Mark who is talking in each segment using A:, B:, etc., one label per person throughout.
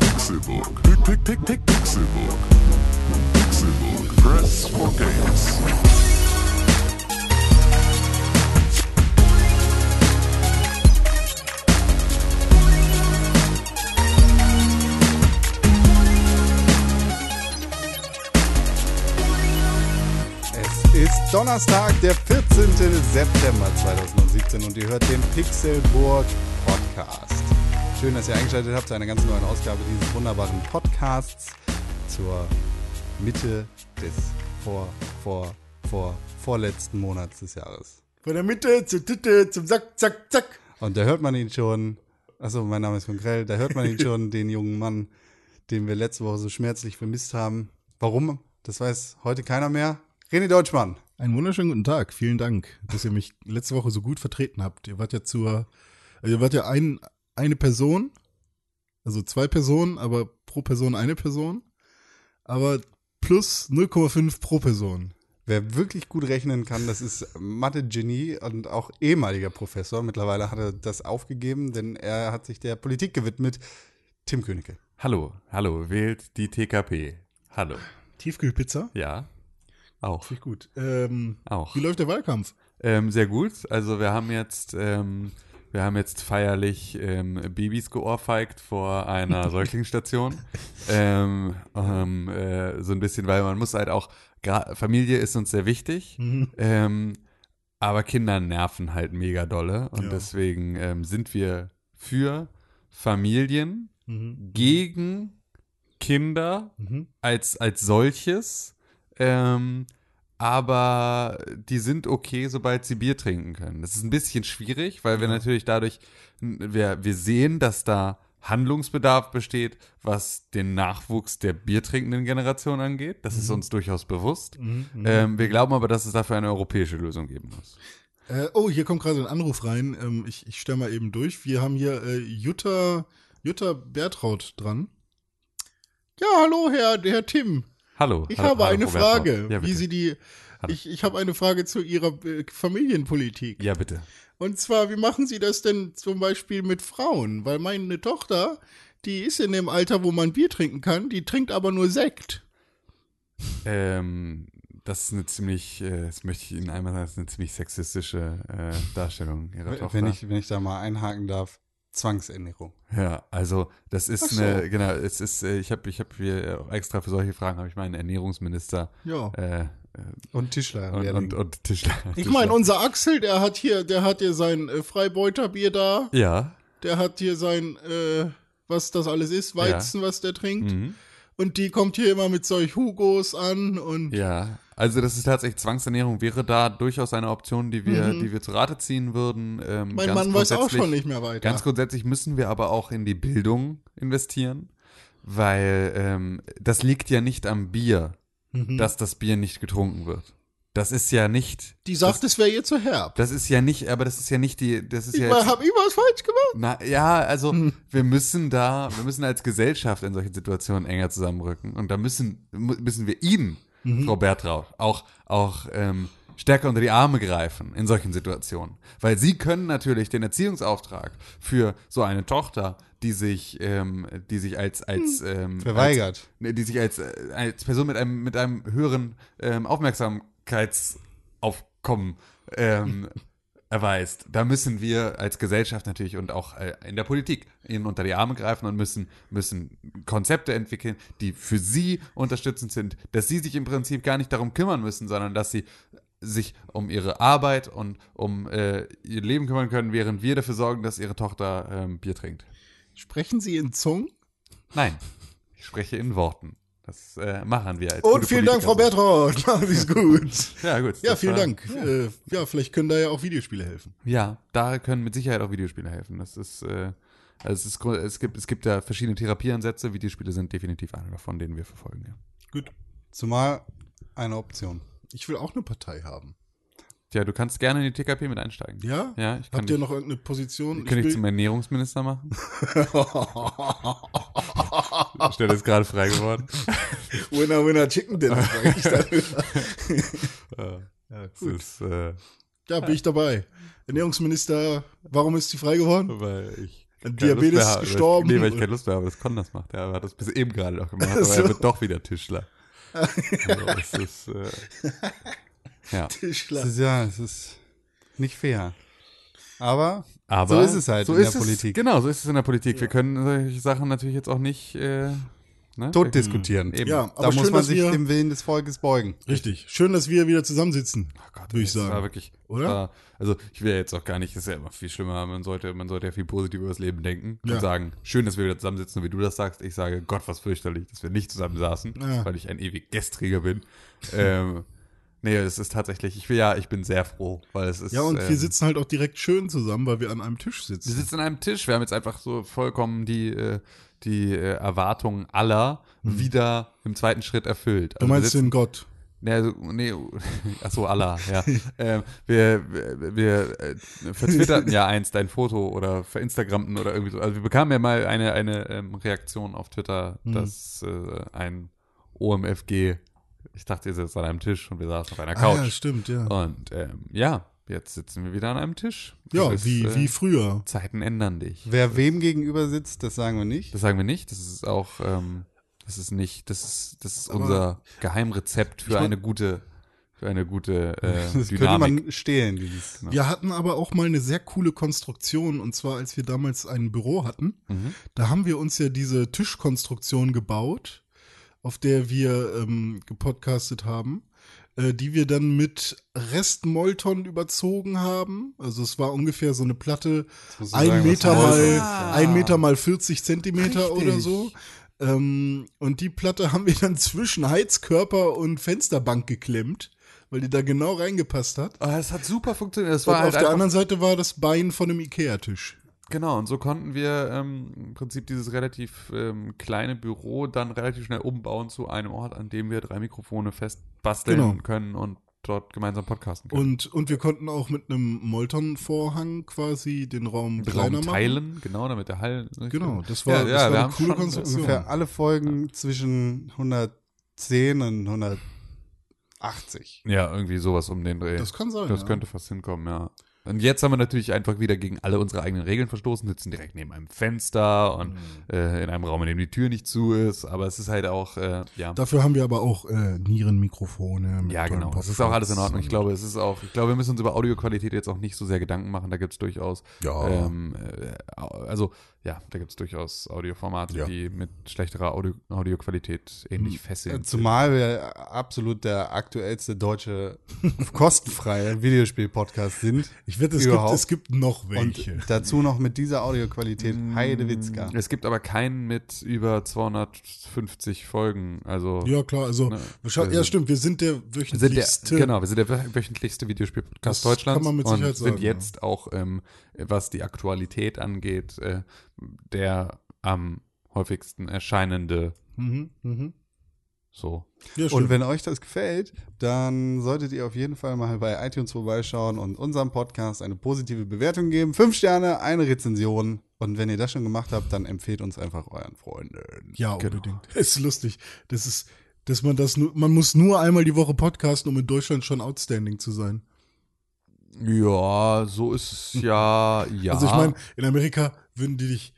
A: Pixelburg. Pick, pick, pick, pick, Pixelburg. Pixelburg. Press for games.
B: Es ist Donnerstag, der 14. September 2017 und ihr hört den Pixelburg Podcast. Schön, dass ihr eingeschaltet habt zu einer ganz neuen Ausgabe dieses wunderbaren Podcasts zur Mitte des vor, vor, vor, vorletzten Monats des Jahres.
C: Von der Mitte zur Titte zum Sack, Zack, Zack.
B: Und da hört man ihn schon, achso, mein Name ist Konkrell, da hört man ihn schon, den jungen Mann, den wir letzte Woche so schmerzlich vermisst haben. Warum? Das weiß heute keiner mehr. René Deutschmann.
D: Einen wunderschönen guten Tag. Vielen Dank, dass ihr mich letzte Woche so gut vertreten habt. Ihr wart ja zur, also ihr wart ja ein, eine Person, also zwei Personen, aber pro Person eine Person, aber plus 0,5 pro Person.
B: Wer wirklich gut rechnen kann, das ist Mathe-Genie und auch ehemaliger Professor. Mittlerweile hat er das aufgegeben, denn er hat sich der Politik gewidmet. Tim Königke.
E: Hallo, hallo, wählt die TKP. Hallo.
D: Tiefkühlpizza?
E: Ja. Auch.
D: Finde ich gut. Ähm,
E: Auch.
D: Wie läuft der Wahlkampf?
E: Ähm, sehr gut. Also wir haben jetzt, ähm, wir haben jetzt feierlich ähm, Babys geohrfeigt vor einer Säuglingsstation. ähm, ähm, äh, so ein bisschen, weil man muss halt auch, gra- Familie ist uns sehr
D: Mhm.
E: wichtig.
C: Mhm.
E: Ähm, aber Kinder nerven halt mega dolle. Und
D: Ja.
E: deswegen ähm, sind wir für Familien
D: Mhm.
E: gegen Kinder
D: Mhm.
E: als, als solches. Ähm, aber die sind okay, sobald sie Bier trinken können. Das ist ein bisschen schwierig, weil wir natürlich dadurch, wir, wir sehen, dass da Handlungsbedarf besteht, was den Nachwuchs der biertrinkenden Generation angeht. Das
D: Mhm.
E: ist uns durchaus bewusst.
C: Mhm.
E: Ähm, wir glauben aber, dass es dafür eine europäische Lösung geben muss.
D: Äh, oh, hier kommt gerade ein Anruf rein. Ähm, ich ich stelle mal eben durch. Wir haben hier äh, Jutta, Jutta Bertraut dran. Ja, hallo, Herr, Herr Tim.
E: Hallo.
D: Ich
E: hallo-
D: habe
E: hallo,
D: eine
E: Roberto.
D: Frage,
E: Ja, bitte.
D: wie Sie die.
E: Hallo.
D: Ich, ich habe eine Frage zu Ihrer äh, Familienpolitik.
E: ja, bitte.
D: Und zwar, wie machen Sie das denn zum Beispiel mit Frauen? Weil meine Tochter, die ist in dem Alter, wo man Bier trinken kann, die trinkt aber nur Sekt.
E: Ähm, das ist eine ziemlich, äh, das möchte ich Ihnen einmal sagen, das ist eine ziemlich sexistische äh, Darstellung Ihrer Tochter.
B: Wenn ich, wenn ich da mal einhaken darf, Zwangsernährung.
E: ja, also das ist
D: Ach so.
E: eine, genau, es ist, äh, ich habe, ich habe hier äh, extra für solche Fragen habe ich meinen Ernährungsminister
D: Ja.
E: äh, äh,
B: Und Tischler.
E: und, und, und Tischler.
D: Ich meine, unser Axel, der hat hier, der hat hier sein äh, Freibeuterbier da,
E: ja,
D: der hat hier sein, äh, was das alles ist, Weizen, was der trinkt.
E: mhm.
D: Und die kommt hier immer mit solch Hugos an und
E: ja. Also das ist tatsächlich Zwangsernährung wäre da durchaus eine Option, die wir,
D: Mhm.
E: die wir zu Rate ziehen würden. Ähm,
D: mein
E: ganz
D: Mann weiß auch
E: grundsätzlich-
D: schon nicht mehr weiter.
E: Ganz grundsätzlich müssen wir aber auch in die Bildung investieren, weil ähm, das liegt ja nicht am Bier,
D: Mhm.
E: dass das Bier nicht getrunken wird. Das ist ja nicht,
D: die sagt, es wäre ihr zu herb.
E: das ist ja nicht, aber das ist ja nicht die, das ist
D: Ich
E: ja
D: ja,
E: jetzt,
D: habe immer was falsch gemacht.
E: na, ja, also wir müssen da, wir müssen als Gesellschaft in solchen Situationen enger zusammenrücken und da müssen mu- müssen wir Ihnen, Frau Bertrauch, auch auch ähm, stärker unter die Arme greifen in solchen Situationen, weil Sie können natürlich den Erziehungsauftrag für so eine Tochter, die sich, ähm, die sich als als ähm,
B: Verweigert.
E: als, nee, die sich als äh, als Person mit einem mit einem höheren ähm, Aufmerksamkeitsaufkommen ähm, erweist. Da müssen wir als Gesellschaft natürlich und auch äh, in der Politik ihnen unter die Arme greifen und müssen, müssen Konzepte entwickeln, die für sie unterstützend sind, dass sie sich im Prinzip gar nicht darum kümmern müssen, sondern dass sie sich um ihre Arbeit und um äh, ihr Leben kümmern können, während wir dafür sorgen, dass ihre Tochter ähm, Bier trinkt.
D: Sprechen Sie in Zungen?
E: Nein, ich spreche in Worten. Das äh, machen wir als
D: Und
E: gute
D: vielen Dank, Frau
E: Politiker
D: Bertraut. Machen Sie es gut.
E: so. Ja, gut.
D: Ja,
E: das
D: vielen
E: war-
D: Dank. Ja. Äh, ja, vielleicht können da ja auch Videospiele helfen.
E: Ja, da können mit Sicherheit auch Videospiele helfen. Das ist, äh, also es, ist, gru- es, gibt, es gibt da verschiedene Therapieansätze. Videospiele sind definitiv einer davon, den wir verfolgen. Ja,
D: Gut.
B: Zumal eine Option.
D: Ich will auch eine Partei haben.
E: ja du kannst gerne in die TKP mit einsteigen.
D: Ja?
E: Ja, ich kann
D: Habt ihr
E: dich,
D: noch irgendeine Position?
E: kann ich zum Ernährungsminister machen. Die Stelle ist gerade frei geworden.
D: Winner, Winner, Chicken Dinner. sag ich dann.
E: ja, gut. Ist, äh,
D: ja, bin ich dabei. Ernährungsminister, warum ist sie frei geworden?
E: weil ich
D: an
E: keine Lust
D: Diabetes
E: mehr habe.
D: gestorben.
E: Nee, weil ich keine Lust mehr habe, dass Con das macht. Ja, er hat das bis eben gerade noch gemacht, aber
D: So.
E: er wird doch wieder Tischler. also, es ist, äh, ja.
B: Es
D: Tischler.
B: ist, ja, es ist nicht fair. Aber
E: Aber
B: So ist es halt
E: so
B: in
E: ist
B: der
E: es,
B: Politik.
E: Genau, so ist es in der Politik. Wir können solche Sachen natürlich jetzt auch nicht äh, ne?
B: tot diskutieren.
E: Eben.
D: Ja, aber
B: Da muss
D: schön,
B: man
D: dass
B: sich
D: wir-
B: dem Willen des Volkes beugen.
D: Richtig. Schön, dass wir wieder zusammensitzen. Oh Gott, würde ich
E: Das war
D: sagen.
E: wirklich,
D: Oder?
E: das War, also ich will ja jetzt auch gar nicht, das ist ja immer viel schlimmer, man sollte, man sollte ja viel positiver über das Leben denken
D: Ja.
E: und sagen, schön, dass wir wieder zusammensitzen, und wie du das sagst. Ich sage, Gott, was fürchterlich, dass wir nicht zusammen saßen,
D: Ja.
E: weil ich ein ewig Gästträger bin. ähm, nee, es ist tatsächlich, ich will ja, ich bin sehr froh, weil es ist.
D: Ja, und
E: ähm,
D: wir sitzen halt auch direkt schön zusammen, weil wir an einem Tisch
E: Wir
D: sitzen.
E: sitzen an einem Tisch. Wir haben jetzt einfach so vollkommen die, äh, die äh, Erwartungen aller wieder im zweiten Schritt erfüllt.
D: Mhm. Du
E: Also wir
D: meinst
E: sitzen-
D: den Gott.
E: Nee, also, nee, achso, Allah, ja. ähm, wir wir, wir äh, vertwitterten ja einst ein Foto oder verinstagrammten oder irgendwie so. Also wir bekamen ja mal eine, eine ähm, Reaktion auf Twitter,
D: Mhm.
E: dass äh, ein OMFG, ich dachte, ihr sitzt an einem Tisch und wir saßen auf einer
D: Ah, ja,
E: Couch.
D: stimmt, ja.
E: und ähm, ja, jetzt sitzen wir wieder an einem Tisch.
D: ja,
E: Es ist,
D: wie,
E: äh,
D: wie früher.
E: Zeiten ändern dich.
B: Wer wem gegenüber sitzt, das sagen wir nicht.
E: Das sagen wir nicht. Das ist auch, ähm, das ist nicht, das ist, das ist unser Geheimrezept für eine gute, für eine gute äh,
B: Das könnte
E: Dynamik. Genau.
B: man stehlen, dieses.
D: Wir hatten aber auch mal eine sehr coole Konstruktion und zwar, als wir damals ein Büro hatten,
E: Mhm.
D: da haben wir uns ja diese Tischkonstruktion gebaut, auf der wir ähm, gepodcastet haben, äh, die wir dann mit Restmolton überzogen haben. Also es war ungefähr so eine Platte,
B: musst du
D: ein
B: sagen, was
D: Meter
B: Molton
D: mal
B: ist,
E: ja.
D: ein Meter mal 40 Zentimeter
B: Richtig.
D: oder so. Ähm, und die Platte haben wir dann zwischen Heizkörper und Fensterbank geklemmt, weil die da genau reingepasst Ah, hat.
E: Aber es hat super funktioniert. Das
D: Und
E: war halt
D: auf der
E: einfach,
D: anderen Seite war das Bein von einem Ikea-Tisch.
E: genau. Und so konnten wir ähm, im Prinzip dieses relativ ähm, kleine Büro dann relativ schnell umbauen zu einem Ort, an dem wir drei Mikrofone festbasteln
D: Genau.
E: können und dort gemeinsam podcasten können.
D: Und, und wir konnten auch mit einem Molton-Vorhang quasi den Raum
E: Den
D: kleiner
E: Raum teilen, genau, damit der Hall.
D: Genau, das war- das
E: ja,
D: war
E: ja,
D: eine
E: wir haben
D: coole
E: schon,
D: Konstruktion.
B: Ungefähr alle Folgen zwischen 110 und 180.
E: Ja, irgendwie sowas um den Dreh.
D: machen. Das kann sein.
E: Das
D: ja.
E: könnte fast hinkommen, ja. Und jetzt haben wir natürlich einfach wieder gegen alle unsere eigenen Regeln verstoßen, sitzen direkt neben einem Fenster
D: Mhm.
E: und äh, in einem Raum, in dem die Tür nicht zu ist. Aber es ist halt auch, äh, ja.
D: Dafür haben wir aber auch äh, Nierenmikrofone. mit
E: ja,
D: tollen
E: genau. Es ist auch alles in Ordnung. Ich
D: Podcasts.
E: glaube, es ist auch, ich glaube, wir müssen uns über Audioqualität jetzt auch nicht so sehr Gedanken machen. Da gibt es durchaus,
D: Ja.
E: ähm, äh, also ja, da gibt es durchaus Audioformate,
D: Ja. Mhm.
E: die mit schlechterer Audio Audioqualität ähnlich fesseln.
B: Zumal wir absolut der aktuellste deutsche kostenfreie Videospiel-Podcast sind.
D: Ich wette, es gibt,
B: Überhaupt.
D: es gibt noch
B: Und
D: welche.
B: dazu noch mit dieser Audioqualität.
D: Äh,
B: Heidewitzka.
E: Mm, Es gibt aber keinen mit über 250 Folgen. Also
D: ja, klar, also,
E: Ne,
D: wahrscheinlich- ja,
E: also-
D: stimmt, wir sind der
E: Wir sind der,
D: wöchentlichste
E: genau, wir sind der wö- wöchentlichste
D: Das
E: Videospiel-Podcast Deutschlands
D: kann man mit
E: und
D: Sicherheit
E: sind
D: sagen,
E: jetzt auch, ähm, was die Aktualität angeht, äh, der am häufigsten erscheinende
D: Mhm, mhm.
E: so.
D: Ja, stimmt.
B: Und wenn euch das gefällt, dann solltet ihr auf jeden Fall mal bei iTunes vorbeischauen und unserem Podcast eine positive Bewertung geben. Fünf Sterne, eine Rezension. Und wenn ihr das schon gemacht habt, dann empfehlt uns einfach euren Freunden.
D: ja,
E: genau.
D: unbedingt. Es ist lustig. Das ist, dass man das nur, man muss nur einmal die Woche podcasten, um in Deutschland schon outstanding zu sein.
E: Ja, so ist es ja, ja.
D: Also ich meine, in Amerika würden die dich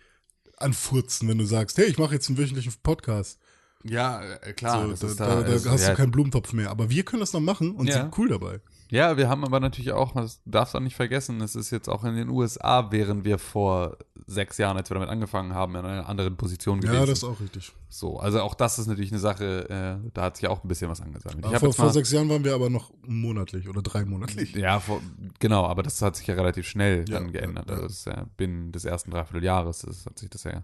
D: anfurzen, wenn du sagst, hey, ich mache jetzt einen wöchentlichen Podcast.
E: ja, äh, klar.
D: so,
E: das
D: da
E: ist
D: da, da
E: das ist
D: hast
E: ja,
D: du keinen Blumentopf mehr. Aber wir können das noch machen und
E: Ja.
D: sind cool dabei.
E: Ja, wir haben aber natürlich auch, das darfst du auch nicht vergessen, es ist jetzt auch in den USA, wären wir vor sechs Jahren, als wir damit angefangen haben, in einer anderen Position gewesen.
D: Ja, das ist auch richtig.
E: So, also auch das ist natürlich eine Sache, äh, da hat sich auch ein bisschen was angesammelt. Ich hab
D: vor,
E: jetzt mal,
D: vor sechs Jahren waren wir aber noch monatlich oder dreimonatlich.
E: ja, vor, genau, aber das hat sich ja relativ schnell
D: Ja,
E: dann geändert.
D: ja, ja.
E: Also es ist ja binnen des ersten Dreivierteljahres das hat sich das ja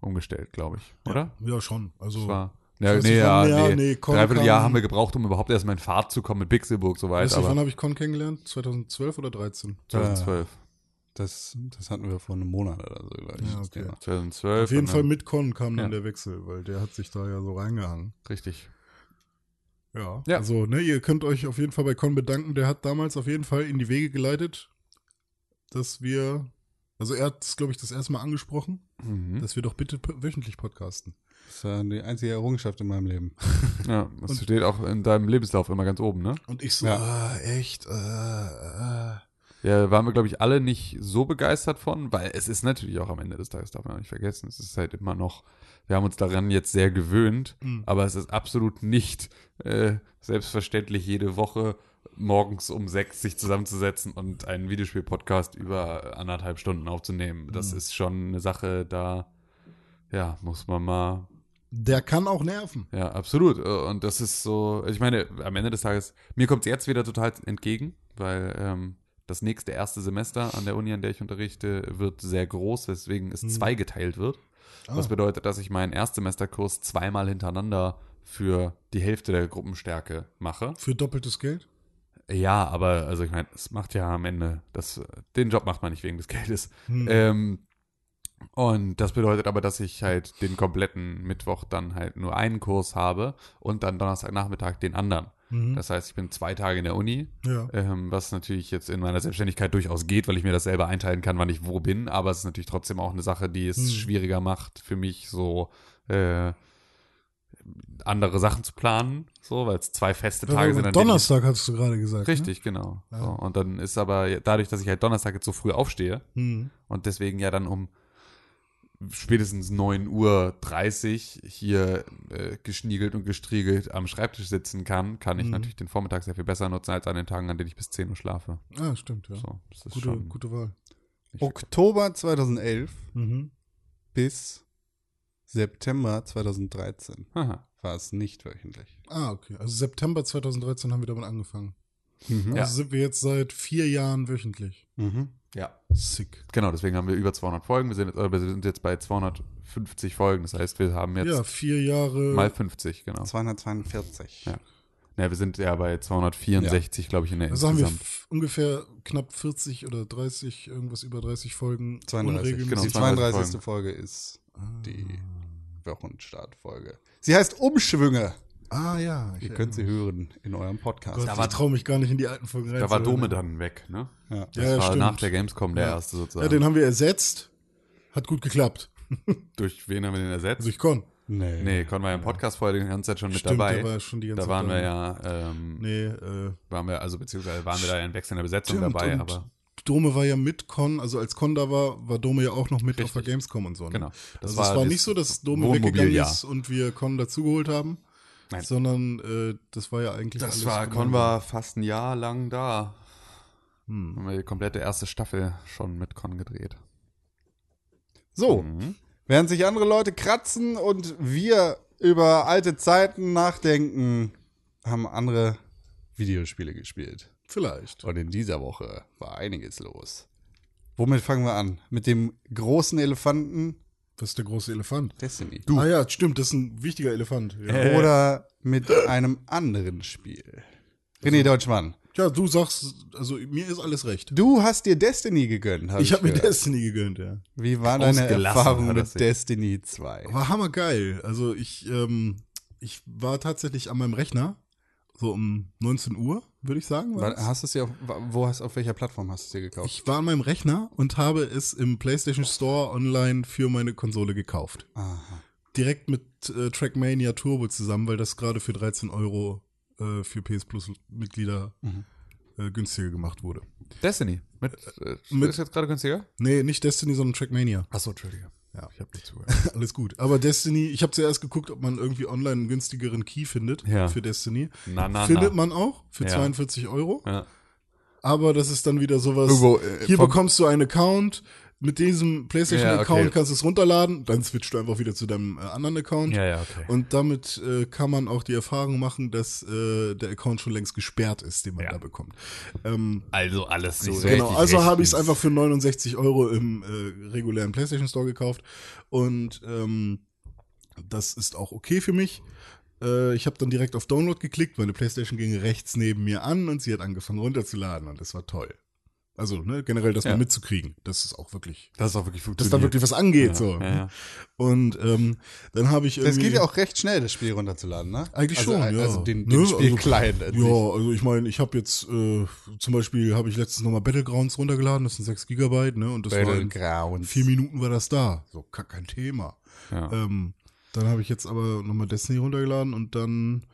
E: umgestellt, glaube ich, oder?
D: Ja, schon.
E: Das
D: Also
E: war, ja,
D: weiß
E: nee,
D: nicht,
E: ja,
D: wann- ja,
E: nee,
D: nee, Con
E: Dreivierteljahr
D: kam-
E: haben wir gebraucht, um überhaupt erstmal in Fahrt zu kommen mit Pixelburg, soweit,
D: Weißt du, wann
E: aber
D: habe ich Con kennengelernt? 2012 oder 13?
E: 2012.
B: Das, das hatten wir vor einem Monat oder so, glaube ich.
D: Ja,
B: das
D: okay.
B: Thema.
E: 2012.
D: Auf jeden
E: genau. und
D: Fall
E: dann-
D: mit Con kam dann
E: ne? Ja.
D: der Wechsel, weil der hat sich da ja so reingehangen.
E: Richtig.
D: Ja.
E: Ja.
D: Also, ne, ihr könnt euch auf jeden Fall bei Con bedanken. Der hat damals auf jeden Fall in die Wege geleitet, dass wir, also er hat es, glaube ich, das erste Mal angesprochen,
E: Mhm.
D: dass wir doch bitte p- wöchentlich podcasten.
B: Das war die einzige Errungenschaft in meinem Leben.
E: Ja, das steht auch in deinem Lebenslauf immer ganz oben, ne?
D: Und ich so,
B: Ja.
D: ah, echt, äh, äh.
E: Ja, waren wir, glaube ich, alle nicht so begeistert von, weil es ist natürlich auch am Ende des Tages, darf man auch nicht vergessen, es ist halt immer noch, wir haben uns daran jetzt sehr gewöhnt, aber es ist absolut nicht äh, selbstverständlich, jede Woche morgens um sechs sich zusammenzusetzen und einen Videospiel-Podcast über anderthalb Stunden aufzunehmen. Das ist schon eine Sache, da, ja, muss man mal
D: Der kann auch nerven.
E: ja, absolut. Äh, Und das ist so, also ich meine, am Ende des Tages, mir kommt es jetzt wieder total entgegen, weil ähm, das nächste erste Semester an der Uni, an der ich unterrichte, wird sehr groß, weswegen es zweigeteilt wird.
D: Ah,
E: Was bedeutet, dass ich meinen Erstsemesterkurs zweimal hintereinander für die Hälfte der Gruppenstärke mache.
D: Für doppeltes Geld?
E: Ja, aber also ich meine, es macht ja am Ende, das, den Job macht man nicht wegen des Geldes.
D: Hm. Mhm.
E: Ähm, und das bedeutet aber, dass ich halt den kompletten Mittwoch dann halt nur einen Kurs habe und dann Donnerstagnachmittag den anderen.
D: Mhm.
E: Das heißt, ich bin zwei Tage in der Uni,
D: Ja.
E: ähm, was natürlich jetzt in meiner Selbstständigkeit durchaus geht, weil ich mir das selber einteilen kann, wann ich wo bin. Aber es ist natürlich trotzdem auch eine Sache, die es schwieriger macht für mich, so äh, andere Sachen zu planen, so, weil es zwei feste Tage sind. an denen ich-
D: Donnerstag ne? hast du gerade gesagt.
E: Richtig, genau. So, und dann ist aber ja- dadurch, dass ich halt Donnerstag jetzt so früh aufstehe
D: Ne? Hm.
E: und deswegen ja dann um spätestens 9.30 Uhr hier äh, geschniegelt und gestriegelt am Schreibtisch sitzen kann, kann
D: Mhm.
E: ich natürlich den Vormittag sehr viel besser nutzen als an den Tagen, an denen ich bis 10 Uhr schlafe.
D: Ah, stimmt, ja.
E: So, das ist
D: Gute,
E: schon
D: gute Wahl.
B: Oktober 2011
D: Mhm.
B: bis September 2013
E: Aha.
B: war es nicht wöchentlich.
D: Ah, okay. Also September 2013 haben wir damit angefangen. Also
E: Ja.
D: sind wir jetzt seit vier Jahren wöchentlich.
E: Ja.
D: Sick.
E: Genau, deswegen haben wir über 200 Folgen. Wir sind jetzt, äh, wir sind jetzt bei 250 Folgen. Das heißt, wir haben jetzt
D: Ja, vier Jahre.
E: mal 50, genau.
B: 242.
E: Ja. Ja, wir sind ja bei 264, glaube ich, in der
D: also haben wir
E: insgesamt.
D: f- ungefähr knapp 40 oder 30, irgendwas über 30 Folgen.
B: 32.
D: unregelmäßig. Ah.
E: genau,
B: die
E: 32.
B: 32. Folge ist die Wochenstartfolge. Sie heißt Umschwünge.
D: Ah, ja. Ich,
B: Ihr könnt sie hören in eurem
D: Gott,
B: Podcast.
D: ich traue mich gar nicht in die alten Folgen rein.
E: Da war
D: zu hören.
E: Dome dann weg, ne?
B: Ja.
E: Das
D: also, Ja, ja,
E: war
D: stimmt.
E: nach der Gamescom der erste sozusagen.
D: Ja, den haben wir ersetzt. Hat gut geklappt.
E: Durch wen haben wir den ersetzt?
D: Also ich kon.
B: Nee.
E: nee, Con war ja im Podcast vorher die ganze Zeit schon mit
D: Stimmt,
E: dabei.
D: der war schon die ganze
E: da
D: Zeit
E: waren wir
D: dabei.
E: ja, ähm,
D: Nee, äh,
E: waren wir, also beziehungsweise waren wir da ja in wechselnder Besetzung
D: stimmt.
E: dabei,
D: und
E: aber
D: Dome war ja mit Con, also als Con da war, war Dome ja auch noch mit auf der Gamescom und so. Ne?
E: Genau. Das
D: Das also
E: war
D: es war
E: das
D: nicht so, dass Dome
E: Wohnmobil,
D: weggegangen
E: ja.
D: ist und wir Con dazugeholt haben,
E: Nein.
D: sondern äh, das war ja eigentlich alles genau.
E: Con
D: gemeinsam.
E: war fast ein Jahr lang da.
D: Hm.
E: Haben wir die komplette erste Staffel schon mit Con gedreht.
D: Oh.
E: Mhm.
B: So, während sich andere Leute kratzen und wir über alte Zeiten nachdenken, haben andere Videospiele gespielt.
D: Vielleicht.
B: Und in dieser Woche war einiges los. Womit fangen wir an? Mit dem großen Elefanten
D: Das ist der große Elefant.
B: Destiny.
D: Ah ja, stimmt, das ist ein wichtiger Elefant. Ja,
B: Oder mit einem anderen Spiel. René Deutschmann,
D: ja du sagst, also mir ist alles recht.
B: du hast dir Destiny gegönnt. Hab
D: ich habe mir
B: gehört.
D: Destiny gegönnt, ja.
B: Wie war deine
E: Ausgelassen
B: Erfahrung
E: hat er sich.
B: mit Destiny 2?
D: War hammergeil. Also ich, ähm, ich war tatsächlich an meinem Rechner, so um 19 Uhr, würde ich sagen. war
B: War-
D: das.
B: Hast du es dir auf, wo hast, auf welcher Plattform hast du es dir gekauft?
D: Ich war an meinem Rechner und habe es im PlayStation Store online für meine Konsole gekauft.
B: Ah.
D: Direkt mit äh, Trackmania Turbo zusammen, weil das gerade für 13 Euro äh, für PS Plus Mitglieder
E: Mhm.
D: äh, günstiger gemacht wurde.
E: Destiny. Mit, äh,
D: mit-
E: ist jetzt gerade günstiger?
D: Nee, nicht Destiny, sondern Trackmania.
E: Achso, Entschuldige.
D: Ja.
E: Ich habe nicht zugehört.
D: Alles gut. Aber Destiny, ich habe zuerst geguckt, ob man irgendwie online einen günstigeren Key findet
E: Ja.
D: für Destiny.
E: Na, na,
D: Findet
E: na.
D: man auch für
E: Ja.
D: 42 Euro.
E: ja.
D: Aber das ist dann wieder sowas.
E: Irgendwo, äh,
D: hier
E: vom-
D: bekommst du einen Account. Mit diesem
E: Ja,
D: PlayStation-Account
E: okay.
D: kannst du es runterladen. Dann switchst du einfach wieder zu deinem äh, anderen Account.
E: ja, ja, okay.
D: Und damit äh, kann man auch die Erfahrung machen, dass äh, der Account schon längst gesperrt ist, den man
E: Ja.
D: da bekommt. Ähm,
E: also alles nicht so
D: genau,
E: richtig
D: also habe ich
E: rechtens.
D: es einfach für 69 Euro im äh, regulären PlayStation Store gekauft. Und ähm, das ist auch okay für mich. Äh, ich habe dann direkt auf Download geklickt, meine PlayStation ging rechts neben mir an und sie hat angefangen runterzuladen und das war toll. Also ne, generell das
E: Ja.
D: mal mitzukriegen, das ist auch wirklich,
E: Das ist auch wirklich funktioniert.
D: dass da wirklich was angeht.
E: Ja,
D: so. ne?
E: ja, ja.
D: Und ähm, dann habe ich irgendwie.
B: Es geht ja auch recht schnell, das Spiel runterzuladen, ne?
D: Eigentlich
B: also,
D: schon,
B: ein-
D: ja.
B: Also den,
D: Ne,
B: den Spiel
D: also-
B: klein. an
D: Ja,
B: sich.
D: also ich meine, ich habe jetzt äh, zum Beispiel habe ich letztens nochmal Battlegrounds runtergeladen, das sind 6 Gigabyte, ne? Und das war in
B: Battlegrounds.
D: vier Minuten war das da. So, ka- kein Thema.
E: Ja.
D: Äh, Ähm, dann habe ich jetzt aber nochmal Destiny runtergeladen und dann,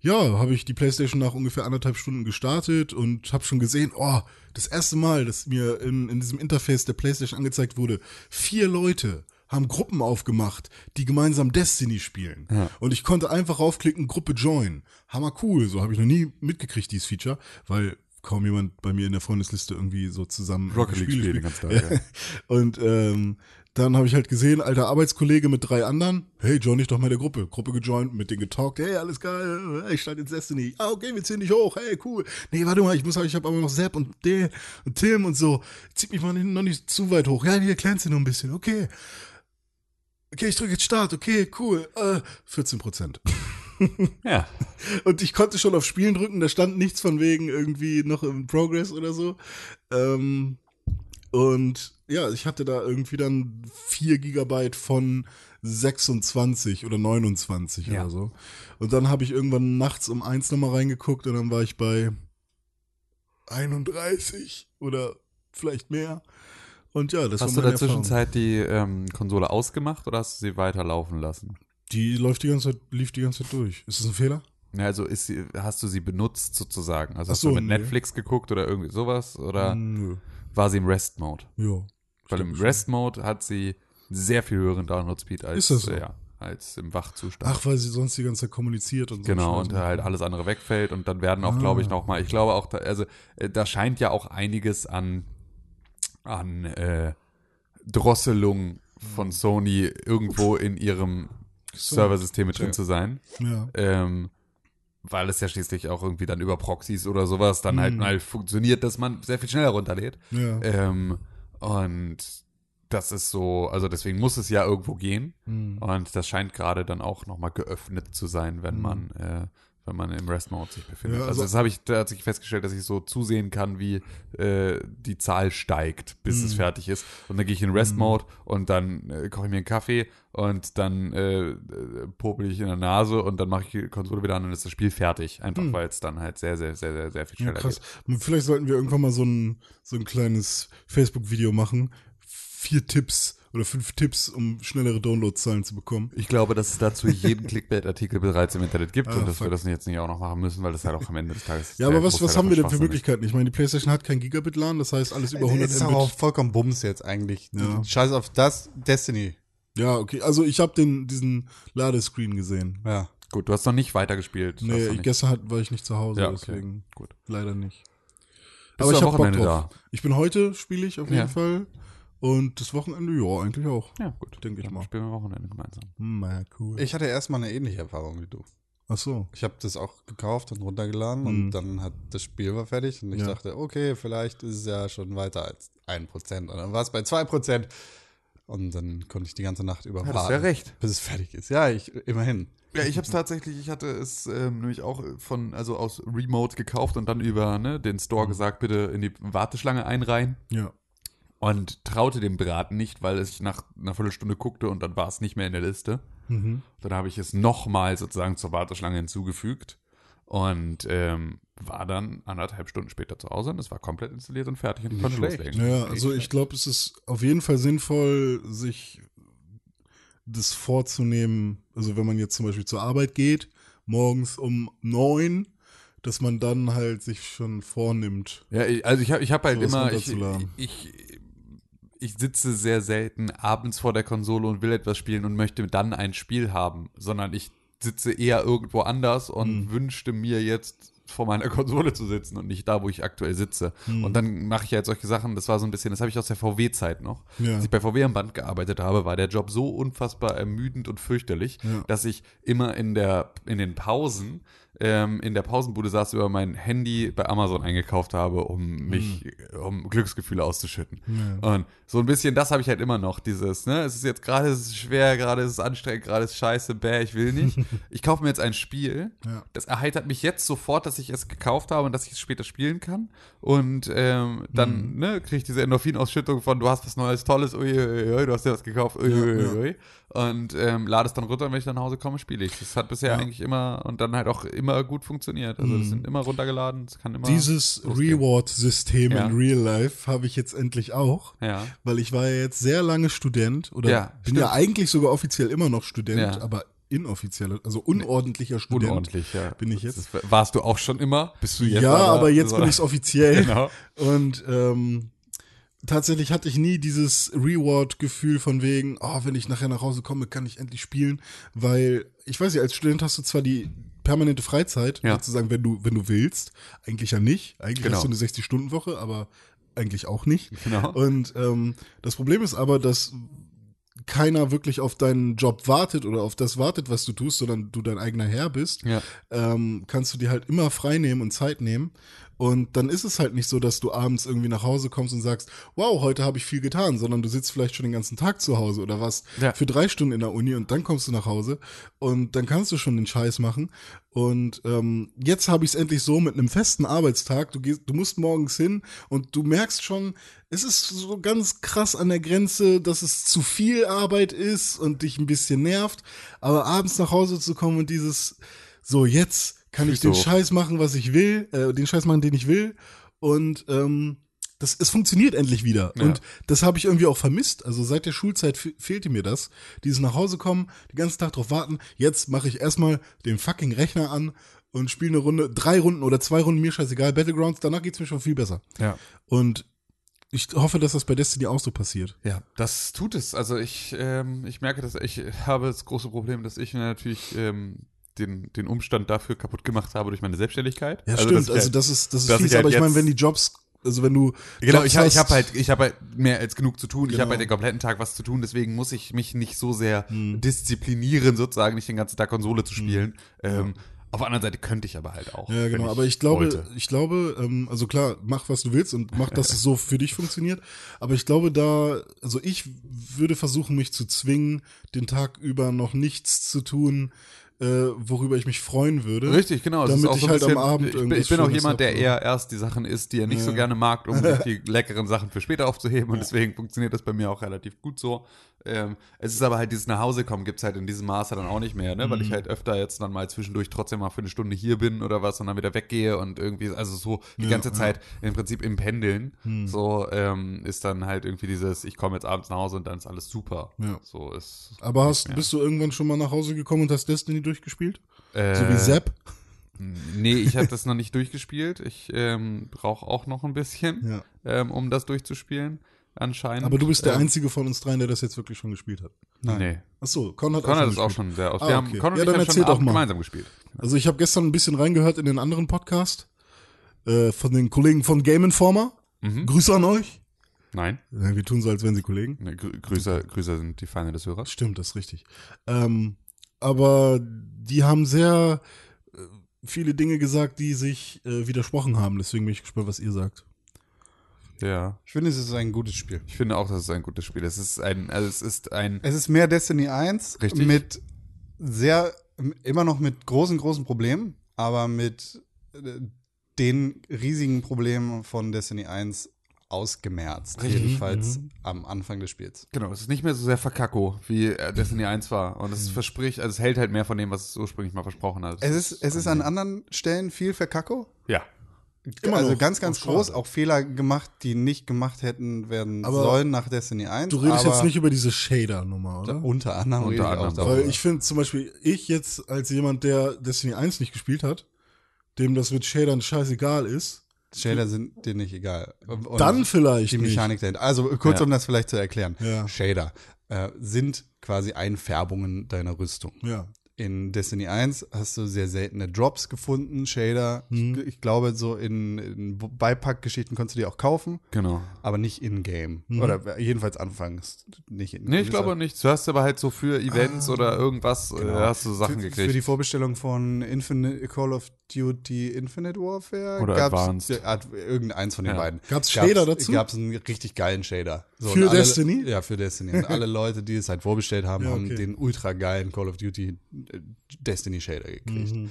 D: ja, habe ich die Playstation nach ungefähr anderthalb Stunden gestartet und habe schon gesehen, oh, das erste Mal, dass mir in, in diesem Interface der Playstation angezeigt wurde, vier Leute haben Gruppen aufgemacht, die gemeinsam Destiny spielen. Und ich konnte einfach raufklicken, Gruppe Join. Hammer cool, so habe ich noch nie mitgekriegt, dieses Feature, weil kaum jemand bei mir in der Freundesliste irgendwie so zusammen
E: Rocket League
D: Spiele
E: spielen den ganzen
D: spielt.
E: Tag, ja.
D: Und ähm, dann habe ich halt gesehen, alter Arbeitskollege mit drei anderen, hey, join ich doch mal der Gruppe. Gruppe gejoint, mit denen getalkt, hey, alles geil, hey, ich starte jetzt Destiny. Ah, okay, wir ziehen dich hoch, hey, cool. Nee, warte mal, ich muss, ich habe aber noch Sepp und D und Tim und so. Zieht mich mal noch nicht zu weit hoch. Ja, hier kleinst du noch ein bisschen, okay. Okay, ich drücke jetzt Start, okay, cool. Äh, 14 Prozent.
E: Ja.
D: Und ich konnte schon auf Spielen drücken, da stand nichts von wegen irgendwie noch im Progress oder so. Ähm, und ja, ich hatte da irgendwie dann 4 Gigabyte von 26 oder 29
E: Ja.
D: oder so. Und dann habe ich irgendwann nachts um eins nochmal reingeguckt und dann war ich bei 31 oder vielleicht mehr. Und ja, das
E: Hast du
D: war
E: in
D: meine
E: der
D: Erfahrung.
E: Zwischenzeit die ähm, Konsole ausgemacht oder hast du sie weiterlaufen lassen?
D: Die läuft die ganze Zeit, lief die ganze Zeit durch. Ist das ein Fehler?
E: Ja, also ist sie, hast du sie benutzt sozusagen? Also
D: Ach
E: hast
D: so,
E: du mit
D: nee. Hm.
E: Netflix geguckt oder irgendwie sowas? Oder
D: Nö.
E: war sie im Rest-Mode?
D: Ja.
E: Weil im Rest-Mode hat sie sehr viel höheren Download-Speed als,
D: Ist das so?
E: äh, ja, als im Wachzustand.
D: Ach, weil sie sonst die ganze Zeit kommuniziert und so. Ah.
E: Genau,
D: Scheiß.
E: und halt alles andere wegfällt und dann werden auch, glaube ich, nochmal, ich glaube auch, da, also äh, da scheint ja auch einiges an, an äh, Drosselung
D: Hm.
E: von Sony irgendwo in ihrem Serversystem mit drin zu sein.
D: Ja.
E: Ähm, weil es ja schließlich auch irgendwie dann über Proxys oder sowas dann halt mal funktioniert, dass man sehr viel schneller runterlädt.
D: Ja.
E: Ähm, und das ist so, also deswegen muss es ja irgendwo gehen.
B: Hm.
E: Und das scheint gerade dann auch nochmal geöffnet zu sein, wenn man, äh, wenn man im Rest Mode sich befindet.
D: Mhm. Ja, also-
E: also, das habe ich tatsächlich festgestellt, dass ich so zusehen kann, wie äh, die Zahl steigt, bis
D: Mhm.
E: es fertig ist. Und dann gehe ich in Rest Mode und dann äh, koche ich mir einen Kaffee und dann äh, äh, popel ich in der Nase und dann mache ich die Konsole wieder an und ist das Spiel fertig. Einfach weil es dann halt sehr, sehr, sehr, sehr, sehr viel
D: Mhm. ja,
E: schneller
D: krass.
E: geht.
D: Vielleicht sollten wir irgendwann mal so ein, so ein kleines Facebook-Video machen. Vier Tipps oder fünf Tipps, um schnellere Downloadzahlen zu bekommen.
E: Ich glaube, dass es dazu jeden Clickbait-Artikel bereits im Internet gibt
D: Ah,
E: und dass
D: fuck.
E: wir das jetzt nicht auch noch machen müssen, weil das halt auch am Ende des Tages.
D: Ja, aber
E: der
D: was, was
E: Großteil
D: haben wir denn
E: davon
D: für
E: schwachsinnig ist.
D: Möglichkeiten? Ich meine, die Playstation hat kein Gigabit-LAN, das heißt alles über 100
B: Es Äh, ist aber auch vollkommen Bums jetzt eigentlich. ne?
D: Ja.
B: Scheiß auf das Destiny.
D: Ja, okay. Also ich habe den diesen Ladescreen gesehen.
B: Ja.
E: Gut, du hast noch nicht weitergespielt. Du hast
D: Nee,
E: noch nicht-
D: gestern hat, war ich nicht zu Hause,
E: Ja, okay.
D: deswegen
E: Gut.
D: leider nicht.
E: Bist du am
D: hab
E: Wochenende
D: Ich bin heute spiele ich auf jeden
E: Ja.
D: Fall und das Wochenende ja eigentlich auch.
E: Ja, gut.
D: Denke ich
E: Dann
D: mal.
E: Spielen wir Wochenende gemeinsam.
D: Hm, na ja, cool.
B: Ich hatte erstmal eine ähnliche Erfahrung wie du.
D: Ach so.
B: Ich habe das auch gekauft und runtergeladen
D: Mhm.
B: und dann hat das Spiel war fertig und ich
D: Ja.
B: dachte, okay, vielleicht ist es ja schon weiter als 1%. Und dann war es bei 2%. Und dann konnte ich die ganze Nacht über
E: Hattest
B: warten,
E: ja recht.
B: bis es fertig ist. Ja, ich immerhin.
E: Ja, ich habe es tatsächlich, ich hatte es ähm, nämlich auch von, also aus Remote gekauft und dann über ne, den Store gesagt, bitte in die Warteschlange einreihen.
D: Ja.
E: Und traute dem Braten nicht, weil ich nach einer Viertelstunde guckte und dann war es nicht mehr in der Liste.
D: Mhm.
E: Dann habe ich es nochmal sozusagen zur Warteschlange hinzugefügt und ähm, war dann anderthalb Stunden später zu Hause und es war komplett installiert und fertig und ich konnte
B: schlecht.
E: loslegen.
D: Ja, also ich glaube, es ist auf jeden Fall sinnvoll, sich das vorzunehmen. Also wenn man jetzt zum Beispiel zur Arbeit geht, morgens um neun, dass man dann halt sich schon vornimmt.
E: Ja, ich- also ich habe ich hab halt
D: Sowas
E: immer, ich,
D: runterzuladen.
E: ich, ich sitze sehr selten abends vor der Konsole und will etwas spielen und möchte dann ein Spiel haben, sondern ich sitze eher irgendwo anders
D: Hm.
E: und wünschte mir jetzt vor meiner Konsole zu sitzen und nicht da, wo ich aktuell sitze.
D: Hm.
E: Und dann mache ich ja jetzt solche Sachen, das war so ein bisschen, das habe ich aus der VW-Zeit noch.
D: Ja.
E: Als ich bei VW am Band gearbeitet habe, war der Job so unfassbar ermüdend und fürchterlich,
D: Ja.
E: dass ich immer in der in den Pausen ähm, in der Pausenbude saß über mein Handy bei Amazon eingekauft habe, um mich
D: Mhm.
E: um Glücksgefühle auszuschütten. Und so ein bisschen das habe ich halt immer noch dieses, ne, es ist jetzt gerade ist es schwer, gerade ist es anstrengend, gerade ist es scheiße, bäh, ich will nicht. ich kaufe mir jetzt ein Spiel.
D: Ja.
E: Das erheitert mich jetzt sofort, dass ich es gekauft habe und dass ich es später spielen kann und ähm, dann
D: Mhm.
E: ne, kriege ich diese Endorphinausschüttung von du hast was Neues, Tolles, uiuiui, du hast dir was gekauft, uiuiui. Und ähm, lade es dann runter und wenn ich dann nach Hause komme, spiele ich. Das hat bisher eigentlich immer und dann halt auch immer gut funktioniert. Also das sind immer runtergeladen, es kann immer.
D: Dieses
E: losgehen.
D: Reward-System
E: Ja.
D: in Real Life habe ich jetzt endlich auch.
E: Ja.
D: Weil ich war ja jetzt sehr lange Student oder
E: Ja,
D: bin ja
E: stimmt.
D: eigentlich sogar offiziell immer noch Student,
E: Ja.
D: aber inoffizieller, also unordentlicher Student.
E: Unordentlich, ja.
D: bin ich
E: Das
D: jetzt.
E: ist- warst du auch schon immer? Bist du jetzt?
D: ja, aber jetzt bin ich
E: so-
D: offiziell.
E: Genau.
D: Und ähm, tatsächlich hatte ich nie dieses Reward-Gefühl von wegen, oh, wenn ich nachher nach Hause komme, kann ich endlich spielen, weil ich weiß nicht, als Student hast du zwar die permanente Freizeit,
E: Ja.
D: sozusagen, wenn du, wenn du willst, eigentlich ja nicht. Eigentlich
E: Genau.
D: hast du eine 60-Stunden-Woche, aber eigentlich auch nicht.
E: Genau.
D: Und ähm, das Problem ist aber, dass keiner wirklich auf deinen Job wartet oder auf das wartet, was du tust, sondern du dein eigener Herr bist
E: ja.
D: ähm, kannst du dir halt immer frei nehmen und Zeit nehmen. Und dann ist es halt nicht so, dass du abends irgendwie nach Hause kommst und sagst, wow, heute habe ich viel getan, sondern du sitzt vielleicht schon den ganzen Tag zu Hause oder warst
E: Ja.
D: für drei Stunden in der Uni und dann kommst du nach Hause und dann kannst du schon den Scheiß machen. Und ähm, jetzt habe ich es endlich so mit einem festen Arbeitstag. Du, gehst, du musst morgens hin und du merkst schon, es ist so ganz krass an der Grenze, dass es zu viel Arbeit ist und dich ein bisschen nervt. Aber abends nach Hause zu kommen und dieses, so jetzt kann ich
E: Füße
D: den
E: hoch.
D: Scheiß machen, was ich will, äh, den Scheiß machen, den ich will. Und ähm, das, es funktioniert endlich wieder.
E: Ja.
D: Und das habe ich irgendwie auch vermisst. Also seit der Schulzeit fe- fehlte mir das. Dieses nach Hause kommen, den ganzen Tag drauf warten. Jetzt mache ich erstmal den fucking Rechner an und spiele eine Runde, drei Runden oder zwei Runden, mir scheißegal, Battlegrounds. Danach geht's mir schon viel besser.
E: Ja.
D: Und ich hoffe, dass das bei Destiny auch so passiert.
E: Ja, das tut es. Also ich, ähm, ich merke, dass ich habe das große Problem, dass ich mir natürlich ähm, den, den Umstand dafür kaputt gemacht habe durch meine Selbstständigkeit.
D: Ja,
E: Also, dass
D: stimmt.
E: ich
D: Also
E: halt-
D: das ist, das ist
E: dass
D: fies,
E: ich halt
D: aber ich meine,
E: jetzt-
D: wenn die Jobs, also wenn du
E: Genau, ich, hab-
D: hast-
E: ich habe halt, ich hab halt mehr als genug zu tun. Ich habe
D: Genau.
E: halt den kompletten Tag was zu tun, deswegen muss ich mich nicht so sehr
D: Hm.
E: disziplinieren, sozusagen nicht den ganzen Tag Konsole zu spielen. Ähm, auf der anderen Seite könnte ich aber halt auch.
D: Ja,
E: wenn
D: genau, aber ich glaube,
E: wollte.
D: ich glaube, ähm, also klar, mach was du willst und mach, dass es so für dich funktioniert. Aber ich glaube, da, also ich würde versuchen, mich zu zwingen, den Tag über noch nichts zu tun, äh, worüber ich mich freuen würde.
E: Richtig, genau. es ist
D: Hm? Damit
E: auch
D: ich
E: ein
D: halt am
E: bisschen-
D: Abend
E: Ich bin,
D: irgendwas
E: ich bin auch
D: Schönes
E: jemand, der
D: hab.
E: eher erst die Sachen isst, die er nicht so gerne mag, um sich die leckeren Sachen für später aufzuheben. Und deswegen funktioniert das bei mir auch relativ gut so. Ähm, es ist aber halt dieses Nachhausekommen gibt es halt in diesem Maße dann auch nicht mehr, ne? weil
D: Mhm.
E: ich halt öfter jetzt dann mal zwischendurch trotzdem mal für eine Stunde hier bin oder was und dann wieder weggehe und irgendwie, also so die ganze Zeit im Prinzip im Pendeln.
D: Mhm.
E: So ähm, ist dann halt irgendwie dieses, ich komme jetzt abends nach Hause und dann ist alles super.
D: Ja.
E: So ist.
D: Aber hast,
E: Ja.
D: bist du irgendwann schon mal nach Hause gekommen und hast Destiny durchgespielt?
E: Äh,
D: so wie Sepp?
E: Nee, ich habe das noch nicht durchgespielt. Ich ähm, brauche auch noch ein bisschen,
D: Ja.
E: ähm, um das durchzuspielen, anscheinend.
D: Aber du bist der
E: ähm,
D: Einzige von uns dreien, der das jetzt wirklich schon gespielt hat.
E: Nein. Nee,
D: Ach so, Con hat
E: Con hat
D: auch
E: das
D: schon
E: auch
D: gespielt.
E: schon sehr aus.
D: Ah,
E: Wir haben
D: okay.
E: Con und
D: Ja,
E: ich
D: dann
E: haben
D: erzähl
E: schon
D: doch
E: ab-
D: mal.
E: gemeinsam gespielt.
D: Also ich habe gestern ein bisschen reingehört in den anderen Podcast äh, von den Kollegen von Game Informer.
E: Mhm.
D: Grüße an euch.
E: Nein,
D: Ja, wir tun so, als wären sie Kollegen.
E: nee, Grü Grüße, Grüße sind die Feinde des Hörers.
D: Stimmt, das ist richtig. Ähm, aber die haben sehr äh, viele Dinge gesagt, die sich äh, widersprochen haben. Deswegen bin ich gespannt, was ihr sagt.
E: Ja,
B: Ich finde, es ist ein gutes Spiel.
E: ich finde auch, dass es ein gutes Spiel ist. Es ist ein, also es ist ein,
B: Es ist mehr Destiny 1
E: Richtig.
B: mit sehr, immer noch mit großen, großen Problemen, aber mit äh, den riesigen Problemen von Destiny 1 ausgemerzt. Jedenfalls am Anfang des Spiels.
E: genau, es ist nicht mehr so sehr verkacko, wie äh, Destiny 1 war. Und
D: Hm.
E: es verspricht, also es hält halt mehr von dem, was es ursprünglich mal versprochen hat. Ähm,
B: Es ist, es ist an anderen Stellen viel Verkacko.
E: ja.
D: Immer
B: also
D: noch.
B: ganz, ganz
D: Oh, schade.
B: groß, auch Fehler gemacht, die nicht gemacht hätten werden
D: Aber
B: sollen nach Destiny 1.
D: Du redest
B: aber Oh,
D: jetzt nicht über diese Shader-Nummer, oder?
B: Unter anderem
E: Unter
B: rede ich auch
E: anderem.
B: darüber.
D: Weil ich finde zum Beispiel, ich jetzt als jemand, der Destiny 1 nicht gespielt hat, dem das mit Shadern scheißegal ist,
B: Shader sind dir nicht egal. Und
D: dann vielleicht
B: Oh, die
D: nicht.
B: Mechanik dahinter. Also kurz,
E: Ja.
B: um das vielleicht zu erklären.
D: Ja.
B: Shader äh, sind quasi Einfärbungen deiner Rüstung.
D: Ja.
B: In Destiny 1 hast du sehr seltene Drops gefunden, Shader.
D: Mhm.
B: Ich, ich glaube, so in, in Beipackgeschichten konntest du die auch kaufen,
E: Genau.
B: aber nicht in-game.
D: Mhm.
B: Oder äh, jedenfalls anfangs nicht Also in
E: Nee, ich glaube nicht. Du hast aber halt so für Events
D: Ah.
E: oder irgendwas äh,
D: Genau.
E: hast du Sachen
B: für,
E: gekriegt.
B: Für die Vorbestellung von Infinite, Call of Duty Infinite Warfare
E: Oder
B: gab's-
E: Advanced.
B: Ja, Ad- irgendeins von den
E: Ja.
B: beiden.
D: Gab's Shader dazu?
B: Gab es einen richtig geilen Shader. So,
D: Für
B: und alle,
D: Destiny?
B: Ja, für Destiny. Und alle Leute, die es halt vorbestellt haben,
D: Ja, okay.
B: haben den ultra geilen Call of Duty äh, Destiny Shader gekriegt.
D: Mhm.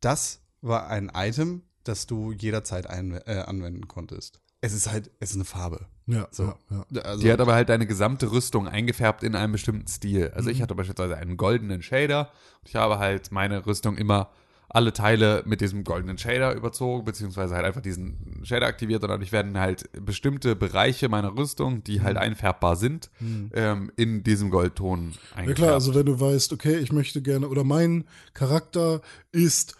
B: Das war ein Item, das du jederzeit ein, äh, anwenden konntest. Es ist halt, es ist eine Farbe.
D: Ja,
B: So.
D: ja, ja.
B: Also,
E: Die hat aber halt deine gesamte Rüstung eingefärbt in
D: Mhm.
E: einem bestimmten Stil. Also ich hatte beispielsweise einen goldenen Shader und ich habe halt meine Rüstung immer alle Teile mit diesem goldenen Shader überzogen, beziehungsweise halt einfach diesen Shader aktiviert und dadurch werden halt bestimmte Bereiche meiner Rüstung, die halt einfärbbar sind, ähm, in diesem Goldton
D: Mhm. Ja
E: eingefärbt.
D: klar, also wenn du weißt, okay, ich möchte gerne, oder mein Charakter ist,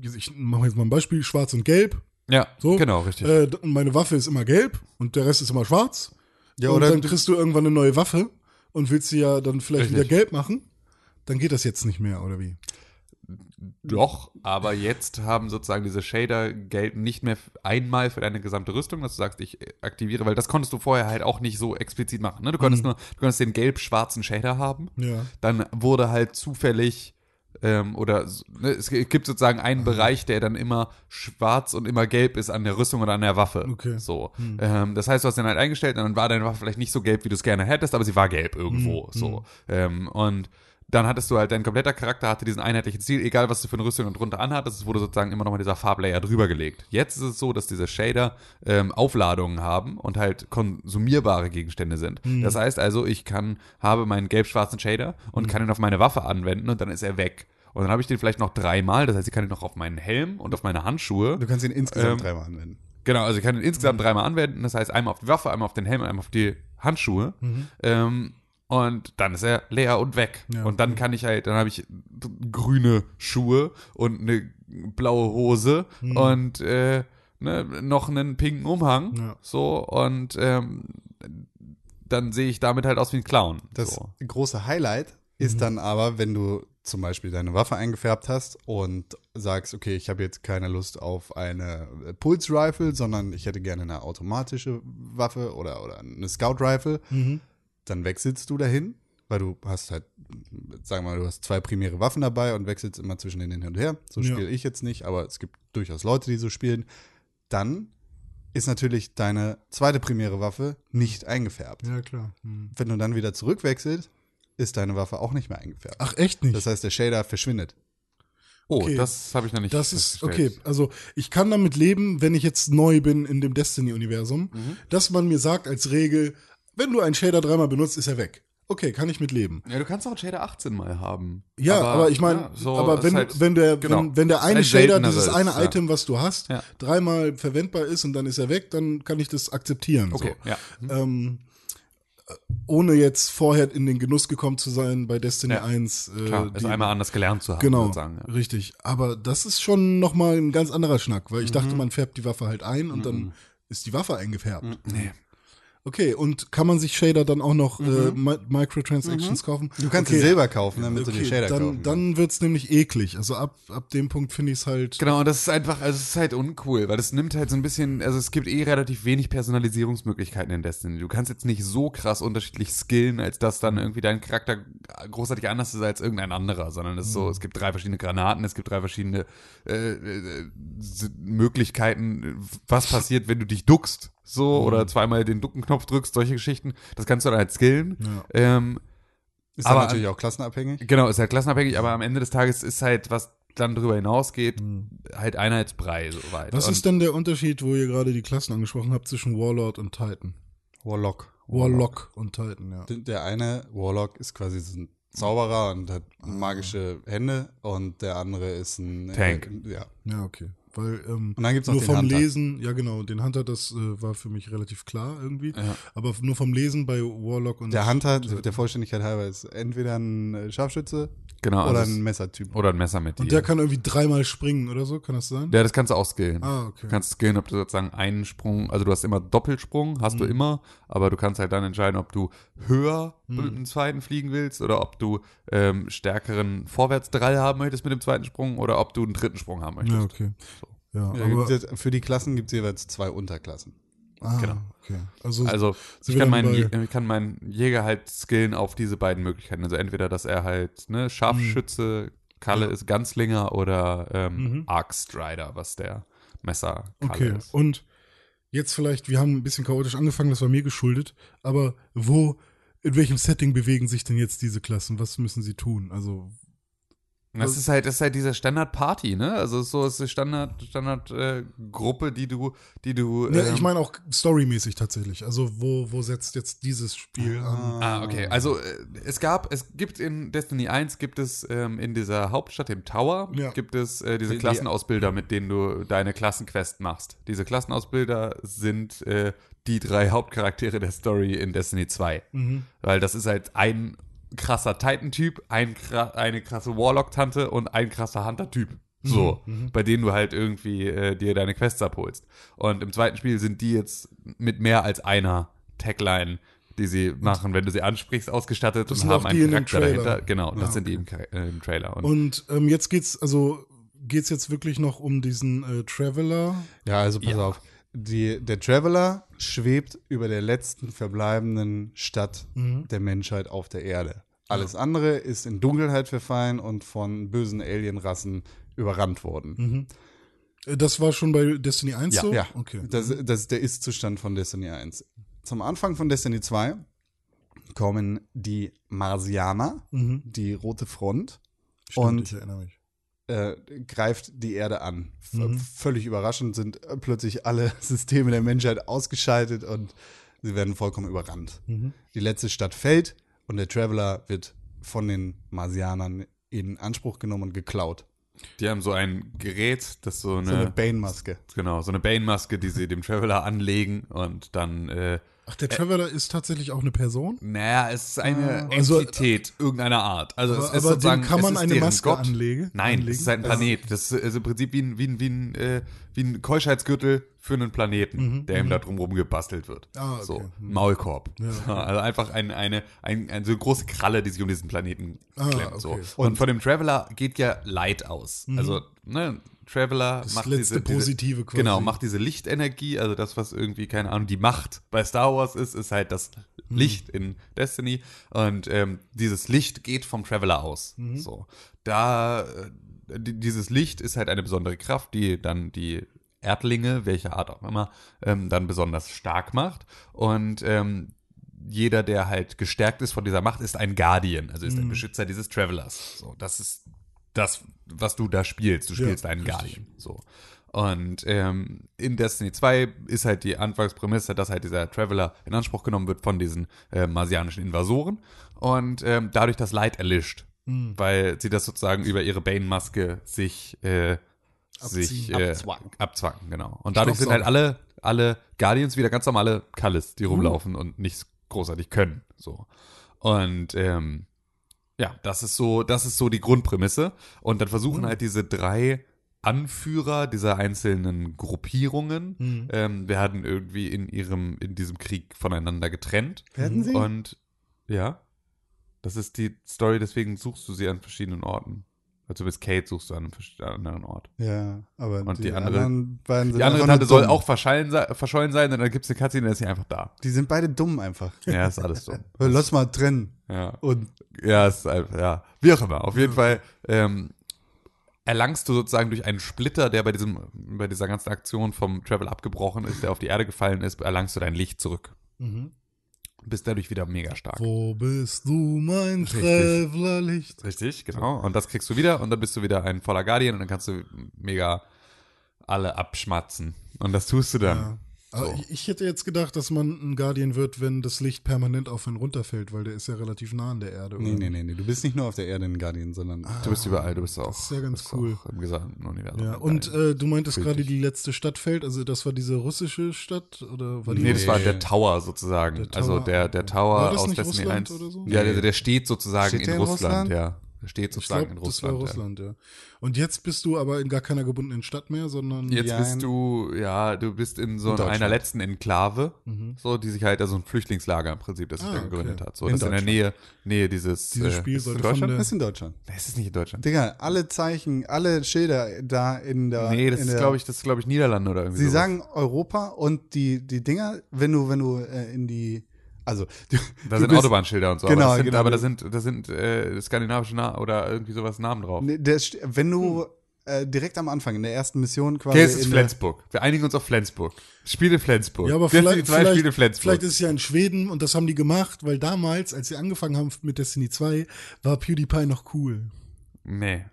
D: ich mache jetzt mal ein Beispiel, schwarz und gelb.
E: ja,
D: So,
E: genau, richtig.
D: Äh, d- und meine Waffe ist immer gelb und der Rest ist immer schwarz.
B: Ja,
D: und
B: oder
D: dann
B: du-
D: kriegst du irgendwann eine neue Waffe und willst sie ja dann vielleicht
E: Richtig.
D: wieder gelb machen. Dann geht das jetzt nicht mehr, oder wie?
E: Doch, aber jetzt haben sozusagen diese Shader gelten nicht mehr f- einmal für deine gesamte Rüstung, dass du sagst, ich äh, aktiviere, weil das konntest du vorher halt auch nicht so explizit machen. Ne? Du konntest nur, du konntest den gelb-schwarzen Shader haben.
D: Ja.
E: Dann wurde halt zufällig ähm, oder s- ne, es g- gibt sozusagen einen Bereich, der dann immer schwarz und immer gelb ist an der Rüstung oder an der Waffe.
D: Okay.
E: So. Ähm, das heißt, du hast den halt eingestellt und dann war deine Waffe vielleicht nicht so gelb, wie du es gerne hättest, aber sie war gelb irgendwo. So. Ähm, und dann hattest du halt, dein kompletter Charakter hatte diesen einheitlichen Stil, egal was du für eine Rüstung und drunter anhattest, es wurde sozusagen immer nochmal dieser Farblayer drüber gelegt. Jetzt ist es so, dass diese Shader ähm, Aufladungen haben und halt konsumierbare Gegenstände sind. Das heißt also, ich kann, habe meinen gelb-schwarzen Shader und kann ihn auf meine Waffe anwenden und dann ist er weg. Und dann habe ich den vielleicht noch dreimal, das heißt, ich kann ihn noch auf meinen Helm und auf meine Handschuhe.
B: Du kannst ihn insgesamt
E: Ähm,
B: dreimal anwenden.
E: Genau, also ich kann ihn
D: Mhm.
E: insgesamt dreimal anwenden. Das heißt, einmal auf die Waffe, einmal auf den Helm, einmal auf die Handschuhe. Ähm, und dann ist er leer und weg.
D: Mhm. Ja.
E: Und dann kann ich halt, dann habe ich grüne Schuhe und eine blaue Hose
D: Mhm.
E: und äh, ne, noch einen pinken Umhang.
D: Ja.
E: So, und ähm, dann sehe ich damit halt aus wie ein Clown.
B: Das
E: so.
B: große Highlight ist dann aber, wenn du zum Beispiel deine Waffe eingefärbt hast und sagst, okay, ich habe jetzt keine Lust auf eine Pulse-Rifle, sondern ich hätte gerne eine automatische Waffe oder, oder eine Scout-Rifle,
D: Mhm.
B: dann wechselst du dahin, weil du hast halt, sagen wir mal, du hast zwei primäre Waffen dabei und wechselst immer zwischen denen hin und her. So
D: Ja.
B: spiele ich jetzt nicht, aber es gibt durchaus Leute, die so spielen. Dann ist natürlich deine zweite primäre Waffe nicht eingefärbt
D: Ja, klar. Hm.
B: wenn du dann wieder zurückwechselst, ist deine Waffe auch nicht mehr eingefärbt.
D: Ach, echt nicht?
B: Das heißt, der Shader verschwindet.
E: oh,
D: okay.
E: das habe ich noch nicht
D: Das ist, okay,
E: festgestellt.
D: also ich kann damit leben, wenn ich jetzt neu bin in dem Destiny-Universum,
E: Mhm.
D: dass man mir sagt als Regel, wenn du einen Shader dreimal benutzt, ist er weg. Okay, kann ich mit leben.
E: Ja, du kannst auch einen Shader 18 mal haben.
D: Ja, aber, ich meine,
E: ja, so,
D: aber
E: das
D: wenn,
E: halt-
D: wenn, der,
E: genau.
D: wenn, wenn der
E: Das
D: eine
E: ein
D: Shader,
E: selteneres
D: dieses eine
E: ist, ja.
D: Item, was du hast,
E: Ja.
D: dreimal verwendbar ist und dann ist er weg, dann kann ich das akzeptieren.
E: Okay,
D: so.
E: Mhm. ja.
D: ähm, äh, ohne jetzt vorher in den Genuss gekommen zu sein bei Destiny
E: Ja,
D: 1. Äh,
E: Klar, es
D: die-
E: einmal anders gelernt zu haben,
D: Genau,
E: sozusagen. Ja.
D: richtig. Aber das ist schon nochmal ein ganz anderer Schnack, weil ich
B: Mhm.
D: dachte, man färbt die Waffe halt ein und dann ist die Waffe eingefärbt.
E: Nee.
D: Okay, und kann man sich Shader dann auch noch äh, Mi Microtransactions kaufen?
B: Mhm. Du kannst
D: okay.
B: sie selber kaufen, ne, damit du die Shader
D: dann,
B: kaufen kannst.
D: Dann wird's nämlich eklig. Also ab, ab dem Punkt finde ich es halt.
E: Genau, und das ist einfach, also es ist halt uncool, weil das nimmt halt so ein bisschen, also es gibt eh relativ wenig Personalisierungsmöglichkeiten in Destiny. Du kannst jetzt nicht so krass unterschiedlich skillen, als dass dann irgendwie dein Charakter großartig anders ist als irgendein anderer, sondern es ist so, es gibt drei verschiedene Granaten, es gibt drei verschiedene äh, äh, S- Möglichkeiten, was passiert, wenn du dich duckst, so, oder zweimal den Duckenknopf drückst, solche Geschichten. Das kannst du dann halt skillen. Ähm,
B: Ist aber
E: aber-
B: natürlich auch klassenabhängig.
E: Genau, ist halt klassenabhängig, aber am Ende des Tages ist halt, was dann drüber hinausgeht, halt Einheitsbrei soweit.
D: Hm. Was ist denn der Unterschied, wo ihr gerade die Klassen angesprochen habt, zwischen Warlord und Titan?
B: Warlock.
D: Warlock und Titan, ja.
B: Der- Der eine Warlock ist quasi so ein Zauberer und hat magische Hände und der andere ist ein äh,
E: Tank.
B: ja.
D: Ja, okay. Weil, ähm,
B: Und dann gibt's noch
D: nur
B: den
D: vom
B: Hunter.
D: Lesen, ja genau, den Hunter, das äh, war für mich relativ klar irgendwie. Aber nur vom Lesen bei Warlock und
B: Der Hunter, der Vollständigkeit halber, ist entweder ein äh, Scharfschütze
E: Genau,
B: oder
E: also es-
B: ein Messertyp.
E: Oder ein Messer mit dir.
D: Und der kann irgendwie dreimal springen oder so, kann das sein?
E: ja, das kannst du auch skillen.
D: Ah, okay.
E: Du kannst skillen, ob du sozusagen einen Sprung, also du hast immer Doppelsprung, hast du
D: Hm.
E: immer, aber du kannst halt dann entscheiden, ob du höher
D: Hm.
E: mit dem zweiten fliegen willst oder ob du ähm, stärkeren Vorwärtsdrall haben möchtest mit dem zweiten Sprung oder ob du einen dritten Sprung haben möchtest.
D: ja, okay. Ja,
B: Ja,
D: aber,
B: gibt's jetzt- für die Klassen gibt es jeweils zwei Unterklassen.
D: ah,
E: genau.
D: okay. Also,
E: Also
D: sind
E: ich
D: wir
E: kann,
D: dann
E: meinen,
D: bei-
E: Je- ich kann meinen Jäger halt skillen auf diese beiden Möglichkeiten. Also entweder, dass er halt ne, Scharfschütze, Kalle ist Ganzlinger oder ähm, Arc Strider, was der Messer
D: Mhm. okay.
E: ist.
D: Und jetzt vielleicht, wir haben ein bisschen chaotisch angefangen, das war mir geschuldet, aber wo, in welchem Setting bewegen sich denn jetzt diese Klassen? Was müssen sie tun? Also,
E: Und Das ist halt, das ist halt dieser Standard-Party, ne? Also so ist die Standard, Standard-Gruppe, die du, die du.
D: Ne,
E: ähm,
D: ich meine auch storymäßig tatsächlich. Also wo, wo setzt jetzt dieses Spiel an?
E: Ah, okay. Also äh, es gab, es gibt in Destiny 1 gibt es ähm, in dieser Hauptstadt, dem Tower,
D: Ja.
E: gibt es äh, diese Klassenausbilder, mit denen du deine Klassenquest machst. Diese Klassenausbilder sind äh, die drei Hauptcharaktere der Story in Destiny 2. Weil das ist halt ein krasser Titan-Typ, ein, kra- eine krasse Warlock-Tante und ein krasser Hunter-Typ.
D: Mhm.
E: So, bei denen du halt irgendwie äh, dir deine Quests abholst. Und im zweiten Spiel sind die jetzt mit mehr als einer Tagline, die sie machen, wenn du sie ansprichst, ausgestattet
D: Das
E: und
D: sind
E: haben
D: auch
E: einen
D: die in dem
E: Charakter
D: Trailer.
E: dahinter. Genau,
D: Ja,
E: das sind die im, Char- äh, im Trailer. Und,
D: Und ähm, jetzt geht's, also geht's jetzt wirklich noch um diesen äh, Traveler?
B: Ja, also pass auf. Die, der Traveler schwebt über der letzten verbleibenden Stadt der Menschheit auf der Erde. Alles andere ist in Dunkelheit verfallen und von bösen Alienrassen überrannt worden.
D: Äh, Das war schon bei Destiny 1 so?
B: Ja,
D: Okay.
B: das, das ist der Ist-Zustand von Destiny 1. Zum Anfang von Destiny 2 kommen die Marsianer,
D: Mhm.
B: die Rote Front,
D: Stimmt,
B: Und-
D: ich erinnere mich.
B: äh, greift die Erde an. V
E: Mhm.
B: Völlig überraschend sind äh, plötzlich alle Systeme der Menschheit ausgeschaltet und sie werden vollkommen überrannt.
D: Mhm.
B: Die letzte Stadt fällt und der Traveler wird von den Marsianern in Anspruch genommen und geklaut.
E: die haben so ein Gerät, das so eine,
B: So eine Bane-Maske.
E: genau, so eine Bane-Maske, die sie dem Traveler anlegen und dann, äh,
D: Ach, der Traveler ist tatsächlich auch eine Person?
E: naja, es ist eine
D: Also-
E: Entität irgendeiner Art. Also es
D: Aber,
E: ist
D: aber dem
E: sozusagen,
D: kann
E: es
D: man
E: ist
D: eine
E: deren
D: Maske
E: Gott.
D: anlegen?
E: Nein,
D: anlegen? Also
E: es ist ein Planet. Das ist im Prinzip wie ein, wie ein, wie ein, äh, wie ein Keuschheitsgürtel für einen Planeten, der ihm da drumherum gebastelt wird.
D: Mhm, Ah, okay.
E: So, Maulkorb. Also einfach ein, eine, ein, ein, so eine große Kralle, die sich um diesen Planeten
D: Ah,
E: klemmt. So.
D: okay. Mhm.
E: Und, von dem Traveler geht ja Light aus. Also, ne, Traveler
D: Das
E: macht
D: letzte
E: diese, diese,
D: Positive quasi.
E: Genau, macht diese Lichtenergie, also das, was irgendwie, keine Ahnung, die Macht bei Star Wars ist, ist halt das
D: Mhm.
E: Licht in Destiny. Und ähm, dieses Licht geht vom Traveler aus.
D: Mhm.
E: So. Da, äh, die- dieses Licht ist halt eine besondere Kraft, die dann die Erdlinge, welcher Art auch immer, ähm, dann besonders stark macht. Und ähm, jeder, der halt gestärkt ist von dieser Macht, ist ein Guardian, also ist ein Beschützer dieses Travelers. So, das ist das, was du da spielst. Du spielst einen Guardian. So. Und ähm, in Destiny 2 ist halt die Anfangsprämisse, dass halt dieser Traveler in Anspruch genommen wird von diesen äh, marsianischen Invasoren und ähm, dadurch das Leid erlischt, weil sie das sozusagen über ihre Bane-Maske sich, äh, sich äh,
B: Abzwacken.
E: abzwacken, genau. Und dadurch sind halt alle, alle Guardians wieder ganz normale Kallis, die rumlaufen und nichts großartig können. So. Und ähm, ja, das ist so, das ist so die Grundprämisse. Und dann versuchen halt diese drei Anführer dieser einzelnen Gruppierungen
B: Mhm.
E: ähm, werden irgendwie in ihrem, in diesem Krieg voneinander getrennt.
B: Werden sie?
E: Mhm. Und ja, das ist die Story, deswegen suchst du sie an verschiedenen Orten. Also bis Kate suchst du an einem vers- an einem anderen Ort.
B: Ja, aber
E: Und die andere-
B: anderen beiden sind
E: Die andere
B: einfach nur
E: Tante soll
B: dumm.
E: auch verschollen sein, verschollen sein und dann gibt es eine Katze, und dann ist sie einfach da.
B: Die sind beide dumm einfach.
E: Ja, ist alles so.
B: Lass mal trennen.
E: Ja.
B: Und
E: Ja, es ist einfach, ja. Wie auch immer. Auf jeden Fall ähm, erlangst du sozusagen durch einen Splitter, der bei, diesem, bei dieser ganzen Aktion vom Travel abgebrochen ist, der auf die Erde gefallen ist, erlangst du dein Licht zurück. Bist dadurch wieder mega stark.
D: Mhm. Wo bist du, mein
E: Richtig.
D: Travelerlicht?
E: Richtig, genau. Und das kriegst du wieder und dann bist du wieder ein voller Guardian und dann kannst du mega alle abschmatzen. Und das tust du dann.
D: Aber ich, ich hätte jetzt gedacht, dass man ein Guardian wird, wenn das Licht permanent auf ihn runterfällt, weil der ist ja relativ nah an der Erde.
B: nee,
D: oder?
B: nee, nee, nee. Du bist nicht nur auf der Erde ein Guardian, sondern
E: Du bist überall, du bist auch. Das
D: ist ja ganz cool.
E: Auch Im gesamten Universum.
D: Ja, und äh, du meintest
E: Richtig.
D: gerade die letzte Stadt fällt, also das war diese russische Stadt oder war die
E: Nee, das war der
B: Nee.
E: Tower sozusagen.
D: Der Tower,
E: also der, der
D: War
E: Tower
D: das
E: aus
D: nicht
E: Destiny
D: Russland
E: 1.
D: oder so?
E: Ja,
B: Nee.
E: der, der steht sozusagen
B: Steht
E: in,
B: der in Russland?
E: Russland, ja. Der steht
D: ich glaube,
E: sozusagen
D: das war
E: in Russland.
D: Russland, ja. Und jetzt bist du aber in gar keiner gebundenen Stadt mehr, sondern
E: Ja. Jetzt
B: Ja, in-
E: bist du, ja, du bist in so
B: In
E: einer
B: Deutschland.
E: letzten Enklave, so, die sich halt, also ein Flüchtlingslager im Prinzip, das sich
D: Mhm. Ah,
E: dann
D: okay.
E: gegründet hat. So,
B: In
E: das ist in der Nähe, Nähe dieses.
D: dieses
E: äh,
D: Spiel
E: ist es
D: sollte
E: in
D: von
E: Deutschland?
D: der
B: das ist in Deutschland.
E: Nee, es ist nicht in Deutschland.
B: Digga, alle Zeichen, alle Schilder da in der.
E: Nee, das
B: in
E: ist,
B: der-
E: glaube ich, das ist, glaube ich, Niederlande oder irgendwie
B: Sie
E: sowas.
B: sagen Europa und die, die Dinger, wenn du, wenn du äh, in die. Also, du,
E: Da
B: du
E: sind
B: bist-
E: Autobahnschilder und so.
B: Genau,
E: aber das sind,
B: genau.
E: aber da sind, da sind äh, skandinavische Na oder irgendwie sowas Namen drauf.
B: Nee, der st- wenn du äh, direkt am Anfang in der ersten Mission quasi.
E: Okay, es ist
B: in der-
E: Flensburg. Wir einigen uns auf Flensburg. Spiele Flensburg.
D: Ja, aber
E: Destiny
D: vielleicht,
E: zwei Spiele
D: vielleicht,
E: Flensburg.
D: vielleicht ist es ja in Schweden und das haben die gemacht, weil damals, als sie angefangen haben mit Destiny 2, war PewDiePie noch cool.
E: nee.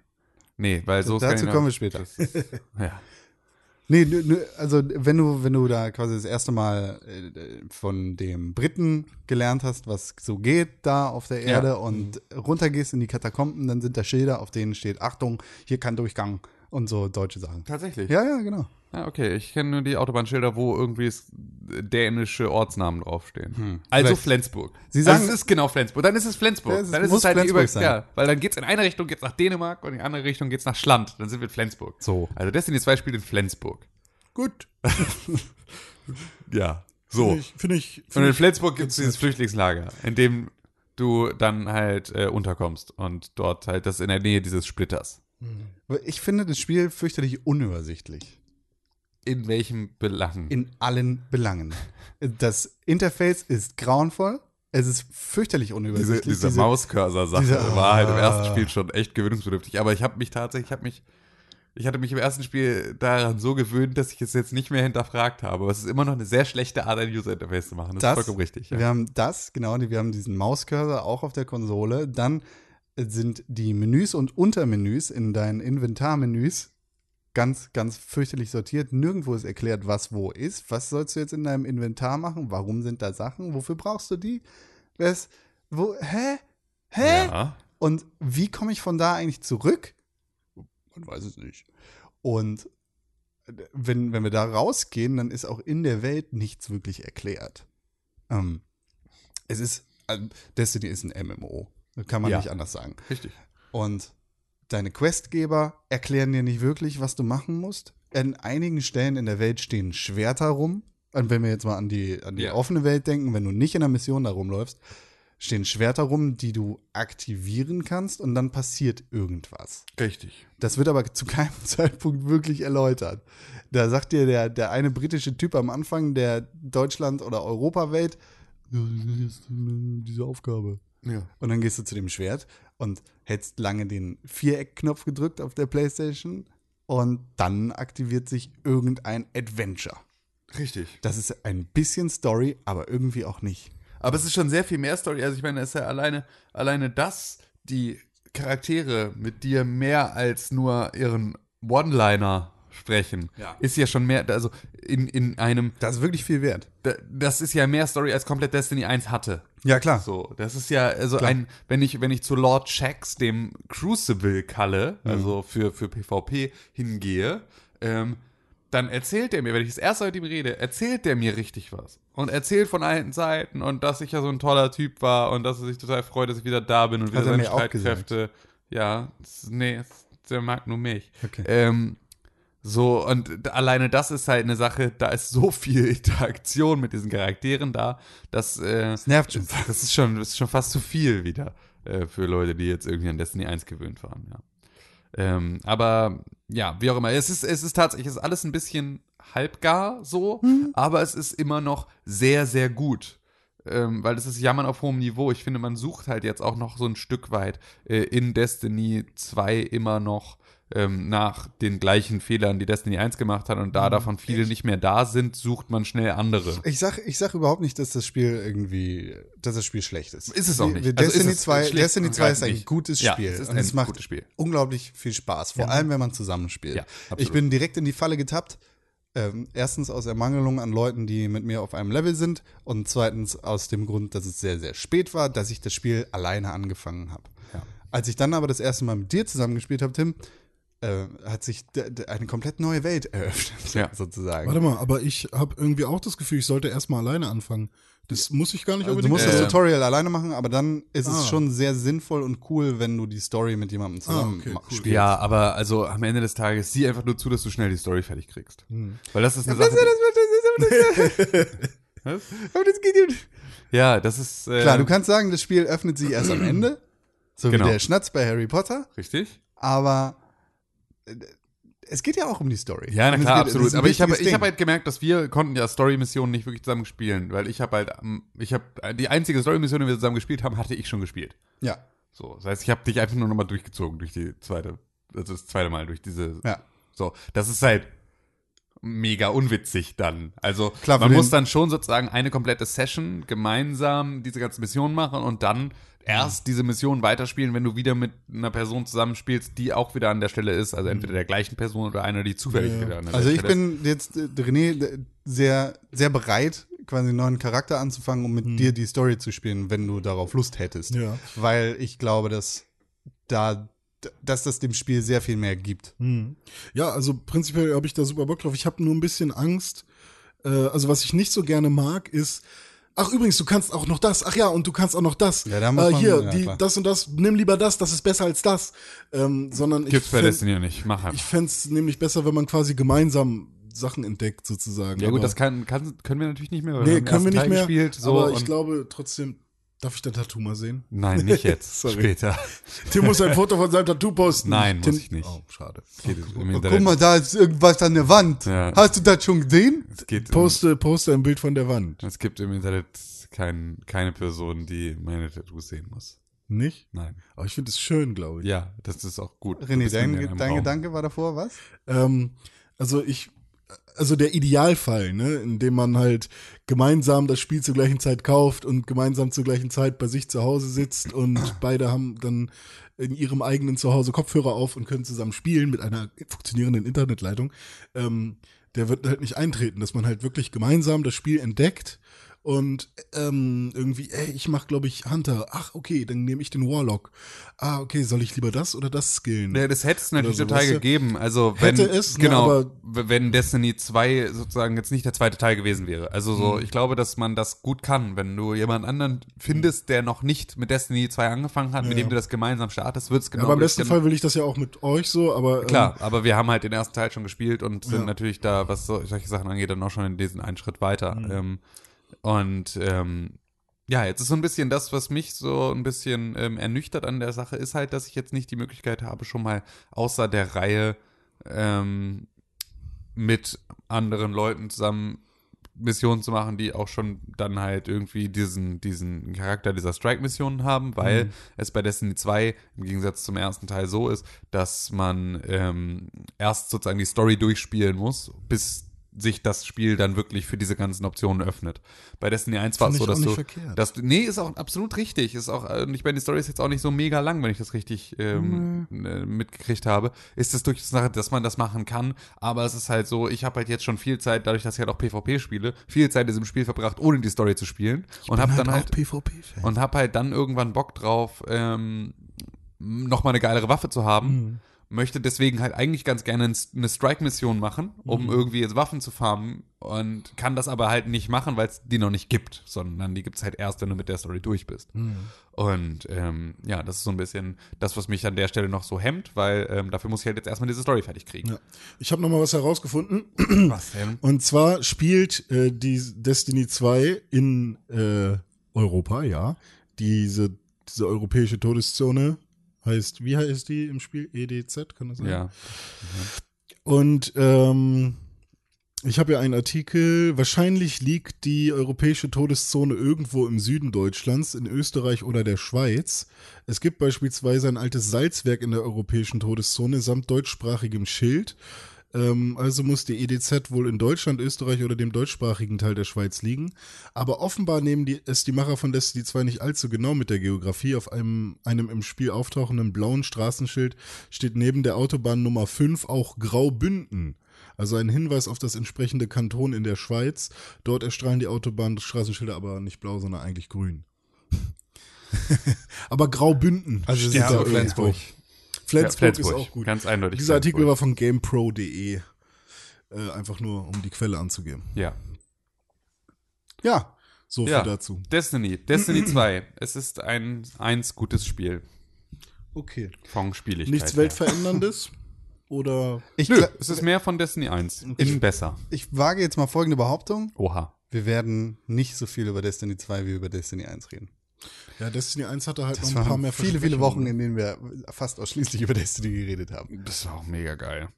E: Nee, weil so
B: Dazu
E: Skandinavien-
B: kommen wir später.
E: Das ist- Ja.
B: Nee, nö, nö, also wenn du, wenn du da quasi das erste Mal äh, von dem Briten gelernt hast, was so geht da auf der
E: Ja. Mhm.
B: Erde und runtergehst in die Katakomben, dann sind da Schilder, auf denen steht Achtung, hier kann Durchgang und so deutsche Sachen.
E: Tatsächlich.
B: Ja, ja, genau.
E: Ah, okay, ich kenne nur die Autobahnschilder, wo irgendwie es- dänische Ortsnamen draufstehen. Also
B: Hm. Vielleicht-
E: Flensburg.
B: Sie
E: also
B: sagen-
E: es ist genau Flensburg. Dann ist es Flensburg.
B: Ja, es ist-
E: dann ist
B: muss
E: es halt die
B: Flensburg
E: Über-
B: sein.
E: Ja, weil dann geht's in eine Richtung geht's nach Dänemark und in die andere Richtung geht's nach Schland. Dann sind wir in Flensburg.
B: So.
E: Also das sind die zwei Spiele in Flensburg.
D: Gut.
E: Ja. So.
D: Finde ich, finde ich,
E: Und
D: finde
E: in
D: ich
E: Flensburg gibt's dieses Flüchtlingslager, in dem du dann halt äh, unterkommst und dort halt das in der Nähe dieses Splitters.
B: Weil Ich finde das Spiel fürchterlich unübersichtlich.
E: In welchem Belang?
B: In allen Belangen. Das Interface ist grauenvoll. Es ist fürchterlich
E: diese,
B: unübersichtlich.
E: diese,
B: Diese-
E: Mauscursor-Sache
B: diese-
E: war halt im
B: Ah.
E: ersten Spiel schon echt gewöhnungsbedürftig. Aber ich habe mich tatsächlich, ich habe mich, ich hatte mich im ersten Spiel daran so gewöhnt, dass ich es jetzt nicht mehr hinterfragt habe. Aber es ist immer noch eine sehr schlechte Art, ein User-Interface zu machen. Das,
B: das,
E: ist vollkommen richtig.
B: Wir
E: Ja.
B: haben das, genau, die- wir haben diesen Mauscursor auch auf der Konsole. Dann äh, sind die Menüs und Untermenüs in deinen Inventarmenüs ganz, ganz fürchterlich sortiert. Nirgendwo ist erklärt, was wo ist. Was sollst du jetzt in deinem Inventar machen? Warum sind da Sachen? Wofür brauchst du die? Was, wo, hä? Hä?
E: Ja.
B: Und wie komme ich von da eigentlich zurück? Man weiß es nicht. Und äh, wenn, wenn wir da rausgehen, dann ist auch in der Welt nichts wirklich erklärt. Ähm, es ist, also Destiny ist ein MMO. Kann man
E: Ja.
B: nicht anders sagen.
E: Richtig.
B: Und deine Questgeber erklären dir nicht wirklich, was du machen musst. An einigen Stellen in der Welt stehen Schwerter rum. Und wenn wir jetzt mal an die, an die
E: Ja.
B: offene Welt denken, wenn du nicht in der Mission da rumläufst, stehen Schwerter rum, die du aktivieren kannst und dann passiert irgendwas.
E: Richtig.
B: Das wird aber zu keinem Zeitpunkt wirklich erläutert. Da sagt dir der, der eine britische Typ am Anfang der Deutschland- oder Europawelt, "Ja, das ist diese Aufgabe.
E: Ja.
B: Und dann gehst du zu dem Schwert und hältst lange den Viereckknopf gedrückt auf der Playstation und dann aktiviert sich irgendein Adventure.
E: Richtig.
B: Das ist ein bisschen Story, aber irgendwie auch nicht.
E: Aber es ist schon sehr viel mehr Story. Also ich meine, es ist ja alleine, alleine dass die Charaktere mit dir mehr als nur ihren One-Liner sprechen, ist ja schon mehr, also in, in einem
B: Das ist wirklich viel wert.
E: Da- das ist ja mehr Story als komplett Destiny 1 hatte.
B: Ja, klar.
E: So, das ist ja also ein wenn ich wenn ich zu Lord Shax dem Crucible Kalle,
B: Mhm.
E: also für für PvP hingehe, ähm dann erzählt er mir, wenn ich das erste Mal mit ihm rede, erzählt er mir richtig was. Und erzählt von allen Seiten und dass ich ja so ein toller Typ war und dass er sich total freut, dass ich wieder da bin und wieder
B: er
E: seine
B: mir auch gesagt.
E: Streitkräfte. Ja, s- nee, s- der mag nur mich.
B: Okay.
E: Ähm, so, und d- alleine das ist halt eine Sache, da ist so viel Interaktion mit diesen Charakteren da, dass äh,
B: nervt schon.
E: das ist schon, das ist schon fast zu viel wieder äh, für Leute, die jetzt irgendwie an Destiny 1 gewöhnt waren, ja. Ähm, aber ja, wie auch immer, es ist, es ist tatsächlich, es ist alles ein bisschen halbgar so, aber es ist immer noch sehr, sehr gut. Ähm, weil das ist Jammern auf hohem Niveau. Ich finde, man sucht halt jetzt auch noch so ein Stück weit äh, in Destiny 2 immer noch ähm, nach den gleichen Fehlern, die Destiny 1 gemacht hat und da davon viele nicht mehr da sind, sucht man schnell andere.
B: Ich sag, ich sag überhaupt nicht, dass das Spiel irgendwie, dass das Spiel schlecht ist.
E: Ist es auch nicht.
B: Wir-
E: Also ist
B: Destiny,
E: es
B: 2,
E: schlecht
B: Destiny
E: und
B: 2 ist
E: gar
B: ein
E: nicht.
B: gutes Spiel.
E: Ja, es ist
B: und
E: ein
B: es macht
E: gutes Spiel.
B: unglaublich viel Spaß. Vor allem, wenn man zusammenspielt.
E: Ja, absolut.
B: ich bin direkt in die Falle getappt. Ähm, erstens aus Ermangelung an Leuten, die mit mir auf einem Level sind. Und zweitens aus dem Grund, dass es sehr, sehr spät war, dass ich das Spiel alleine angefangen habe. Als ich dann aber das erste Mal mit dir zusammengespielt habe, Tim, äh, hat sich d- d- eine komplett neue Welt eröffnet,
E: Ja.
B: sozusagen.
D: Warte mal, aber ich habe irgendwie auch das Gefühl, ich sollte erstmal alleine anfangen. Das muss ich gar nicht
B: Also du
D: unbedingt.
B: musst das
E: Äh,
B: Tutorial alleine machen, aber dann ist
D: Ah.
B: es schon sehr sinnvoll und cool, wenn du die Story mit jemandem zusammen
D: okay,
B: ma-
D: cool.
B: spielst.
E: Ja, aber also am Ende des Tages sieh einfach nur zu, dass du schnell die Story fertig kriegst. Weil Hm. das ist eine Sache. die- Ja, das ist äh,
B: Klar, du kannst sagen, das Spiel öffnet sich erst am Ende, so
E: Genau.
B: wie der Schnatz bei Harry Potter,
E: richtig.
B: aber äh, es geht ja auch um die Story.
E: Ja, na
B: Und es
E: klar,
B: geht- es
E: absolut.
B: ist ein
E: Aber ich habe
B: wichtiges
E: ich hab
B: Ding.
E: halt gemerkt, dass wir konnten ja Story-Missionen nicht wirklich zusammen spielen, weil ich habe halt, ähm, ich habe die einzige Story-Mission, die wir zusammen gespielt haben, hatte ich schon gespielt.
B: ja,
E: So, das heißt, ich habe dich einfach nur nochmal durchgezogen durch die zweite, also das zweite Mal durch diese.
B: ja.
E: So, das ist halt mega unwitzig dann. Also
D: Klar, für
E: man
D: den-
E: muss dann schon sozusagen eine komplette Session gemeinsam diese ganze Mission machen und dann erst diese Mission weiterspielen, wenn du wieder mit einer Person zusammenspielst, die auch wieder an der Stelle ist. Also entweder der gleichen Person oder einer, die zufällig wieder an der
B: Also ich
E: Stelle ist.
B: bin jetzt, äh, René, d- sehr, sehr bereit, quasi einen neuen Charakter anzufangen, um mit
E: Hm.
B: dir die Story zu spielen, wenn du darauf Lust hättest.
D: Ja.
B: Weil ich glaube, dass da, d- dass das dem Spiel sehr viel mehr gibt.
D: Ja, also prinzipiell habe ich da super Bock drauf. Ich habe nur ein bisschen Angst. Äh, also was ich nicht so gerne mag, ist, ach übrigens, du kannst auch noch das. Ach ja, und du kannst auch noch das.
B: Ja, da muss
D: äh,
B: man-
D: hier,
B: ja,
D: die,
B: klar.
D: das und das. Nimm lieber das. Das ist besser als das. Ähm, sondern
E: Gibt's
D: ich
E: bei
D: fänd-
E: Destiny nicht. Mach
D: ich
E: einfach.
D: fänd's nämlich besser, wenn man quasi gemeinsam Sachen entdeckt sozusagen.
E: Ja gut,
D: Aber-
E: das kann, kann, können wir natürlich nicht mehr. weil wir
D: nee,
E: haben den
D: können wir
E: ersten
D: nicht
E: Teil
D: mehr.
E: Gespielt, so
D: aber ich
E: und-
D: glaube trotzdem. Darf ich dein Tattoo mal sehen?
E: Nein, nicht jetzt.
D: Sorry.
E: Später.
D: Tim muss ein Foto von seinem Tattoo posten.
E: Nein,
D: Tim,
E: muss ich nicht.
D: Oh, schade.
E: Geht im
B: Oh,
E: Internet.
B: guck mal, da ist irgendwas an der Wand.
E: Ja.
B: Hast du das schon gesehen?
E: Es geht im,
D: Poste, poste ein Bild von der Wand.
E: es gibt im Internet kein, keine Person, die meine Tattoos sehen muss.
D: Nicht?
E: Nein.
D: Aber ich finde es schön, glaube ich.
E: Ja, das ist auch gut. Du
B: René,
E: bist in
B: dein,
E: einem
B: dein
E: Raum.
B: Gedanke war davor, was?
D: Ähm, also ich, also der Idealfall, ne, in dem man halt gemeinsam das Spiel zur gleichen Zeit kauft und gemeinsam zur gleichen Zeit bei sich zu Hause sitzt und beide haben dann in ihrem eigenen Zuhause Kopfhörer auf und können zusammen spielen mit einer funktionierenden Internetleitung. Ähm, der wird halt nicht eintreten, dass man halt wirklich gemeinsam das Spiel entdeckt und ähm, irgendwie, ey, ich mach, glaube ich, Hunter. Ach, okay, dann nehme ich den Warlock. Ah, okay, soll ich lieber das oder das skillen?
E: Ja, das hätte es natürlich
D: so,
E: total
D: weißt du?
E: gegeben. Also wenn
D: Hätte es, ne,
E: genau,
D: aber-
E: w- wenn Destiny 2 sozusagen jetzt nicht der zweite Teil gewesen wäre. Also so,
D: Mhm.
E: ich glaube, dass man das gut kann, wenn du jemand anderen findest, der noch nicht mit Destiny 2 angefangen hat, mit dem du das gemeinsam startest, wird es genau
D: aber im besten
E: richtig-
D: Fall will ich das ja auch mit euch so, aber ähm,
E: Klar, aber wir haben halt den ersten Teil schon gespielt und sind
D: Ja.
E: natürlich da, was so, solche Sachen angeht, dann auch schon in diesen einen Schritt weiter.
D: Mhm.
E: Ähm, und ähm, ja, jetzt ist so ein bisschen das, was mich so ein bisschen ähm, ernüchtert an der Sache, ist halt, dass ich jetzt nicht die Möglichkeit habe, schon mal außer der Reihe ähm, mit anderen Leuten zusammen Missionen zu machen, die auch schon dann halt irgendwie diesen, diesen Charakter dieser Strike-Missionen haben, weil
D: Mhm.
E: es bei Destiny 2 im Gegensatz zum ersten Teil so ist, dass man ähm, erst sozusagen die Story durchspielen muss, bis sich das Spiel dann wirklich für diese ganzen Optionen öffnet. Bei Destiny 1 war es
D: Finde ich
E: so,
D: auch
E: dass
D: nicht
E: du,
D: verkehrt.
E: dass du, nee, ist auch absolut richtig, ist auch, äh, und ich meine, die Story ist jetzt auch nicht so mega lang, wenn ich das richtig ähm, äh, mitgekriegt habe, ist es durch die Sache, dass man das machen kann, aber es ist halt so, ich habe halt jetzt schon viel Zeit, dadurch, dass ich halt auch PvP spiele, viel Zeit in diesem Spiel verbracht, ohne die Story zu spielen und habe dann halt,
D: PvP-Fan.
E: und hab halt dann irgendwann Bock drauf, ähm, nochmal eine geilere Waffe zu haben.
D: Mhm.
E: Möchte deswegen halt eigentlich ganz gerne ein- eine Strike-Mission machen, um
D: Mhm.
E: irgendwie jetzt Waffen zu farmen und kann das aber halt nicht machen, weil es die noch nicht gibt, sondern die gibt's halt erst, wenn du mit der Story durch bist.
D: Mhm.
E: Und ähm, ja, das ist so ein bisschen das, was mich an der Stelle noch so hemmt, weil ähm, dafür muss ich halt jetzt erstmal diese Story fertig kriegen.
D: Ja. Ich habe noch mal was herausgefunden.
E: Was denn?
D: Und zwar spielt äh, die Destiny 2 in äh, Europa, ja. Diese, diese europäische Todeszone heißt, wie heißt die im Spiel? EDZ, kann das sein?
E: Ja.
D: Und ähm, ich habe ja einen Artikel, wahrscheinlich liegt die europäische Todeszone irgendwo im Süden Deutschlands, in Österreich oder der Schweiz. Es gibt beispielsweise ein altes Salzwerk in der europäischen Todeszone samt deutschsprachigem Schild. Ähm, also muss die EDZ wohl in Deutschland, Österreich oder dem deutschsprachigen Teil der Schweiz liegen. Aber offenbar nehmen die, es die Macher von Destiny 2 nicht allzu genau mit der Geografie. Auf einem, einem im Spiel auftauchenden blauen Straßenschild steht neben der Autobahn Nummer 5 auch Graubünden. Also ein Hinweis auf das entsprechende Kanton in der Schweiz. Dort erstrahlen die Autobahnstraßenschilder aber nicht blau, sondern eigentlich grün. aber Graubünden.
B: Also es
D: steht
B: ist
D: da
B: ja
D: irgendwo.
E: Flensburg.
D: Flensburg,
E: Ja, Flensburg.
D: ist auch gut.
E: Ganz eindeutig
D: Dieser Artikel
E: Flensburg.
D: war von GamePro.de. Äh, einfach nur, um die Quelle anzugeben.
E: Ja.
D: Ja, so viel
E: Ja.
D: dazu.
E: Destiny, Destiny 2. Es ist ein eins gutes Spiel.
D: Okay.
E: Von Spieligkeit.
D: Nichts
E: her.
D: Weltveränderndes? Oder
B: Ich,
E: Nö,
B: gla-
E: es ist mehr von Destiny 1. In besser.
B: ich wage jetzt mal folgende Behauptung.
E: Oha.
B: Wir werden nicht so viel über Destiny 2 wie über Destiny 1 reden.
D: ja, Destiny 1 hatte halt
B: Das
D: noch ein paar
B: waren
D: mehr
B: viele, viele Wochen,
D: Versprechungen.
B: in denen wir fast ausschließlich über Destiny geredet haben.
E: Das war auch mega geil.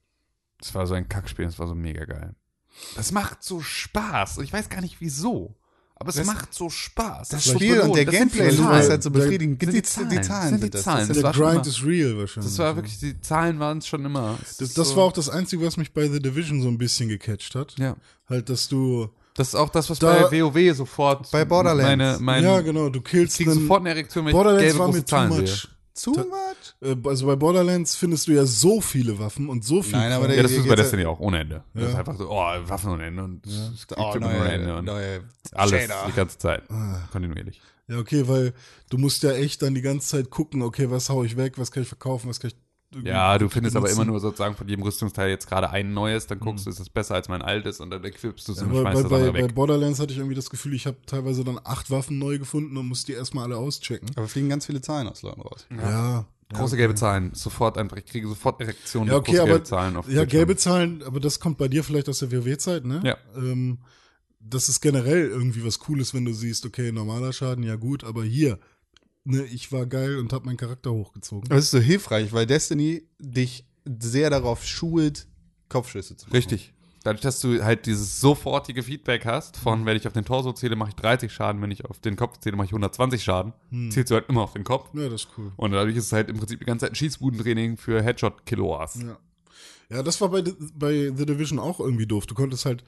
E: Das war so ein Kackspiel, das war so mega geil. Das macht so Spaß. Und ich weiß gar nicht wieso. Aber es
B: Das-
E: macht so Spaß.
B: Das
E: ist so
B: Spiel und
E: belohnt.
B: der
E: Das sind
B: Gameplay
E: Zahlen.
B: ist halt so
D: Zahlen.
B: befriedigend.
E: Sind
B: Die,
E: die
B: Z- die
E: Zahlen.
B: Zahlen
E: Sind die
B: sind das.
E: Zahlen.
B: das
E: Das
B: ist
D: Der
E: war schon
D: Grind
E: mal-
D: ist real wahrscheinlich.
E: Das war
D: ja.
E: wirklich, die Zahlen waren es schon immer. Es
D: Das,
E: ist
D: das
E: so-
D: war auch das Einzige, was mich bei The Division so ein bisschen gecatcht hat.
E: Ja.
D: Halt, dass du.
E: Das ist auch das, was
D: Da-
E: bei WoW sofort.
B: Bei Borderlands.
E: Meine, meine,
D: ja, genau, du
E: Ich
D: killst
E: krieg
D: einen.
E: sofort eine Erektion, wenn ich
D: Borderlands
E: gelbe
D: war
E: große
D: mir too
E: Zahlen sehe.
D: much.
B: Too much?
D: Äh, Also bei Borderlands findest du ja so viele Waffen und so viel.
B: Nein, aber
D: Kram.
E: Ja,
B: der-
E: das
B: Hier
E: ist bei
B: geht's
E: Destiny auch ohne Ende. Das ist einfach so, oh, Waffen ohne Ende und
D: Ah,
B: Oh,
E: Equipment ohne Ende
B: neue,
E: und
B: neue
E: alles
B: Shader.
E: die ganze Zeit. Kontinuierlich.
D: ja, okay, weil du musst ja echt dann die ganze Zeit gucken, okay, was hau ich weg, was kann ich verkaufen, was kann ich. irgendwie
E: Ja, du findest aber
D: benutzen. Mhm.
E: immer nur sozusagen von jedem Rüstungsteil jetzt gerade ein neues, dann guckst du, ist es besser als mein altes und dann equipst du es und
D: Ja, bei,
E: schmeißt das
D: bei,
E: andere
D: bei
E: weg.
D: Borderlands hatte ich irgendwie das Gefühl, ich habe teilweise dann acht Waffen neu gefunden und musste die erstmal alle auschecken.
B: Aber fliegen ganz viele Zahlen aus Leuten raus.
D: Ja.
E: Große gelbe Zahlen, sofort einfach, ich kriege sofort Erektionen
D: Ja,
E: durch
D: okay,
E: große
D: aber
E: gelbe Zahlen auf
D: ja,
E: Bildschirm.
D: gelbe Zahlen, aber das kommt bei dir vielleicht aus der WoW-Zeit, ne?
E: Ja.
D: Ähm, das ist generell irgendwie was Cooles, wenn du siehst, okay, normaler Schaden, ja gut, aber hier, ne, ich war geil und habe meinen Charakter hochgezogen.
B: Aber es ist so hilfreich, weil Destiny dich sehr darauf schult, Kopfschüsse zu machen.
E: Richtig. Dadurch, dass du halt dieses sofortige Feedback hast,
D: Mhm.
E: von wenn ich auf den Torso zähle, mache ich 30 Schaden, wenn ich auf den Kopf zähle, mache ich 120 Schaden,
D: Hm.
E: zählst du halt immer auf den Kopf.
D: Ja, das ist cool.
E: Und dadurch ist es halt im Prinzip die ganze Zeit ein Schießbudentraining für Headshot-Killoas.
D: Ja. Ja, das war bei, The- bei The Division auch irgendwie doof. Du konntest halt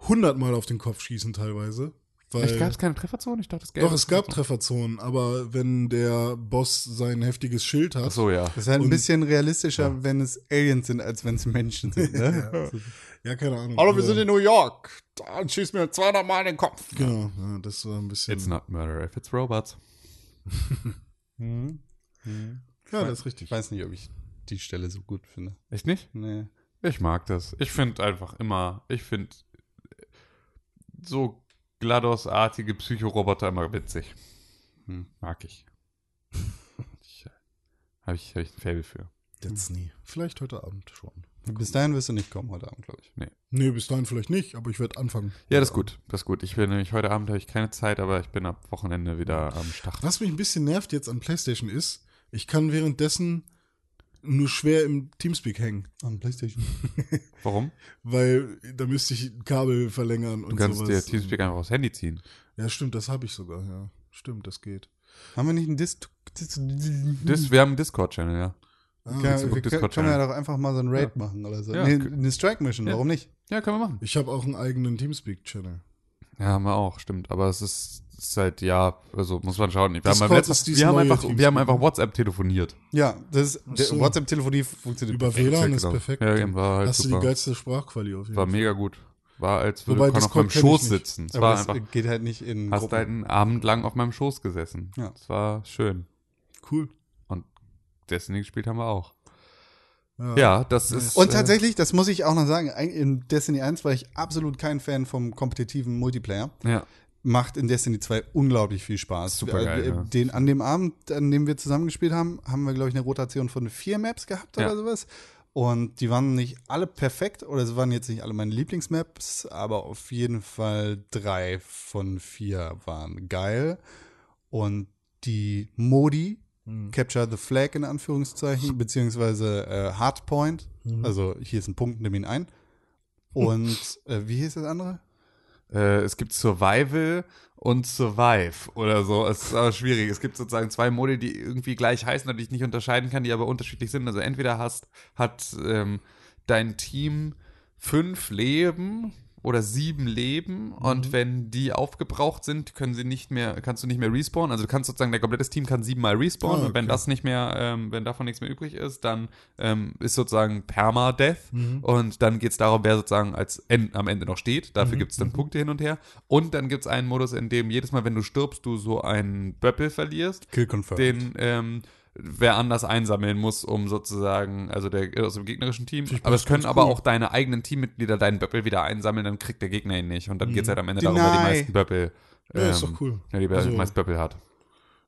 D: hundertmal auf den Kopf schießen teilweise. Weil
C: äh,
E: Echt, gab es keine Trefferzone? Ich dachte, es gäbe
D: doch, es gab Trefferzonen, aber wenn der Boss sein heftiges Schild hat,
E: Achso, ja.
B: Das ist halt ein
D: Und-
B: bisschen realistischer, wenn es Aliens sind, als wenn es Menschen sind. Ne?
D: ja, keine Ahnung.
C: Hallo, wir
D: aber-
C: sind in New York. Dann schießt mir 200 Mal in den Kopf.
D: Genau, ja, das war ein bisschen.
E: It's not murder if it's robots. Mhm.
D: ja, das ist richtig.
B: Ich weiß nicht, ob ich die Stelle so gut finde.
E: Echt nicht?
B: Nee.
E: Ich mag das. Ich finde einfach immer, ich finde so GLaDOS-artige Psychoroboter immer witzig. Hm, mag ich. ich Habe ich, hab ich ein Faible für.
D: Jetzt nie. Vielleicht heute Abend schon.
B: Bis dahin wirst du nicht kommen heute Abend, glaube ich.
D: Nee, bis dahin vielleicht nicht, aber ich werde anfangen.
E: Ja, das ist gut. Das ist gut. Ich bin nämlich heute Abend habe ich keine Zeit, aber ich bin ab Wochenende wieder am Start.
D: Was mich ein bisschen nervt jetzt an PlayStation ist, ich kann währenddessen nur schwer im Teamspeak hängen.
B: An PlayStation.
E: Warum?
D: Weil da müsste ich ein Kabel verlängern und
E: Du kannst dir
D: sowas.
E: Teamspeak einfach aufs Handy ziehen.
D: ja, stimmt, das habe ich sogar, ja. Stimmt, das geht.
B: Haben wir nicht einen Dis... Dis Mhm.
E: Dis, wir haben einen Discord-Channel, ja.
D: Ah,
B: Ja,
E: Facebook
B: wir können,
E: Discord
B: können wir
E: Channel.
B: doch einfach mal so ein Raid machen oder so.
E: Ja.
B: nee, eine Strike-Mission,
E: Ja.
B: warum nicht?
E: Ja, können wir machen.
D: Ich habe auch einen eigenen Teamspeak-Channel.
E: Ja, haben wir auch, stimmt. Aber es ist, es ist halt, ja, also muss man schauen. Wir haben,
D: Discord
E: beim letzten-
D: ist dieses
E: wir haben,
D: neue
E: einfach,
D: Teams-
E: wir haben einfach WhatsApp telefoniert.
B: Ja, das ist, der
D: so.
B: WhatsApp-Telefonie funktioniert
D: Über
B: perfekt.
D: WLAN ist
E: Genau.
D: perfekt.
E: Ja, eben, war halt
D: Hast du
E: super.
D: die geilste Sprachquali auf jeden
E: War
D: Fall.
E: mega gut. War, als würde
D: Wobei,
E: man auf
D: Discord
E: meinem
D: kenn ich
E: Schoß
D: nicht.
E: sitzen. Es
B: Aber
E: war
B: das
E: einfach,
B: geht halt nicht in
E: hast
B: Gruppen.
E: halt einen Abend lang auf meinem Schoß gesessen.
B: Ja.
E: Es war schön.
D: Cool.
E: Und Destiny gespielt haben wir auch.
D: Ja.
E: Ja, das ist.
B: Und
E: äh,
B: tatsächlich, das muss ich auch noch sagen, ein- in Destiny 1 war ich absolut kein Fan vom kompetitiven Multiplayer.
E: Ja.
B: Macht in Destiny 2 unglaublich viel Spaß.
E: Supergeil,
B: Äh,
E: ja.
B: den, an dem Abend, an dem wir zusammengespielt haben, haben wir, glaube ich, eine Rotation von vier Maps gehabt
E: Ja.
B: oder sowas. Und die waren nicht alle perfekt oder es waren jetzt nicht alle meine Lieblingsmaps, aber auf jeden Fall drei von vier waren geil. Und die Modi,
E: Hm.
B: Capture the Flag in Anführungszeichen, beziehungsweise äh, Hardpoint,
E: Mhm.
B: also hier ist ein Punkt, nimm ihn ein. Und äh, wie hieß das andere?
E: Äh, es gibt Survival und Survive oder so. Es ist aber schwierig. Es gibt sozusagen zwei Modi, die irgendwie gleich heißen und die ich nicht unterscheiden kann, die aber unterschiedlich sind. Also entweder hast, hat ähm, dein Team fünf Leben oder sieben Leben
D: Mhm.
E: und wenn die aufgebraucht sind, können sie nicht mehr, kannst du nicht mehr respawnen. Also du kannst sozusagen, dein komplettes Team kann siebenmal respawnen
D: Ah,
E: und wenn
D: okay.
E: das nicht mehr, ähm, wenn davon nichts mehr übrig ist, dann ähm, ist sozusagen Permadeath
D: Mhm.
E: und dann geht es darum, wer sozusagen als End, am Ende noch steht.
D: Mhm.
E: Dafür gibt es dann Punkte hin und her. Und dann gibt es einen Modus, in dem jedes Mal, wenn du stirbst, du so einen Böppel verlierst,
B: Kill Confirmed.
E: den ähm, wer anders einsammeln muss, um sozusagen, also der aus dem gegnerischen Team.
D: Finde ich
E: Aber es können
D: ganz
E: aber
D: cool.
E: auch deine eigenen Teammitglieder deinen Böppel wieder einsammeln, dann kriegt der Gegner ihn nicht. Und dann geht es halt am Ende
B: Deny.
E: darum, wer die meisten Böppel.
D: Ja, ist doch cool.
E: Ähm, Ja, die wer
D: Mhm. Also-
E: die meisten Böppel hat.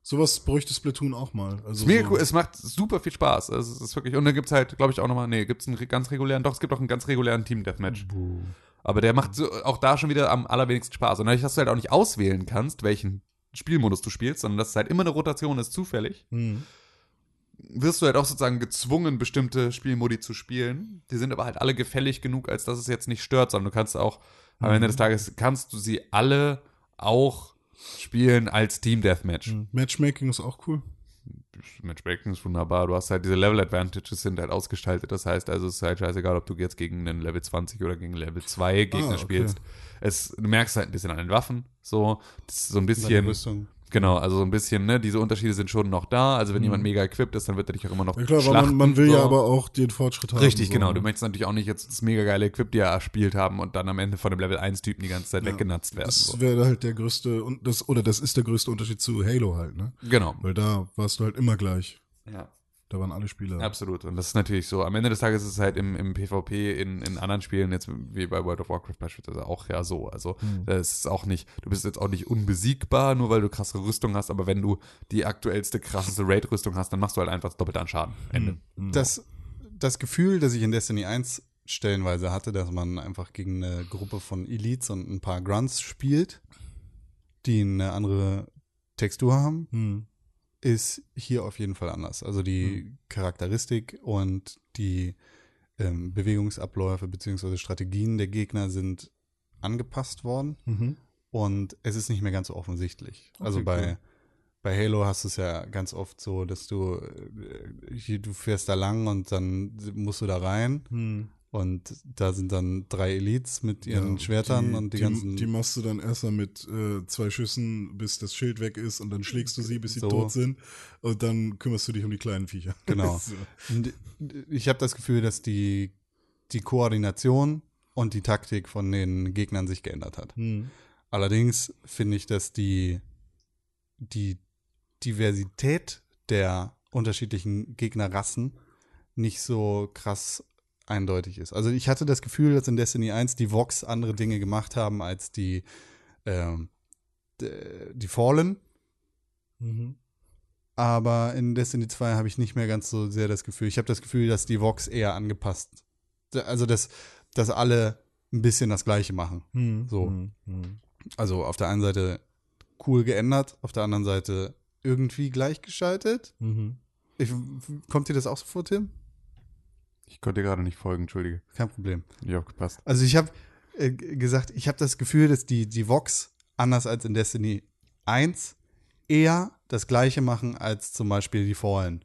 D: Sowas bräuchte Splatoon auch mal. Also
E: Ist mega
D: so-
E: cool, es macht super viel Spaß. Also es ist wirklich, und dann gibt es halt, glaube ich, auch nochmal, nee, gibt es einen re- ganz regulären, doch, es gibt auch einen ganz regulären Team-Deathmatch. Aber der macht so, auch da schon wieder am allerwenigsten Spaß. Und dadurch, dass du halt auch nicht auswählen kannst, welchen Spielmodus du spielst, sondern dass es halt immer eine Rotation ist, zufällig,
D: Mhm.
E: wirst du halt auch sozusagen gezwungen, bestimmte Spielmodi zu spielen. Die sind aber halt alle
D: Mhm.
E: gefällig genug, als dass es jetzt nicht stört, sondern du kannst auch am Ende des Tages, kannst du sie alle auch spielen als Team Deathmatch.
D: Mhm. Matchmaking ist auch cool.
E: Matchmaking ist wunderbar. Du hast halt diese Level Advantages sind halt ausgestaltet. Das heißt also, es ist halt scheißegal, ob du jetzt gegen einen Level 20 oder gegen Level 2 Gegner
D: Ah, okay.
E: spielst. Es, du merkst halt ein bisschen an den Waffen. So, das ist so ein
D: Seine
E: bisschen.
D: Rüstung.
E: Genau, also so ein bisschen, ne, diese Unterschiede sind schon noch da. Also wenn jemand mega equipped ist, dann wird er dich auch immer noch.
D: Mhm. Ja klar, aber
E: schlachten,
D: man, man will
E: so.
D: ja aber auch den Fortschritt haben.
E: Richtig,
D: so,
E: genau. Du
D: ne?
E: möchtest natürlich auch nicht jetzt das mega geile Equip dir erspielt haben und dann am Ende von dem Level 1-Typen die ganze Zeit weggenatzt werden.
D: Das
E: So.
D: wäre halt der größte und das oder das ist der größte Unterschied zu Halo halt, ne?
E: Genau.
D: Weil da warst du halt immer gleich.
E: Ja.
D: Da waren alle Spieler.
E: Absolut. Und das ist natürlich so. Am Ende des Tages ist es halt im, im PvP, in, in anderen Spielen, jetzt wie bei World of Warcraft beispielsweise, auch ja so. Also das ist auch nicht, du bist jetzt auch nicht unbesiegbar, nur weil du krasse Rüstung hast, aber wenn du die aktuellste, krasseste Raid-Rüstung hast, dann machst du halt einfach doppelt an Schaden. Ende.
D: Mhm.
B: das, das Gefühl, das ich in Destiny 1 stellenweise hatte, dass man einfach gegen eine Gruppe von Elites und ein paar Grunts spielt, die eine andere Textur haben,
D: Hm.
B: ist hier auf jeden Fall anders. Also die Charakteristik und die ähm, Bewegungsabläufe bzw. Strategien der Gegner sind angepasst worden
D: Mhm.
B: und es ist nicht mehr ganz so offensichtlich. also bei,
D: cool.
B: bei Halo hast du es ja ganz oft so, dass du äh, hier, du fährst da lang und dann musst du da rein
D: Hm.
B: und da sind dann drei Elites mit
D: Ja,
B: ihren Schwertern und die, ganzen
D: Die machst du dann erstmal mit äh, zwei Schüssen, bis das Schild weg ist und dann schlägst du sie, bis sie
B: So.
D: tot sind. Und dann kümmerst du dich um die kleinen Viecher.
B: Genau.
D: so.
B: Und ich habe das Gefühl, dass die die Koordination und die Taktik von den Gegnern sich geändert hat.
D: Hm.
B: Allerdings finde ich, dass die, die Diversität der unterschiedlichen Gegnerrassen nicht so krass eindeutig ist. Also ich hatte das Gefühl, dass in Destiny 1 die Vox andere Dinge gemacht haben als die, ähm, d- die Fallen.
D: Mhm.
B: Aber in Destiny 2 habe ich nicht mehr ganz so sehr das Gefühl. Ich habe das Gefühl, dass die Vox eher angepasst. Also dass, dass alle ein bisschen das Gleiche machen.
D: Hm.
B: So.
D: Hm. Hm.
B: also auf der einen Seite cool geändert, auf der anderen Seite irgendwie gleichgeschaltet.
D: Mhm.
B: Ich, kommt dir das auch so vor, Tim?
E: Ich konnte dir gerade nicht folgen, entschuldige.
B: Kein Problem.
E: Ich aufgepasst.
B: Also ich habe äh, g- gesagt, ich habe das Gefühl, dass die, die Vox, anders als in Destiny 1, eher das gleiche machen als zum Beispiel die Fallen.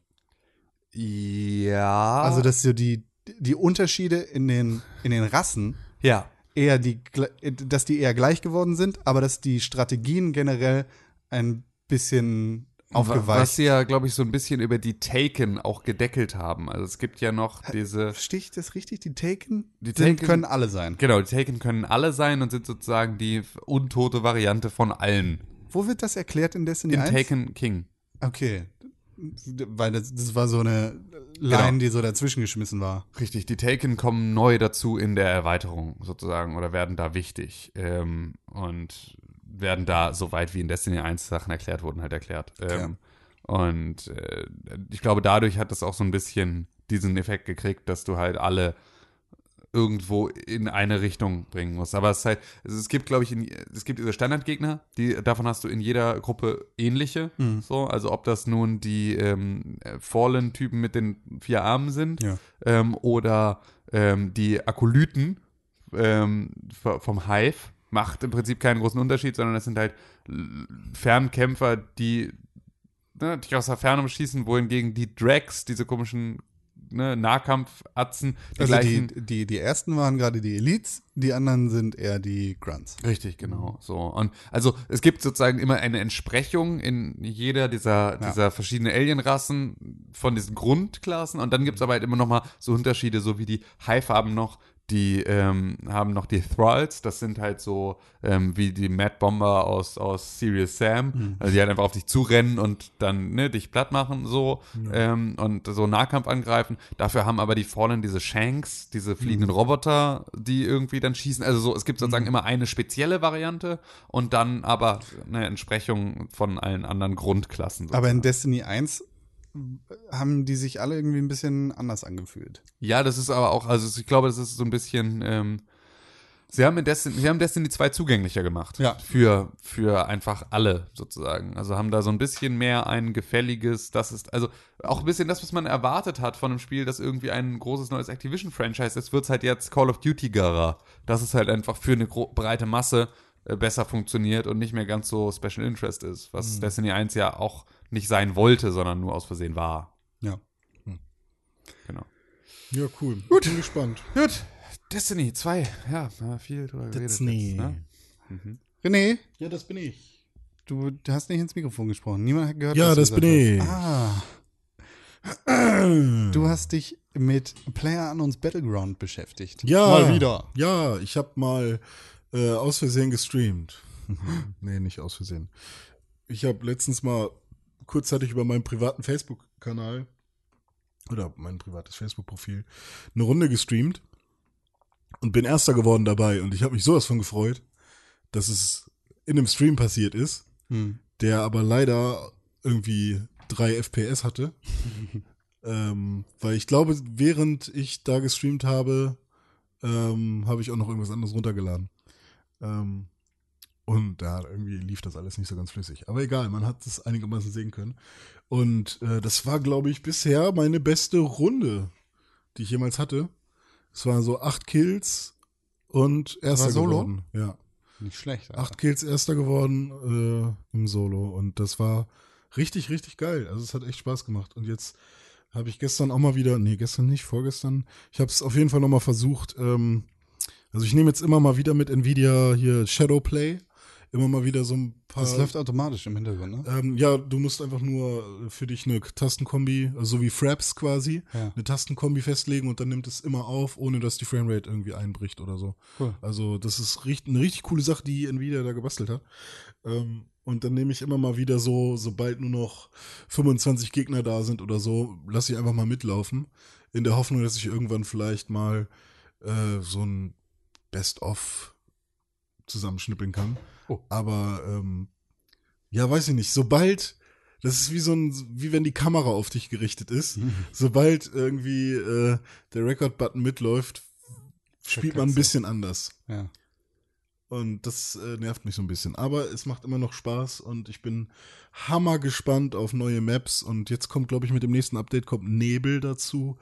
E: Ja.
B: Also dass so die, die Unterschiede in den, in den Rassen
E: ja.
B: eher die, gle- äh, dass die eher gleich geworden sind, aber dass die Strategien generell ein bisschen aufgeweicht
E: Was sie ja, glaube ich, so ein bisschen über die Taken auch gedeckelt haben. Also es gibt ja noch diese.
B: Verstehe ich das richtig? Die Taken?
E: Die
B: sind,
E: Taken-
B: können alle sein.
E: Genau, die Taken können alle sein und sind sozusagen die untote Variante von allen.
B: Wo wird das erklärt in Destiny
E: Im
B: 1?
E: Taken King.
B: Okay. Weil das, das war so eine Line,
E: Genau.
B: die so dazwischen geschmissen war.
E: Richtig, die Taken kommen neu dazu in der Erweiterung sozusagen oder werden da wichtig ähm, und werden da, soweit wie in Destiny 1 Sachen erklärt wurden, halt erklärt. Ähm, Und äh, ich glaube, dadurch hat das auch so ein bisschen diesen Effekt gekriegt, dass du halt alle irgendwo in eine Richtung bringen musst. Aber es, ist halt, also es gibt, glaube ich, in, es gibt diese Standardgegner, die, davon hast du in jeder Gruppe ähnliche.
B: Mhm.
E: So, also ob das nun die ähm, Fallen-Typen mit den vier Armen sind
B: Ja.
E: ähm, oder ähm, die Akolyten ähm, v- vom Hive macht im Prinzip keinen großen Unterschied, sondern es sind halt l- Fernkämpfer, die ne, dich aus der Ferne schießen, wohingegen die Drags, diese komischen ne, Nahkampfatzen, die
B: also die,
E: gleichen.
B: die, die ersten waren gerade die Elites, die anderen sind eher die Grunts.
E: Richtig, genau. So. Und also es gibt sozusagen immer eine Entsprechung in jeder dieser,
B: Ja.
E: dieser verschiedenen Alienrassen von diesen Grundklassen. Und dann gibt es aber halt immer nochmal so Unterschiede, so wie die Hive haben noch, die ähm, haben noch die Thralls, das sind halt so ähm, wie die Mad Bomber aus, aus Serious Sam.
B: Mhm.
E: Also die halt einfach auf dich zurennen und dann ne, dich platt machen so ähm, und so Nahkampf angreifen. Dafür haben aber die Fallen diese Shanks, diese fliegenden
B: Mhm.
E: Roboter, die irgendwie dann schießen. Also so, es gibt sozusagen immer eine spezielle Variante und dann aber eine Entsprechung von allen anderen Grundklassen.
B: Aber in Destiny 1 haben die sich alle irgendwie ein bisschen anders angefühlt.
E: Ja, das ist aber auch, also ich glaube, das ist so ein bisschen, ähm, sie haben in Destiny, sie haben Destiny 2 zugänglicher gemacht.
B: Ja.
E: Für, für einfach alle sozusagen. Also haben da so ein bisschen mehr ein gefälliges, das ist, also auch ein bisschen das, was man erwartet hat von einem Spiel, das irgendwie ein großes neues Activision-Franchise ist, wird's halt jetzt Call of Duty-Gara. Das ist halt einfach für eine gro- breite Masse äh, äh, besser funktioniert und nicht mehr ganz so Special Interest ist, was Destiny 1 ja auch nicht sein wollte, sondern nur aus Versehen war.
B: Ja.
E: Genau.
D: Ja, cool. Gut. Bin gespannt.
E: Gut, Destiny 2. Ja, na, viel drüber geredet.
D: Destiny.
E: Jetzt, ne?
B: René,
D: Ja, das bin ich.
B: du hast nicht ins Mikrofon gesprochen. Niemand hat gehört,
D: Ja,
B: was du
D: das bin
B: gesagt
D: ich.
B: hast. Ah. Du hast dich mit Player Unknowns Battleground beschäftigt.
D: Ja.
B: Mal wieder.
D: Ja, ich habe mal äh, aus Versehen gestreamt. nee, nicht aus Versehen. Ich habe letztens mal kurzzeitig über meinen privaten Facebook-Kanal oder mein privates Facebook-Profil eine Runde gestreamt und bin Erster geworden dabei. Und ich habe mich sowas von gefreut, dass es in einem Stream passiert ist,
B: Hm.
D: der aber leider irgendwie drei FPS hatte. ähm, weil ich glaube, während ich da gestreamt habe, ähm, habe ich auch noch irgendwas anderes runtergeladen. Ähm, und da irgendwie lief das alles nicht so ganz flüssig. Aber egal, man hat es einigermaßen sehen können. Und äh, das war, glaube ich, bisher meine beste Runde, die ich jemals hatte. Es waren so acht Kills und erster
B: War Solo?
D: geworden. Ja.
B: Nicht schlecht. Alter.
D: Acht Kills erster geworden äh, im Solo und das war richtig, richtig geil. Also es hat echt Spaß gemacht. Und jetzt habe ich gestern auch mal wieder, nee, gestern nicht, vorgestern, ich habe es auf jeden Fall noch mal versucht. Ähm, also ich nehme jetzt immer mal wieder mit Nvidia hier Shadowplay, immer mal wieder so ein paar.
B: das läuft automatisch im Hintergrund, ne?
D: Ähm, ja, du musst einfach nur für dich eine Tastenkombi, also so wie Fraps quasi,
B: Ja.
D: eine Tastenkombi festlegen und dann nimmt es immer auf, ohne dass die Framerate irgendwie einbricht oder so.
B: Cool.
D: Also das ist richt eine richtig coole Sache, die Nvidia da gebastelt hat. Ähm, und dann nehme ich immer mal wieder so, sobald nur noch 25 Gegner da sind oder so, lasse ich einfach mal mitlaufen, in der Hoffnung, dass ich irgendwann vielleicht mal äh, so ein Best-of zusammenschnippeln kann.
E: Oh.
D: Aber ähm, ja, weiß ich nicht. Sobald, das ist wie so ein, wie wenn die Kamera auf dich gerichtet ist. Sobald irgendwie äh, der Record-Button mitläuft, spielt man ein
B: Verkatzt.
D: bisschen anders.
B: Ja.
D: Und das äh, nervt mich so ein bisschen. Aber es macht immer noch Spaß und ich bin hammer gespannt auf neue Maps. Und jetzt kommt, glaube ich, mit dem nächsten Update kommt Nebel dazu.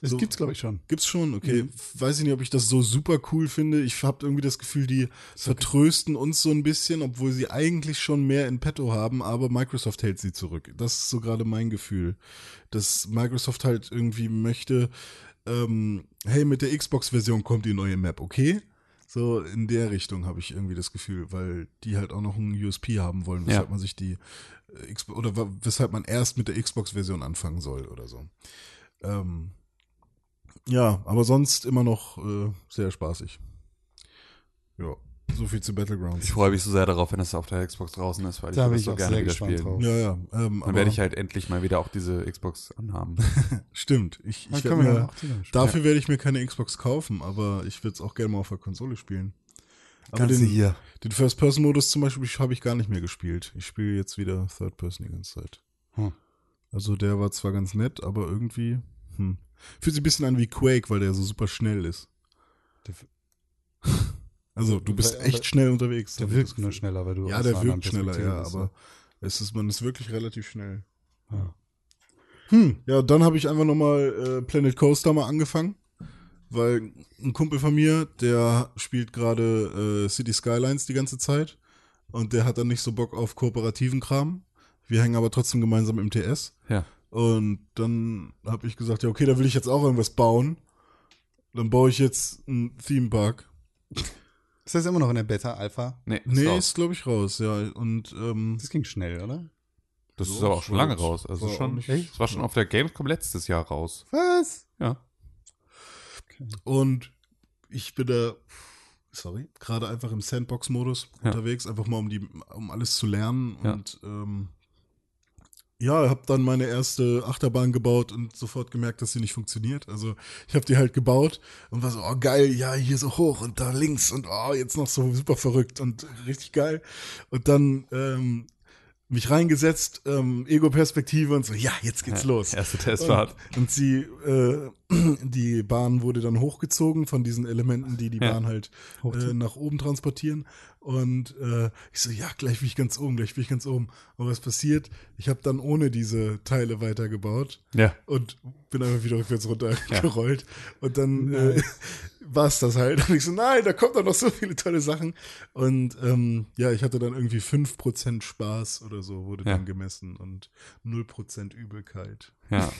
B: Das
D: So-
B: gibt's, glaube ich, schon.
D: Gibt's schon, okay. Weiß ich nicht, ob ich das so super cool finde. Ich habe irgendwie das Gefühl, die vertrösten uns so ein bisschen, obwohl sie eigentlich schon mehr in petto haben, aber Microsoft hält sie zurück. Das ist so gerade mein Gefühl. Dass Microsoft halt irgendwie möchte, ähm, hey, mit der Xbox-Version kommt die neue Map, okay? So in der Richtung habe ich irgendwie das Gefühl, weil die halt auch noch einen USP haben wollen, weshalb
E: Ja.
D: man sich die äh, Xbox oder wa- weshalb man erst mit der Xbox-Version anfangen soll oder so. Ähm, ja, aber sonst immer noch äh, sehr spaßig. Ja, so viel zu
E: Ich
D: Battlegrounds.
E: freue mich so sehr darauf, wenn das auf der Xbox draußen ist, weil
B: Da
E: ich
B: bin
E: will das
B: ich
E: so
B: auch
E: gerne
B: sehr
E: wieder
B: gespannt
E: spielen.
B: drauf.
D: Ja, ja. Ähm,
E: Dann
D: aber,
E: werde ich halt endlich mal wieder auch diese Xbox anhaben.
D: stimmt. Ich, ich
B: Dann
D: werd
B: können wir
D: mir,
B: ja auch zusammen spielen.
D: dafür werde ich mir keine Xbox kaufen, aber ich würde es auch gerne mal auf der Konsole spielen. Aber
E: Kannst
D: den,
E: du hier.
D: den First-Person-Modus zum Beispiel habe ich gar nicht mehr gespielt. Ich spiele jetzt wieder Third-Person die ganze Zeit.
B: Hm.
D: Also der war zwar ganz nett, aber irgendwie hm. fühlt sich ein bisschen an wie Quake, weil der so super schnell ist.
B: Der f-
D: Also du bist
B: Aber-
D: echt schnell unterwegs. hab
B: Der
D: ich
B: wirkt
D: das
B: nur
D: Gefühl.
B: schneller, weil du
D: Ja,
B: aus
D: der
B: einer
D: wirkt
B: anderen
D: schneller, ja,
B: Perspektive bist,
D: aber es ist, man ist wirklich relativ schnell.
B: Ja.
D: Hm, ja, dann habe ich einfach nochmal äh, Planet Coaster mal angefangen, weil ein Kumpel von mir, der spielt gerade äh, City Skylines die ganze Zeit und der hat dann nicht so Bock auf kooperativen Kram. Wir hängen aber trotzdem gemeinsam im TS.
E: Ja.
D: Und dann habe ich gesagt, ja, okay, da will ich jetzt auch irgendwas bauen. Dann baue ich jetzt einen Theme Park.
B: Ist das immer noch in der Beta, Alpha?
E: Nee, ist
D: Nee,
E: raus.
D: ist, glaube ich, raus, ja. Und ähm,
B: Das ging schnell, oder?
E: das
D: so
E: ist aber auch schon
D: schwarz.
E: lange raus. Also
D: War auch
E: schon,
D: nicht-
E: es war schon auf der Gamescom letztes Jahr raus.
B: Was?
E: Ja.
D: Und ich bin da, sorry, gerade einfach im Sandbox-Modus
E: Ja.
D: unterwegs, einfach mal um die, um alles zu lernen
E: Ja.
D: und ähm, ja, habe dann meine erste Achterbahn gebaut und sofort gemerkt, dass sie nicht funktioniert. Also ich habe die halt gebaut und war so, oh geil, ja, hier so hoch und da links und oh, jetzt noch so super verrückt und richtig geil. Und dann ähm, mich reingesetzt, ähm, Ego-Perspektive und so, ja, jetzt geht's los.
E: Erste Testfahrt.
D: Und, und sie, äh, die Bahn wurde dann hochgezogen von diesen Elementen, die die
E: Ja.
D: Bahn halt äh, nach oben transportieren. Und äh, ich so, ja, gleich bin ich ganz oben, gleich bin ich ganz oben. Und was passiert? Ich habe dann ohne diese Teile weitergebaut
E: Ja.
D: und bin einfach wieder rückwärts runtergerollt. Und dann äh, war es das halt. Und ich so, nein, da kommt doch noch so viele tolle Sachen. Und ähm, ja, ich hatte dann irgendwie 5% Spaß oder so, wurde
E: Ja.
D: dann gemessen und 0% Übelkeit.
E: Ja,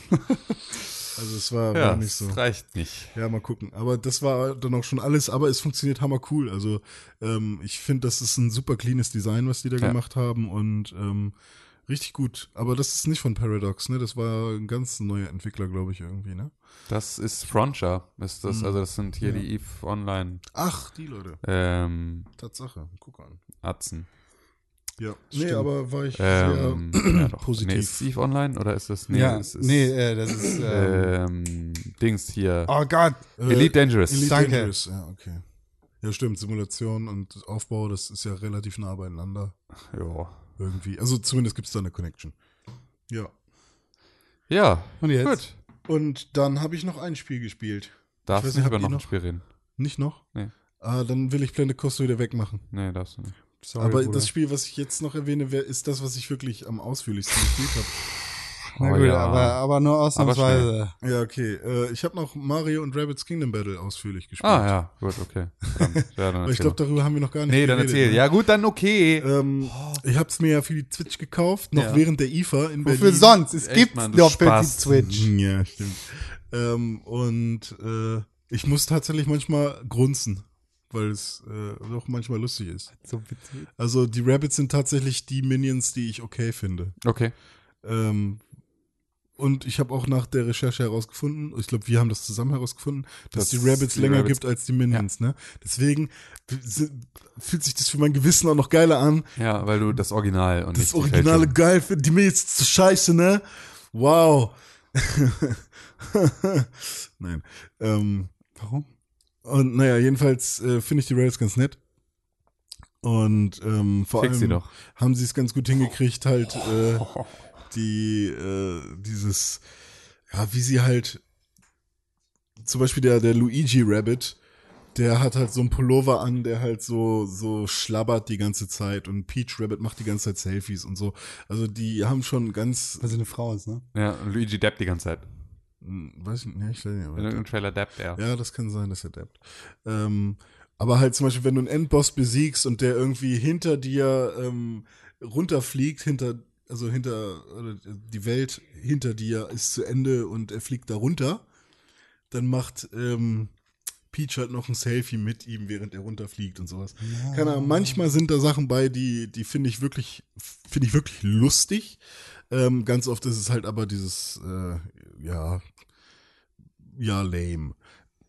D: Also es war,
E: ja
D: war nicht
E: das
D: so.
E: reicht nicht.
D: Ja, mal gucken. Aber das war dann auch schon alles. Aber es funktioniert hammer cool. Also ähm, ich finde, das ist ein super cleanes Design, was die da
E: Ja.
D: gemacht haben und ähm, richtig gut. Aber das ist nicht von Paradox, ne? Das war ein ganz neuer Entwickler, glaube ich, irgendwie, ne?
E: Das ist Frontier, ist das,
D: Mhm.
E: also das sind hier
D: Ja.
E: die EVE Online
D: Ach, die Leute.
E: ähm,
D: Tatsache. Guck an.
E: Atzen.
D: Ja. Nee,
B: Stimmt.
D: aber war ich
E: Ähm,
D: sehr
E: ja, doch.
D: positiv.
E: Nee, ist EVE Online oder ist das?
B: ja,
E: es ist,
B: nee, äh, das ist. Äh,
E: ähm, Dings hier.
B: oh Gott,
D: äh,
E: Elite Dangerous.
D: Elite
B: Danke.
D: Dangerous. Ja, okay. Ja, stimmt. Simulation und Aufbau, das ist ja relativ nah beieinander.
E: Ja.
D: Irgendwie. Also zumindest gibt es da eine Connection. Ja.
E: Ja,
D: Und jetzt?
E: gut.
D: Und dann habe ich noch ein Spiel gespielt. Ich weiß
E: Darfst du
D: nicht, habt
E: über
D: ihr
E: noch ein
D: noch?
E: Spiel reden?
D: Nicht noch?
E: Nee.
D: Ah, dann will ich Planet Coaster wieder wegmachen.
E: Nee, darfst du nicht.
B: sorry,
D: Aber
B: Bruder.
D: das Spiel, was ich jetzt noch erwähne, wär, ist das, was ich wirklich am ausführlichsten gespielt habe.
B: Na
E: Oh
B: gut,
E: ja.
B: aber, aber nur ausnahmsweise.
D: Ja, okay. Äh, ich habe noch Mario und Rabbits Kingdom Battle ausführlich gespielt.
E: Ah, ja, gut, okay. Verdammt. Ja, dann
D: Aber ich
E: erzähl
D: glaube,
E: mal.
D: darüber haben wir noch gar nicht
E: Nee, dann erzähl.
D: ne?
E: Ja, gut, dann okay.
D: Ähm, ich habe es mir ja für die Switch gekauft, noch
B: Ja.
D: während der IFA in
B: Wofür
D: Berlin.
B: sonst? Es
E: Echt,
B: gibt
E: Mann, du
B: doppelt die
E: Spast.
B: Switch.
D: Ja, stimmt. ähm, und äh, ich muss tatsächlich manchmal grunzen, weil es äh, doch manchmal lustig ist.
B: So witzig.
D: Also die Rabbits sind tatsächlich die Minions, die ich okay finde.
E: Okay.
D: Ähm, und ich habe auch nach der Recherche herausgefunden, ich glaube, wir haben das zusammen herausgefunden, dass
E: Dass
D: die Rabbits
E: die
D: länger
E: Rabbids-
D: gibt als die Minions. Ne? Deswegen si- fühlt sich das für mein Gewissen auch noch geiler an.
E: Ja, weil du das Original und halt
D: Das
E: nicht die
D: Originale
E: Fälschung.
D: geil für die Minions ist so scheiße, ne? Wow. Nein. Ähm, Warum? Und naja, jedenfalls äh, finde ich die Rabbits ganz nett. Und ähm, vor
E: Fix
D: allem
E: sie doch.
D: haben sie es ganz gut hingekriegt, halt äh, die äh, dieses, ja, wie sie halt, zum Beispiel der, der Luigi Rabbit, der hat halt so einen Pullover an, der halt so, so schlabbert die ganze Zeit und Peach Rabbit macht die ganze Zeit Selfies und so. Also die haben schon ganz,
B: Weil sie eine Frau ist, ne?
E: Ja, und Luigi dappt die ganze Zeit.
D: hm, weiß ich nicht, nee, ich weiß nicht,
E: In
D: aber,
E: irgendeinem Trailer dappt er.
D: ja, das kann sein, dass er dappt. Ähm, aber halt zum Beispiel, wenn du einen Endboss besiegst und der irgendwie hinter dir ähm, runterfliegt, hinter, also hinter, oder die Welt hinter dir ist zu Ende und er fliegt da runter, dann macht ähm, Peach halt noch ein Selfie mit ihm, während er runterfliegt und sowas. Keine Ahnung, manchmal sind da Sachen bei, die, die finde ich wirklich, finde ich wirklich lustig. Ähm, ganz oft ist es halt aber dieses, äh, ja, ja, lame.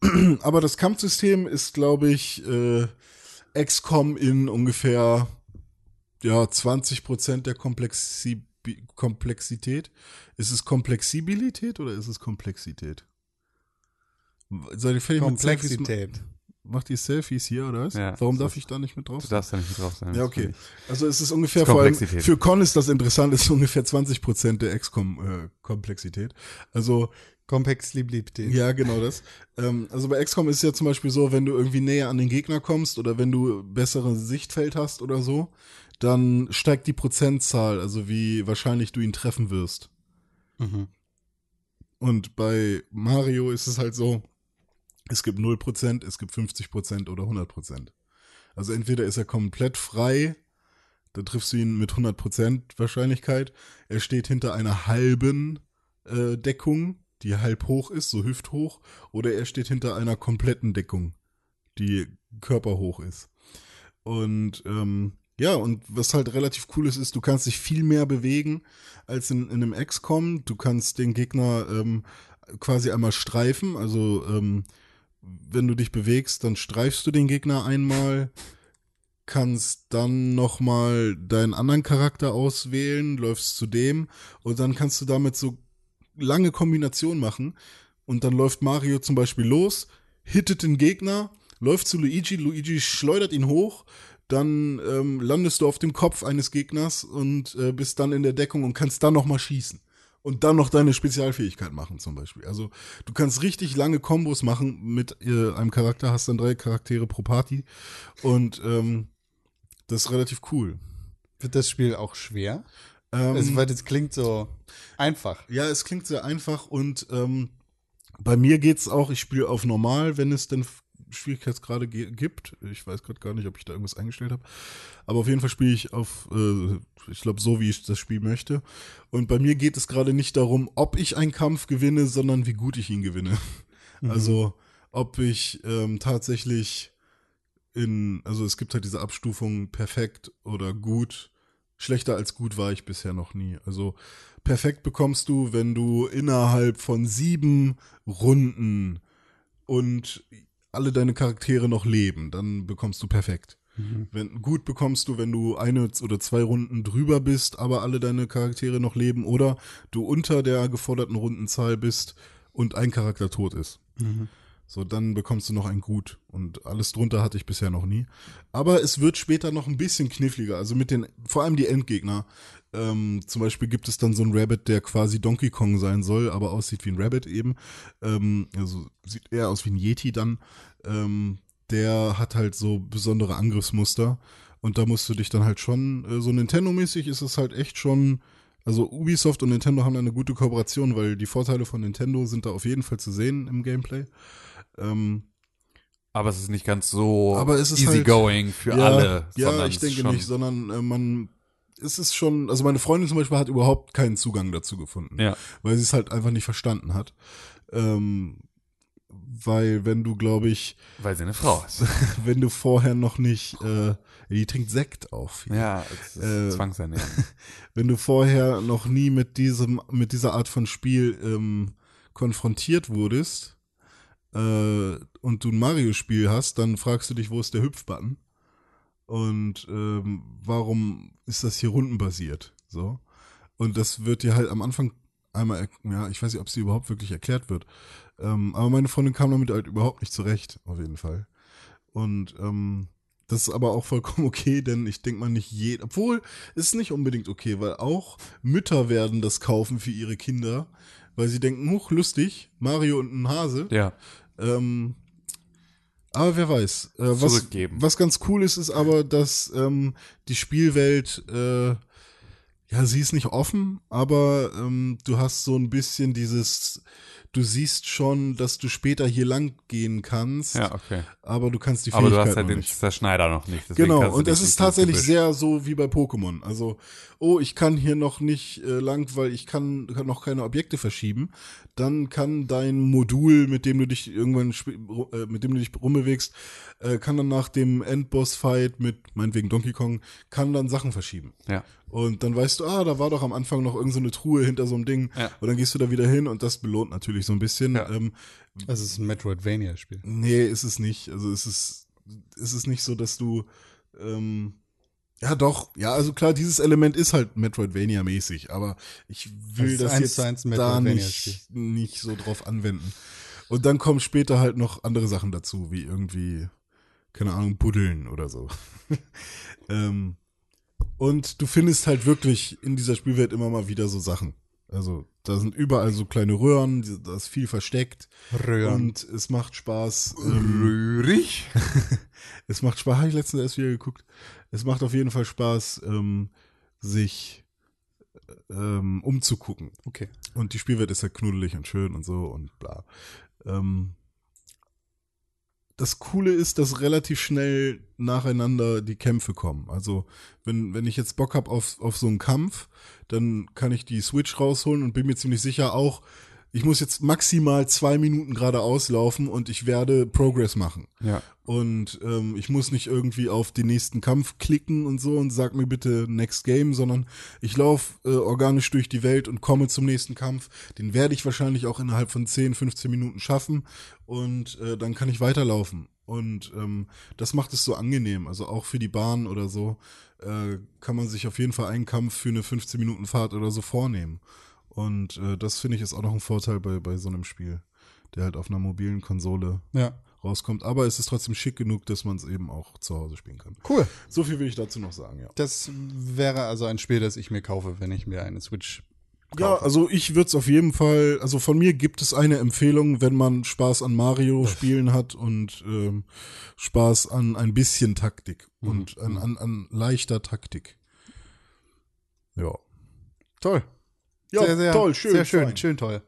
D: aber das Kampfsystem ist, glaube ich, äh, XCOM in ungefähr ja, 20% der Komplexi Komplexität. Ist es Komplexibilität oder ist es Komplexität? Seid ihr fertig mit Selfies?
B: Komplexität.
D: Macht ihr Selfies hier oder was?
E: Ja,
D: Warum
E: das
D: darf ich da nicht mit drauf?
E: Du darfst da nicht mit drauf sein.
D: Ja,
E: das
D: okay.
E: finde ich.
D: Also es ist ungefähr
E: Ist
D: vor allem,
E: Komplexität.
D: für Con ist das interessant, ist ungefähr 20% der XCOM-Komplexität. also
B: Komplexität.
D: ja, genau das. ähm, also bei XCOM ist es ja zum Beispiel so, wenn du irgendwie näher an den Gegner kommst oder wenn du bessere Sichtfeld hast oder so, dann steigt die Prozentzahl, also wie wahrscheinlich du ihn treffen wirst.
B: Mhm.
D: Und bei Mario ist es halt so, es gibt 0%, es gibt 50% oder 100%. Also entweder ist er komplett frei, dann triffst du ihn mit 100% Wahrscheinlichkeit. Er steht hinter einer halben äh, Deckung, die halb hoch ist, so hüfthoch, oder er steht hinter einer kompletten Deckung, die körperhoch ist. Und ähm, ja, und was halt relativ cool ist, ist, du kannst dich viel mehr bewegen als in, in einem XCOM. Du kannst den Gegner ähm, quasi einmal streifen. Also ähm, wenn du dich bewegst, dann streifst du den Gegner einmal, kannst dann nochmal deinen anderen Charakter auswählen, läufst zu dem und dann kannst du damit so lange Kombinationen machen. Und dann läuft Mario zum Beispiel los, hittet den Gegner, läuft zu Luigi, Luigi schleudert ihn hoch, dann ähm, landest du auf dem Kopf eines Gegners und äh, bist dann in der Deckung und kannst dann nochmal schießen. Und dann noch deine Spezialfähigkeit machen zum Beispiel. Also du kannst richtig lange Kombos machen mit äh, einem Charakter, hast dann drei Charaktere pro Party. Und ähm, Das ist relativ cool.
B: Wird das Spiel auch schwer?
D: Ähm,
B: Also, weil das klingt so einfach.
D: Ja, es klingt sehr einfach und ähm, bei mir geht's auch, ich spiele auf normal, wenn es denn F- Schwierigkeitsgrade ge- gibt. Ich weiß gerade gar nicht, ob ich da irgendwas eingestellt habe. Aber auf jeden Fall spiele ich auf, äh, ich glaube, so wie ich das Spiel möchte. Und bei mir geht es gerade nicht darum, ob ich einen Kampf gewinne, sondern wie gut ich ihn gewinne. Also, ob ich ähm, tatsächlich in, also es gibt halt diese Abstufung perfekt oder gut. Schlechter als gut war ich bisher noch nie. Also perfekt bekommst du, wenn du innerhalb von sieben Runden und alle deine Charaktere noch leben, dann bekommst du perfekt. Wenn, gut bekommst du, wenn du eine z- oder zwei Runden drüber bist, aber alle deine Charaktere noch leben oder du unter der geforderten Rundenzahl bist und ein Charakter tot ist. So, dann bekommst du noch ein Gut. Und alles drunter hatte ich bisher noch nie. Aber es wird später noch ein bisschen kniffliger. Also mit den, vor allem die Endgegner. Ähm, zum Beispiel gibt es dann so einen Rabbit, der quasi Donkey Kong sein soll, aber aussieht wie ein Rabbit eben. Ähm, also sieht eher aus wie ein Yeti dann. Ähm, der hat halt so besondere Angriffsmuster. Und da musst du dich dann halt schon, äh, so Nintendo-mäßig ist es halt echt schon, also Ubisoft und Nintendo haben da eine gute Kooperation, weil die Vorteile von Nintendo sind da auf jeden Fall zu sehen im Gameplay. Ähm,
E: Aber es ist nicht ganz so
D: Aber es ist halt-
E: easygoing für
D: ja,
E: alle.
D: Ja,
E: sondern
D: ich
E: es ist
D: denke
E: schon-
D: nicht, sondern äh, man, es ist schon, also meine Freundin zum Beispiel hat überhaupt keinen Zugang dazu gefunden,
E: Ja.
D: weil sie es halt einfach nicht verstanden hat. Ähm, weil wenn du, glaube ich,
E: Weil sie eine Frau ist.
D: wenn du vorher noch nicht, äh, die trinkt Sekt auf.
E: ja, es ist
D: Äh,
E: Zwangsernährung.
D: wenn du vorher noch nie mit diesem, mit dieser Art von Spiel ähm, konfrontiert wurdest äh, und du ein Mario-Spiel hast, dann fragst du dich, wo ist der Hüpfbutton? Und ähm, warum ist das hier rundenbasiert? So. Und das wird dir halt am Anfang einmal, er- ja, ich weiß nicht, ob sie überhaupt wirklich erklärt wird. Ähm, aber meine Freundin kam damit halt überhaupt nicht zurecht, auf jeden Fall. Und ähm, das ist aber auch vollkommen okay, denn ich denke mal nicht jeder, obwohl es ist nicht unbedingt okay, weil auch Mütter werden das kaufen für ihre Kinder, weil sie denken, huch, lustig, Mario und ein Hase.
E: ja.
D: Ähm, aber wer weiß. Äh, was,
E: Zurückgeben.
D: was ganz cool ist, ist aber, dass ähm, die Spielwelt, äh, ja, sie ist nicht offen, aber ähm, du hast so ein bisschen dieses, du siehst schon, dass du später hier lang gehen kannst,
E: Ja, okay.
D: aber du kannst die
E: Aber
D: Fähigkeit
E: du hast halt
D: noch
E: den
D: nicht.
E: Zerschneider noch nicht. deswegen
D: Genau,
E: kannst du
D: und
E: nicht
D: es
E: die
D: ist tatsächlich
E: Gebüsch-
D: sehr so wie bei Pokémon. Also, oh, ich kann hier noch nicht äh, lang, weil ich kann, kann noch keine Objekte verschieben. Dann kann dein Modul, mit dem du dich irgendwann, sp- ru- äh, mit dem du dich rumbewegst, äh, kann dann nach dem Endboss-Fight mit, meinetwegen Donkey Kong, kann dann Sachen verschieben.
E: Ja.
D: Und dann weißt du, ah, da war doch am Anfang noch irgendeine so eine Truhe hinter so einem Ding.
E: Ja.
D: Und dann gehst du da wieder hin und das belohnt natürlich so ein bisschen.
E: Ja.
D: Ähm,
B: Also, es ist ein Metroidvania-Spiel.
D: Nee, ist es nicht. Also es ist, ist es nicht so, dass du, ähm, ja doch, ja, also klar, dieses Element ist halt Metroidvania-mäßig, aber ich will
B: Das ist
D: das,
B: eins
D: jetzt
B: zu eins ein
D: da
B: Metroidvania-Spiel.
D: nicht, nicht so drauf anwenden. Und dann kommen später halt noch andere Sachen dazu, wie irgendwie, keine Ahnung, Buddeln oder so. ähm, und du findest halt wirklich in dieser Spielwelt immer mal wieder so Sachen. Also da sind überall so kleine Röhren, die- da ist viel versteckt.
B: Röhren.
D: Und es macht Spaß. Ähm,
E: Rührig?
D: es macht Spaß. Habe ich letztens erst wieder geguckt. Es macht auf jeden Fall Spaß, ähm, sich ähm, umzugucken.
B: Okay.
D: Und die Spielwelt ist ja knuddelig und schön und so und bla. Ähm, das Coole ist, dass relativ schnell nacheinander die Kämpfe kommen. Also, wenn, wenn ich jetzt Bock habe auf, auf so einen Kampf, dann kann ich die Switch rausholen und bin mir ziemlich sicher auch, ich muss jetzt maximal zwei Minuten geradeaus laufen und ich werde Progress machen.
E: Ja.
D: Und ähm, ich muss nicht irgendwie auf den nächsten Kampf klicken und so und sag mir bitte Next Game, sondern ich laufe äh, organisch durch die Welt und komme zum nächsten Kampf. Den werde ich wahrscheinlich auch innerhalb von 10, 15 Minuten schaffen und äh, dann kann ich weiterlaufen. Und ähm, das macht es so angenehm. Also auch für die Bahn oder so äh, kann man sich auf jeden Fall einen Kampf für eine 15 Minuten Fahrt oder so vornehmen. Und äh, das finde ich ist auch noch ein Vorteil bei, bei so einem Spiel, der halt auf einer mobilen Konsole
B: Ja.
D: rauskommt. Aber es ist trotzdem schick genug, dass man es eben auch zu Hause spielen kann.
B: Cool.
D: So viel will ich dazu noch sagen, ja.
B: Das wäre also ein Spiel, das ich mir kaufe, wenn ich mir eine Switch
D: Ja, also ich würde es auf jeden Fall, also von mir gibt es eine Empfehlung, wenn man Spaß an Mario-Spielen hat und ähm, Spaß an ein bisschen Taktik und an, an, an leichter Taktik. Ja.
B: Toll.
D: Ja,
B: sehr, sehr,
D: toll, schön,
B: Sehr schön,
D: fein.
B: schön toll.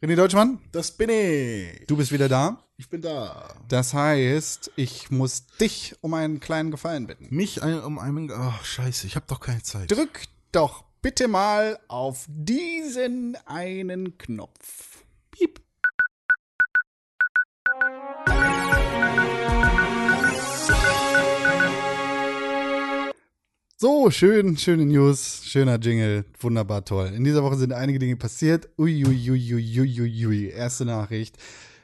B: René Deutschmann,
D: Das bin ich.
B: du bist wieder da.
D: Ich bin da.
B: Das heißt, ich muss dich um einen kleinen Gefallen bitten.
D: Mich ein, um einen. Ach, scheiße, ich habe doch keine Zeit.
B: Drück doch bitte mal auf diesen einen Knopf. Piep. So, schön, schöne News, schöner Jingle, wunderbar toll. In dieser Woche sind einige Dinge passiert. Uiuiuiuiuiui. Erste Nachricht: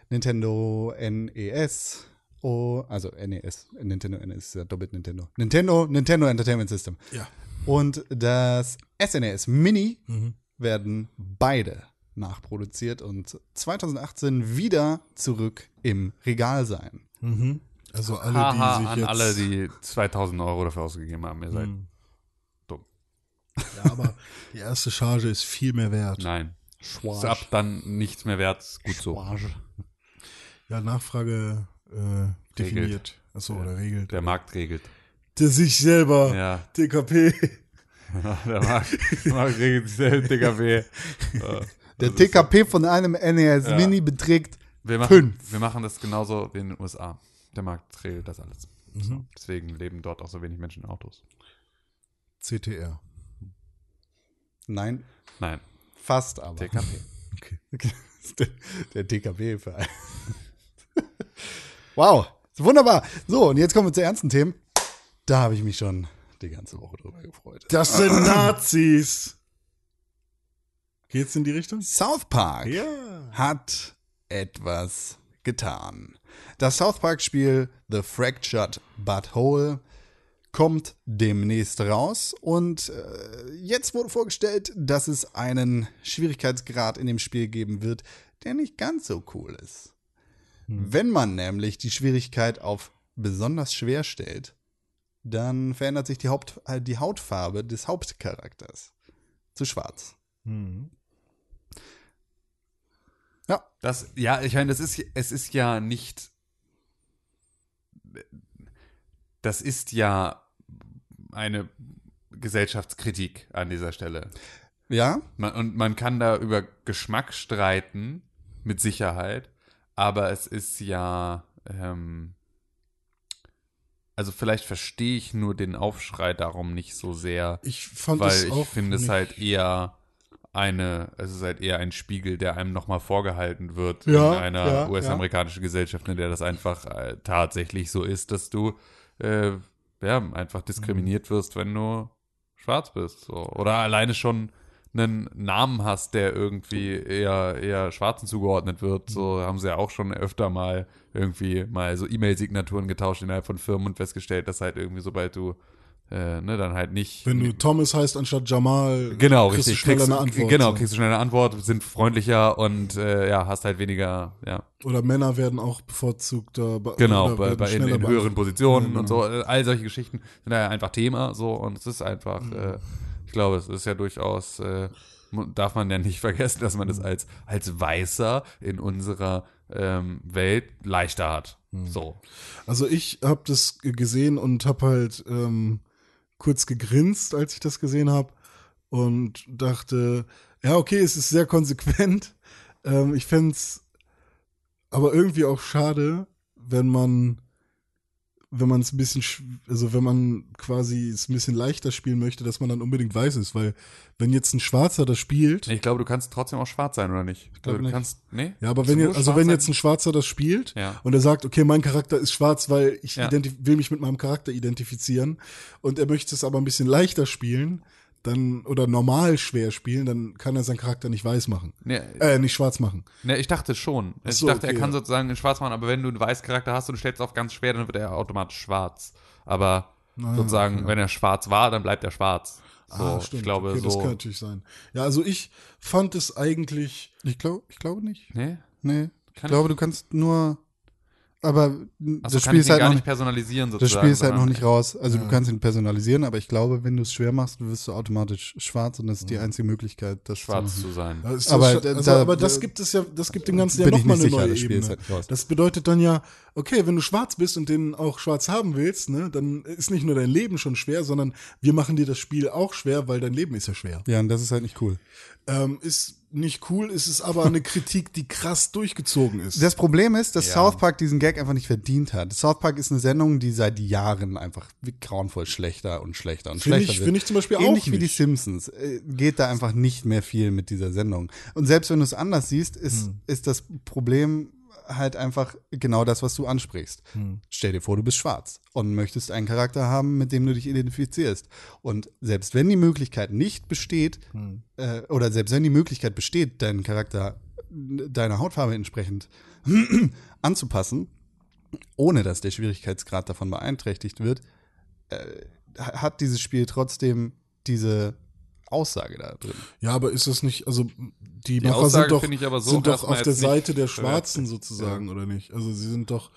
B: Nintendo NES. Oh, also NES. Nintendo NES ist ja doppelt Nintendo. Nintendo, Nintendo Entertainment System.
D: Ja.
B: Und das SNES Mini
D: Mhm.
B: werden beide nachproduziert und 2018 wieder zurück im Regal sein.
D: Also alle,
E: Haha,
D: die sich
E: an
D: jetzt. Hm.
E: alle, die 2000 Euro dafür ausgegeben haben. Ihr seid dumm.
D: Ja, aber die erste Charge ist viel mehr wert.
E: Nein. Ist
B: Schwarz.
E: ab dann nichts mehr wert. Ist Gut so.
D: Ja, Nachfrage äh, definiert. Achso, oder regelt.
E: Der Markt regelt.
D: Der sich selber.
E: Ja.
D: TKP.
E: Der Markt, der Markt regelt sich selbst, Digga, Äh, weh.
B: Der TKP von einem NES Mini beträgt
E: Wir machen,
B: Fünf.
E: wir machen das genauso wie in den USA. Der Markt regelt das alles.
D: Mhm.
E: So. Deswegen leben dort auch so wenig Menschen in Autos.
D: CTR.
B: Nein,
E: Nein,
B: fast aber.
E: TKP.
D: Okay.
B: der, der TKP für einen. Wow, wunderbar. So, und jetzt kommen wir zu ernsten Themen. Da habe ich mich schon die ganze Woche drüber gefreut.
D: Das sind Nazis. Geht's in die Richtung?
B: South Park.
D: Ja.
B: hat etwas getan. Das South Park-Spiel The Fractured But Whole kommt demnächst raus und äh, jetzt wurde vorgestellt, dass es einen Schwierigkeitsgrad in dem Spiel geben wird, der nicht ganz so cool ist. Wenn man nämlich die Schwierigkeit auf besonders schwer stellt, dann verändert sich die, Haupt, äh, die Hautfarbe des Hauptcharakters zu schwarz.
D: Hm.
B: Ja,
E: Das, ja, ich meine, das ist, es ist ja nicht. Das ist ja eine Gesellschaftskritik an dieser Stelle.
B: ja,
E: Man, und man kann da über Geschmack streiten, mit Sicherheit, aber es ist ja. Ähm, also vielleicht verstehe ich nur den Aufschrei darum nicht so sehr,
D: Ich fand es
E: weil
D: auch.
E: ich finde es
D: nicht-
E: halt eher eine, es ist halt eher ein Spiegel, der einem nochmal vorgehalten wird
B: Ja,
E: in einer
B: ja,
E: US-amerikanischen Gesellschaft, in der das einfach äh, tatsächlich so ist, dass du äh, ja, einfach diskriminiert wirst, wenn du schwarz bist. So. Oder alleine schon einen Namen hast, der irgendwie eher, eher Schwarzen zugeordnet wird. So haben sie ja auch schon öfter mal irgendwie mal so E-Mail-Signaturen getauscht innerhalb von Firmen und festgestellt, dass halt irgendwie, sobald du äh, ne, dann halt nicht
D: Wenn du Thomas heißt anstatt Jamal,
E: Genau,
D: kriegst
E: richtig.
D: du schneller
E: kriegst,
D: eine Antwort.
E: Genau,
D: so.
E: kriegst du schneller eine Antwort, sind freundlicher und äh, ja, hast halt weniger, ja,
D: Oder Männer werden auch bevorzugt da be-
E: genau,
D: oder
E: bei,
D: werden
E: bei in,
D: schneller Mhm.
E: in höheren Positionen und so. Äh, All solche Geschichten sind daher einfach Thema so und es ist einfach,
D: Mhm.
E: äh, ich glaube, es ist ja durchaus, äh, mu- darf man ja nicht vergessen, dass man das
D: Mhm.
E: als, als Weißer in unserer ähm, Welt leichter hat.
D: Mhm.
E: So.
D: Also ich habe das g- gesehen und habe halt ähm, kurz gegrinst, als ich das gesehen habe und dachte, ja okay, es ist sehr konsequent. Ähm, ich fände es aber irgendwie auch schade, wenn man wenn man es ein bisschen, sch- also wenn man quasi es ein bisschen leichter spielen möchte, dass man dann unbedingt weiß ist, weil wenn jetzt ein Schwarzer das spielt,
E: Ich glaube, du kannst trotzdem auch schwarz sein, oder nicht? Ich
D: glaub
E: du
D: nicht.
E: kannst, nee?
D: Ja, aber wenn
E: Nur
D: jetzt, also
E: schwarz
D: wenn
E: sein?
D: jetzt ein Schwarzer das spielt
E: Ja.
D: und er sagt, okay, mein Charakter ist schwarz, weil ich
E: Ja.
D: identif- will mich mit meinem Charakter identifizieren und er möchte es aber ein bisschen leichter spielen, dann oder normal schwer spielen, dann kann er seinen Charakter nicht weiß machen.
E: Nee,
D: Äh, nicht schwarz machen.
E: Ne, ich dachte schon. Ich
D: so,
E: dachte,
D: okay,
E: er kann
D: ja.
E: sozusagen in schwarz machen, aber wenn du einen weißen Charakter hast und du stellst auf ganz schwer, dann wird er automatisch schwarz. Aber
D: Ah,
E: sozusagen, wenn er schwarz war, dann bleibt er schwarz. So, ich glaube
D: okay, Das kann
E: so.
D: natürlich sein. Ja, also ich fand es eigentlich.
B: ich glaube ich glaube nicht.
E: Nee?
B: Nee, ich
E: Kann
B: glaube, du kannst nur aber
E: Also
B: das
E: kann
B: Spiel
E: ich
B: ist
E: den
B: halt
E: gar
B: noch
E: nicht
B: nicht,
E: personalisieren
B: das
E: sozusagen.
B: Spiel ist halt noch
E: sondern-
B: nicht raus. Also
D: Ja.
B: du kannst ihn personalisieren, aber ich glaube, wenn du es schwer machst, wirst du automatisch schwarz und das ist die einzige Möglichkeit, das
E: schwarz
B: zu
E: zu sein.
D: Das ist
B: Aber
D: schon-
B: da-
D: also,
B: da-
D: aber das gibt es ja, das gibt dem
B: machen.
D: Ganzen ja nochmal eine neue
B: das Spiel
D: Ebene.
B: ist halt nicht raus.
D: Das bedeutet dann ja, okay, wenn du schwarz bist und den auch schwarz haben willst, ne, dann ist nicht nur dein Leben schon schwer, sondern wir machen dir das Spiel auch schwer, weil dein Leben ist ja schwer.
B: Ja, und das ist halt nicht cool.
D: Ähm, ist nicht cool, ist es aber eine Kritik, die krass durchgezogen ist.
B: Das Problem ist, dass
E: Ja.
B: South Park diesen Gag einfach nicht verdient hat. South Park ist eine Sendung, die seit Jahren einfach wie grauenvoll schlechter und schlechter und
D: Finde ich-
B: schlechter wird.
D: finde ich zum Beispiel auch
B: Ähnlich wie die
D: nicht.
B: Simpsons äh, geht da einfach nicht mehr viel mit dieser Sendung. Und selbst wenn du es anders siehst, ist,
D: Hm.
B: ist das Problem halt einfach genau das, was du ansprichst.
D: Hm.
B: Stell dir vor, du bist schwarz und möchtest einen Charakter haben, mit dem du dich identifizierst. Und selbst wenn die Möglichkeit nicht besteht,
D: Hm.
B: äh, oder selbst wenn die Möglichkeit besteht, deinen Charakter äh, deiner Hautfarbe entsprechend anzupassen, ohne dass der Schwierigkeitsgrad davon beeinträchtigt wird, äh, ha- hat dieses Spiel trotzdem diese Aussage da drin.
D: ja, aber ist das nicht, also die,
E: Die
D: Macher
E: Aussage
D: sind doch,
E: finde ich aber so
D: sind doch
E: erstmal
D: auf der
E: jetzt nicht
D: Seite der Schwarzen sozusagen, oder nicht? Also sie sind doch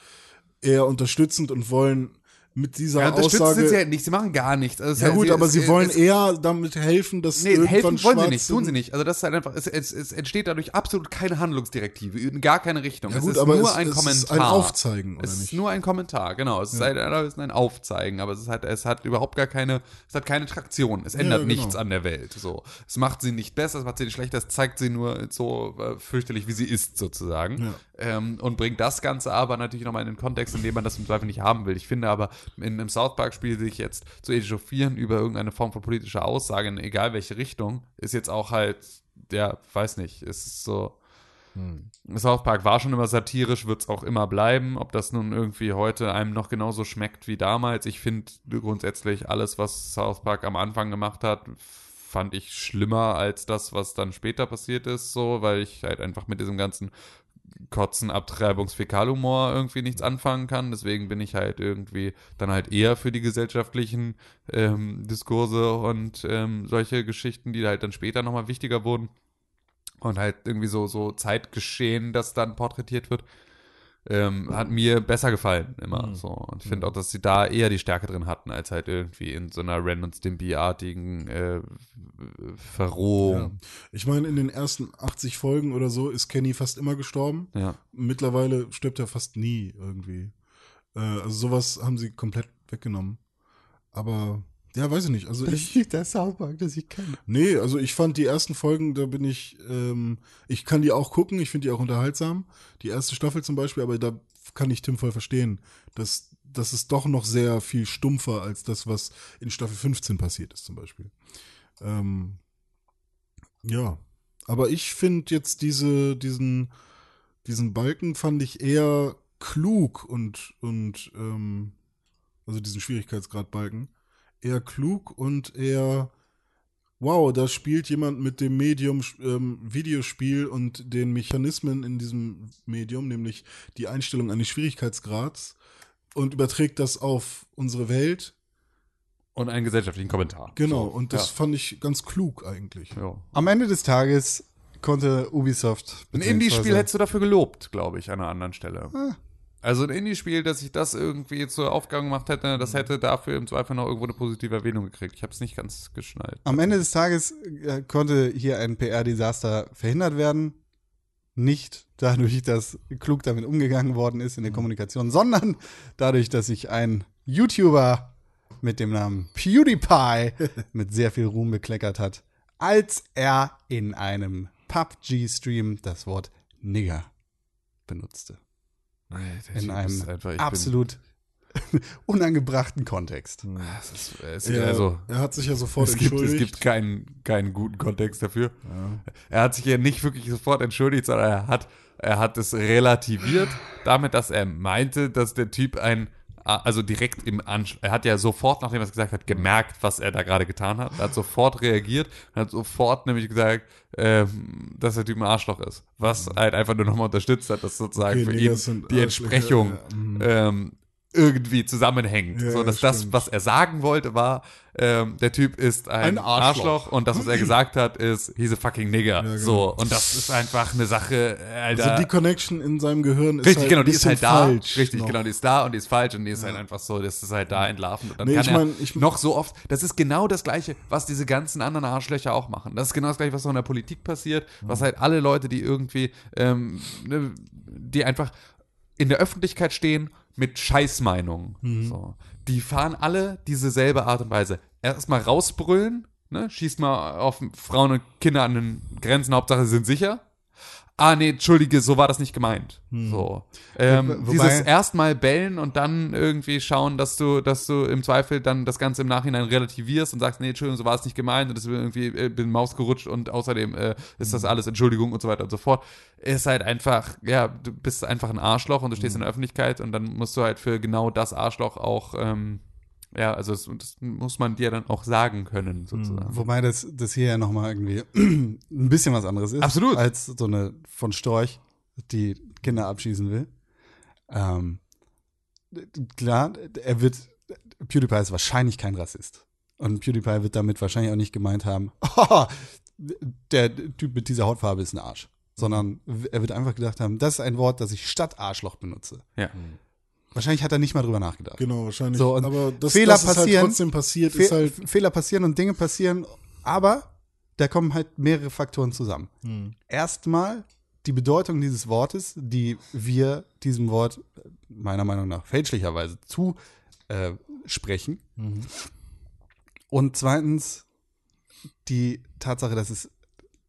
D: eher unterstützend und wollen mit dieser
E: Ja, unterstützen
D: Aussage.
E: sind sie halt nicht, sie machen gar nichts. Also es
D: ja
E: ist-
D: gut,
E: es-
D: aber sie
E: es-
D: wollen
E: es-
D: eher damit helfen, dass
E: Nee,
D: irgendwann
E: helfen wollen sie
D: Schwarze-
E: nicht, tun sie nicht. Also das ist halt einfach, es, es, es entsteht dadurch absolut keine Handlungsdirektive, in gar keine Richtung.
D: Ja
E: es
D: gut,
E: ist
D: aber
E: nur
D: es-
E: ein
D: es ist
E: Kommentar.
D: ein Aufzeigen, oder
E: es
D: nicht?
E: ist nur ein Kommentar, genau. Es ist halt ein, ein Aufzeigen, aber es, ist halt, es hat überhaupt gar keine, es hat keine Traktion. Es ändert
D: genau.
E: nichts an der Welt. So. Es macht sie nicht besser, es macht sie nicht schlechter, es zeigt sie nur so äh, fürchterlich, wie sie ist, sozusagen. Ähm, und bringt das Ganze aber natürlich nochmal in den Kontext, in dem man das im Zweifel nicht haben will. Ich finde aber, in einem South Park-Spiel sich jetzt zu echauffieren über irgendeine Form von politischer Aussage, in egal welche Richtung, ist jetzt auch halt, ja, weiß nicht, es ist so. South Park war schon immer satirisch, wird es auch immer bleiben. Ob das nun irgendwie heute einem noch genauso schmeckt wie damals. Ich finde grundsätzlich alles, was South Park am Anfang gemacht hat, fand ich schlimmer als das, was dann später passiert ist, so, weil ich halt einfach mit diesem ganzen Kotzen, Abtreibungs, Fäkalhumor irgendwie nichts anfangen kann. Deswegen bin ich halt irgendwie dann halt eher für die gesellschaftlichen ähm, Diskurse und ähm, solche Geschichten, die halt dann später nochmal wichtiger wurden und halt irgendwie so, so Zeitgeschehen, das dann porträtiert wird, ähm, hat mir besser gefallen immer so. Und ich finde auch, dass sie da eher die Stärke drin hatten, als halt irgendwie in so einer Ren und Stimpy-artigen äh, Verrohung.
D: Ich meine, in den ersten 80 Folgen oder so ist Kenny fast immer gestorben.
E: Ja.
D: Mittlerweile stirbt er fast nie irgendwie. Äh, also sowas haben sie komplett weggenommen. Aber ja, weiß ich nicht. Also ich,
B: liegt der South Park, das ich kenne.
D: nee, also ich fand die ersten Folgen, da bin ich, ähm, ich kann die auch gucken, ich finde die auch unterhaltsam. Die erste Staffel zum Beispiel, aber da kann ich Tim voll verstehen, dass das ist doch noch sehr viel stumpfer als das, was in Staffel 15 passiert ist zum Beispiel. Ähm, ja, aber ich finde jetzt diese, diesen, diesen Balken fand ich eher klug und, und ähm, also diesen Schwierigkeitsgradbalken, eher klug und eher, wow, da spielt jemand mit dem Medium ähm, Videospiel und den Mechanismen in diesem Medium, nämlich die Einstellung eines Schwierigkeitsgrads und überträgt das auf unsere Welt.
E: Und einen gesellschaftlichen Kommentar.
D: Genau,
E: So,
D: und das
E: ja.
D: fand ich ganz klug eigentlich.
E: Ja.
B: Am Ende des Tages konnte Ubisoft.
E: Ein Indie-Spiel
B: beziehungsweise-
E: hättest du dafür gelobt, glaube ich, an einer anderen Stelle.
B: Ah.
E: Also ein Indie-Spiel, dass ich das irgendwie zur Aufgabe gemacht hätte,
B: Mhm.
E: das hätte dafür im Zweifel noch irgendwo eine positive Erwähnung gekriegt. Ich habe es nicht ganz geschnallt.
B: Am Ende des Tages äh, konnte hier ein PR-Desaster verhindert werden. Nicht dadurch, dass klug damit umgegangen worden ist in
E: Mhm.
B: der Kommunikation, sondern dadurch, dass sich ein YouTuber mit dem Namen PewDiePie mit sehr viel Ruhm bekleckert hat, als er in einem PUBG-Stream das Wort Nigger benutzte.
E: Alter,
B: In
E: du bist
B: einem
E: einfach- ich bin-
B: absolut unangebrachten Kontext.
E: Ah, Es ist, es ist
D: Er,
E: also,
D: er hat sich ja sofort
E: es gibt,
D: entschuldigt.
E: es gibt keinen, keinen guten Kontext dafür. Er hat sich ja nicht wirklich sofort entschuldigt, sondern er hat, er hat es relativiert damit, dass er meinte, dass der Typ ein, also direkt im Anschluss, er hat ja sofort, nachdem er es gesagt hat, gemerkt, was er da gerade getan hat. Er hat sofort reagiert und hat sofort nämlich gesagt, ähm, dass der Typ ein Arschloch ist. Was halt einfach nur nochmal unterstützt hat, dass sozusagen
D: Mhm. Okay,
E: für
D: Nigger
E: ihn
D: sind
E: die
D: Arschlöcher, mhm.
E: Entsprechung ähm, irgendwie zusammenhängt.
D: Ja,
E: so, dass
D: ja,
E: das,
D: stimmt.
E: was er sagen wollte, war, ähm, der Typ ist
D: Ein
E: ein, Arschloch.
D: Arschloch.
E: und das, was er gesagt hat, ist, he's a fucking nigger.
D: genau.
E: So, und das ist einfach eine Sache, äh, Alter.
D: Also die Connection in seinem Gehirn ist
E: Richtig,
D: halt
E: genau,
D: ein
E: die ist
D: bisschen
E: halt da.
D: falsch
E: Richtig,
D: noch.
E: genau, die ist da und die ist falsch und die ist halt einfach so, das ist halt da entlarvend. Und dann
D: Nee,
E: kann
D: ich
E: er
D: mein, ich-
E: noch so oft, das ist genau das Gleiche, was diese ganzen anderen Arschlöcher auch machen. Das ist genau das Gleiche, was auch in der Politik passiert, was halt alle Leute, die irgendwie, ähm, ne, die einfach in der Öffentlichkeit stehen mit Scheißmeinungen,
D: Mhm.
E: so. die fahren alle dieselbe Art und Weise. Erstmal rausbrüllen, ne? schießt mal auf Frauen und Kinder an den Grenzen, Hauptsache sie sind sicher ah nee, entschuldige, so war das nicht gemeint. So. Ähm,
B: Wo- wobei-
E: dieses erstmal bellen und dann irgendwie schauen, dass du, dass du im Zweifel dann das Ganze im Nachhinein relativierst und sagst, nee, Entschuldigung, so war es nicht gemeint und das ist mir irgendwie äh, bin Maus gerutscht und außerdem äh, ist das alles Entschuldigung und so weiter und so fort. Ist halt einfach, ja, du bist einfach ein Arschloch und du stehst in der Öffentlichkeit und dann musst du halt für genau das Arschloch auch, ähm, ja, also das, das muss man dir dann auch sagen können, sozusagen.
B: Wobei das, das hier ja nochmal irgendwie ein bisschen was anderes ist.
E: Absolut.
B: Als so eine von Storch, die Kinder abschießen will. Ähm, klar, er wird, PewDiePie ist wahrscheinlich kein Rassist. Und PewDiePie wird damit wahrscheinlich auch nicht gemeint haben, der Typ mit dieser Hautfarbe ist ein Arsch. Sondern er wird einfach gedacht haben, das ist ein Wort, das ich statt Arschloch benutze.
E: Ja.
B: Wahrscheinlich hat er nicht mal drüber nachgedacht.
D: Genau, wahrscheinlich.
B: So, und
D: aber das,
B: Fehler
D: dass es
B: passieren.
D: Halt trotzdem passiert,
B: Fe
D: ist halt.
B: Fehler passieren und Dinge passieren, aber da kommen halt mehrere Faktoren zusammen.
D: Hm.
B: Erstmal die Bedeutung dieses Wortes, die wir diesem Wort äh, meiner Meinung nach fälschlicherweise zusprechen.
D: Mhm.
B: Und zweitens die Tatsache, dass es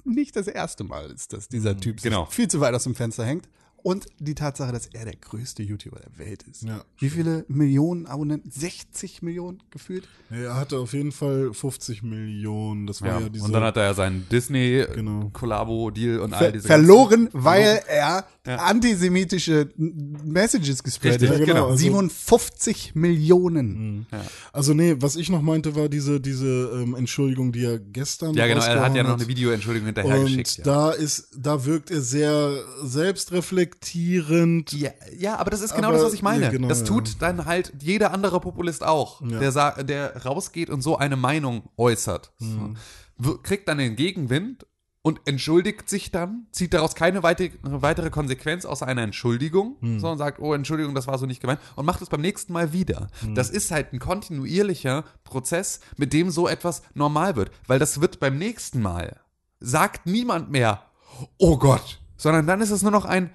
B: nicht das erste Mal ist, dass dieser
D: Mhm.
B: Typ sich
E: genau.
B: viel zu weit aus dem Fenster hängt. Und die Tatsache, dass er der größte YouTuber der Welt ist.
D: Ja.
B: Wie viele Millionen Abonnenten? 60 Millionen gefühlt?
D: Nee, Er hatte auf jeden Fall 50 Millionen. Das war
E: Ja,
D: ja, diese.
E: und dann hat er ja seinen
D: Genau.
E: Disney-Kollabo-Deal und all
B: Ver
E: diese
B: verloren, weil er antisemitische n- Messages gespreadet
E: Richtig,
B: hat.
E: Ja, genau.
D: also-
B: 57 Millionen.
D: also, nee, was ich noch meinte, war diese, diese ähm, Entschuldigung, die er gestern.
E: Ja, genau, er hat ja
D: rausgehauen
E: noch eine Videoentschuldigung
D: Und
E: hinterhergeschickt. Ja.
D: da ist, da wirkt er sehr selbstreflektierend.
E: Ja, ja, aber das ist genau
D: Aber-
E: das, was ich meine.
D: ja, genau,
E: das
D: ja.
E: tut dann halt jeder andere Populist auch,
D: Ja.
E: der, sa- der rausgeht und so eine Meinung äußert.
D: Mhm.
E: So. W- Kriegt dann den Gegenwind und entschuldigt sich dann, zieht daraus keine weite, weitere Konsequenz außer einer Entschuldigung,
D: Mhm.
E: sondern sagt, oh, Entschuldigung, das war so nicht gemeint und macht es beim nächsten Mal wieder.
D: Mhm.
E: Das ist halt ein kontinuierlicher Prozess, mit dem so etwas normal wird, weil das wird beim nächsten Mal, sagt niemand mehr, oh Gott, sondern dann ist es nur noch ein,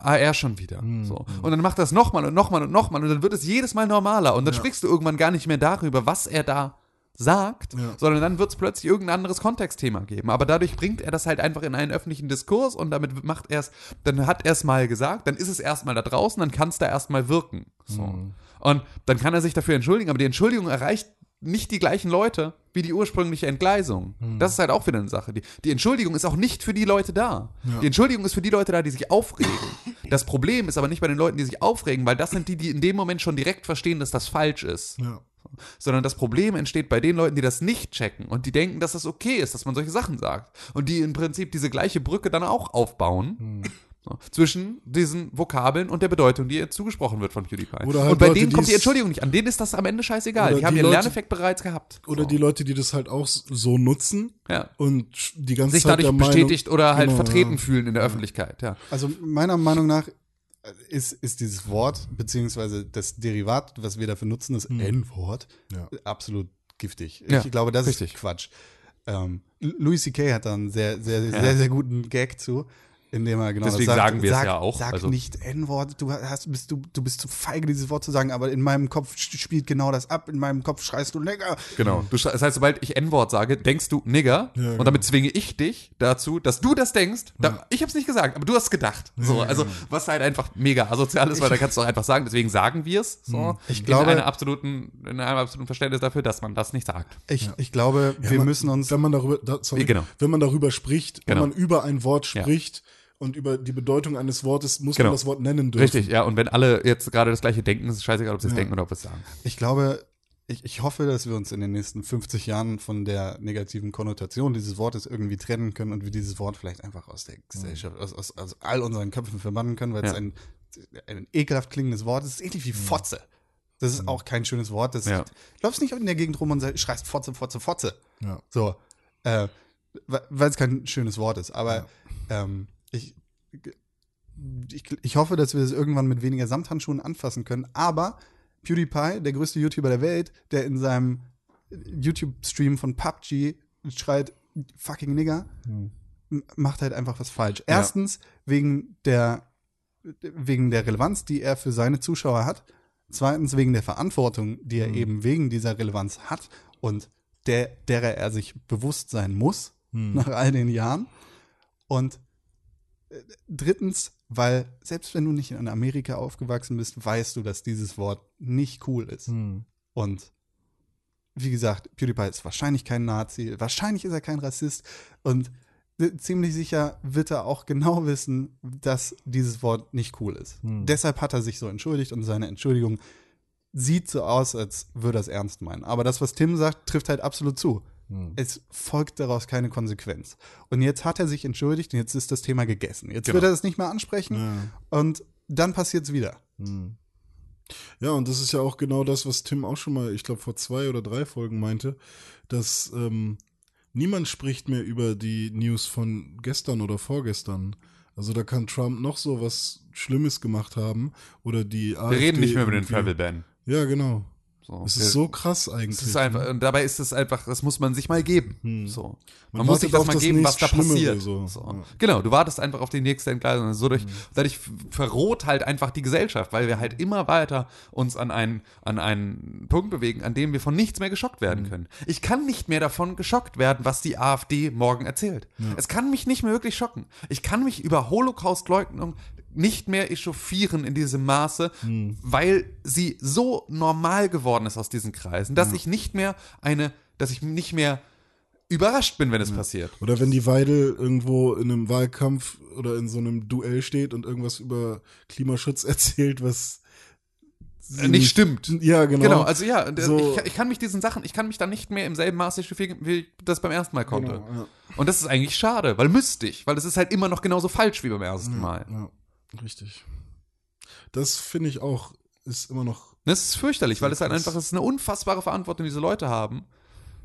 E: ah, er schon wieder. So. Und dann macht das nochmal und nochmal und nochmal und dann wird es jedes Mal normaler und dann sprichst du irgendwann gar nicht mehr darüber, was er da sagt, sondern dann wird es plötzlich irgendein anderes Kontextthema geben. Aber dadurch bringt er das halt einfach in einen öffentlichen Diskurs und damit macht er es, dann hat er es mal gesagt, dann ist es erstmal da draußen, dann kann es da erstmal wirken. So. Und dann kann er sich dafür entschuldigen, aber die Entschuldigung erreicht nicht die gleichen Leute wie die ursprüngliche Entgleisung. Das ist halt auch wieder eine Sache. Die, die Entschuldigung ist auch nicht für die Leute da. Die Entschuldigung ist für die Leute da, die sich aufregen. Das Problem ist aber nicht bei den Leuten, die sich aufregen, weil das sind die, die in dem Moment schon direkt verstehen, dass das falsch ist.
D: Ja.
E: Sondern das Problem entsteht bei den Leuten, die das nicht checken und die denken, dass das okay ist, dass man solche Sachen sagt. Und die im Prinzip diese gleiche Brücke dann auch aufbauen.
D: Hm.
E: So, zwischen diesen Vokabeln und der Bedeutung, die ihr zugesprochen wird von PewDiePie.
D: Oder halt
E: und bei
D: Leute,
E: denen kommt
D: die
E: die
D: es-
E: Entschuldigung nicht an. Denen ist das am Ende scheißegal.
D: Oder
E: Die haben
D: die
E: ihren
D: Leute-
E: Lerneffekt bereits gehabt.
D: Oder
E: so.
D: die Leute, die das halt auch so nutzen
E: Ja.
D: und die ganze
E: sich
D: Zeit
E: dadurch
D: der Meinung,
E: bestätigt oder halt
D: Genau,
E: vertreten
D: ja.
E: fühlen in der Öffentlichkeit. Ja.
B: Also meiner Meinung nach ist, ist dieses Wort, beziehungsweise das Derivat, was wir dafür nutzen, das N-Wort,
D: Hm. Ja.
B: absolut giftig.
E: Ja,
B: ich glaube, das
E: richtig.
B: ist Quatsch. Ähm, L- Louis C.K. hat da einen sehr, sehr, sehr, sehr, sehr guten Gag zu, indem er genau
E: Deswegen
B: das sagt.
E: sagen wir es
B: sag,
E: ja auch,
B: Sag
E: also-
B: nicht N-Wort, du, hast- bist, du, du bist zu feige, dieses Wort zu sagen, aber in meinem Kopf sch- spielt genau das ab, in meinem Kopf schreist du lecker.
E: Genau. Du, schrei- das heißt, sobald ich N-Wort sage, denkst du Nigger und damit zwinge ich dich dazu, dass du das denkst. Da, Ich habe es nicht gesagt, aber du hast es gedacht. So, also was halt einfach mega asozial ist, weil da kannst du auch einfach sagen. Deswegen sagen wir es. So, ich
B: glaube-
E: in, einer absoluten, in einem absoluten Verständnis dafür, dass man das nicht sagt.
B: Ich, ich glaube,
D: Ja,
B: wir
D: man-
B: müssen uns
D: wenn man darüber, da, sorry,
E: Genau.
D: wenn man darüber spricht,
E: Genau.
D: wenn man über ein Wort
E: Ja.
D: spricht und über die Bedeutung eines Wortes, muss
E: Genau.
D: man das Wort nennen dürfen.
E: Richtig, ja. Und wenn alle jetzt gerade das gleiche denken, ist es scheißegal, ob sie es denken oder ob sie es sagen.
B: Ich glaube, ich, ich hoffe, dass wir uns in den nächsten 50 Jahren von der negativen Konnotation dieses Wortes irgendwie trennen können und wir dieses Wort vielleicht einfach aus der Gesellschaft, aus, aus, aus all unseren Köpfen verbannen können, weil es
E: Mhm. Ja. Mhm.
B: ein ein ekelhaft klingendes Wort. Es ist ähnlich wie Fotze. Das ist auch kein schönes Wort. Das
E: Ja.
B: Läufst nicht in der Gegend rum und sag- schreist Fotze, Fotze, Fotze.
D: Ja.
B: So, äh, we- weil es kein schönes Wort ist. Aber ähm, ich, ich, ich hoffe, dass wir das irgendwann mit weniger Samthandschuhen anfassen können. Aber PewDiePie, der größte YouTuber der Welt, der in seinem YouTube-Stream von PUBG schreit, fucking Nigger, m- macht halt einfach was falsch. Erstens wegen der wegen der Relevanz, die er für seine Zuschauer hat. Zweitens wegen der Verantwortung, die er eben wegen dieser Relevanz hat und der, derer er sich bewusst sein muss nach all den Jahren. Und äh, drittens, weil selbst wenn du nicht in Amerika aufgewachsen bist, weißt du, dass dieses Wort nicht cool ist. Und wie gesagt, PewDiePie ist wahrscheinlich kein Nazi, wahrscheinlich ist er kein Rassist und äh, ziemlich sicher wird er auch genau wissen, dass dieses Wort nicht cool ist. Deshalb hat er sich so entschuldigt und seine Entschuldigung sieht so aus, als würde er es ernst meinen. Aber das, was Tim sagt, trifft halt absolut zu. Es folgt daraus keine Konsequenz. Und jetzt hat er sich entschuldigt und jetzt ist das Thema gegessen. Jetzt wird er das nicht mehr ansprechen und dann passiert es wieder.
D: Ja, und das ist ja auch genau das, was Tim auch schon mal, ich glaube, vor zwei oder drei Folgen meinte, dass ähm, niemand spricht mehr über die News von gestern oder vorgestern. Also da kann Trump noch so was Schlimmes gemacht haben oder die
E: Wir reden nicht mehr über den
D: Travel.
E: Travel Ban.
D: Ja, genau.
E: So.
D: Es ist
E: Wir-
D: so krass eigentlich. ne?
E: es ist einfach, und dabei ist es einfach, das muss man sich mal geben. So. Man,
D: Man
E: muss
D: wartet
E: sich das
D: auf
E: mal
D: das
E: geben, was da
D: nächst Schlimmere,
E: passiert.
D: so. Ja. Mhm.
E: Genau, du wartest einfach auf die nächste Entgleisung. Also So durch, Dadurch f- verroht halt einfach die Gesellschaft, weil wir halt immer weiter uns an einen, an einen Punkt bewegen, an dem wir von nichts mehr geschockt werden
D: Mhm.
E: können. Ich kann nicht mehr davon geschockt werden, was die AfD morgen erzählt. Es kann mich nicht mehr wirklich schocken. Ich kann mich über Holocaust-Leugnung nicht mehr echauffieren in diesem Maße,
D: Mhm.
E: weil sie so normal geworden ist aus diesen Kreisen, dass ich nicht mehr eine, dass ich nicht mehr überrascht bin, wenn es passiert.
D: Oder wenn die Weidel irgendwo in einem Wahlkampf oder in so einem Duell steht und irgendwas über Klimaschutz erzählt, was sie
E: Äh, Nicht stimmt.
D: Ja, genau.
E: Genau, also ja, und, äh,
D: So.
E: ich, ich kann mich diesen Sachen, ich kann mich dann nicht mehr im selben Maße echauffieren, wie ich das beim ersten Mal konnte.
D: Genau, ja.
E: Und das ist eigentlich schade, weil müsste ich, weil es ist halt immer noch genauso falsch wie beim ersten Mal.
D: Ja, richtig. Das finde ich auch, ist immer noch.
E: Das ist fürchterlich, weil es halt
D: krass.
E: einfach, es ist eine unfassbare Verantwortung, die diese Leute haben.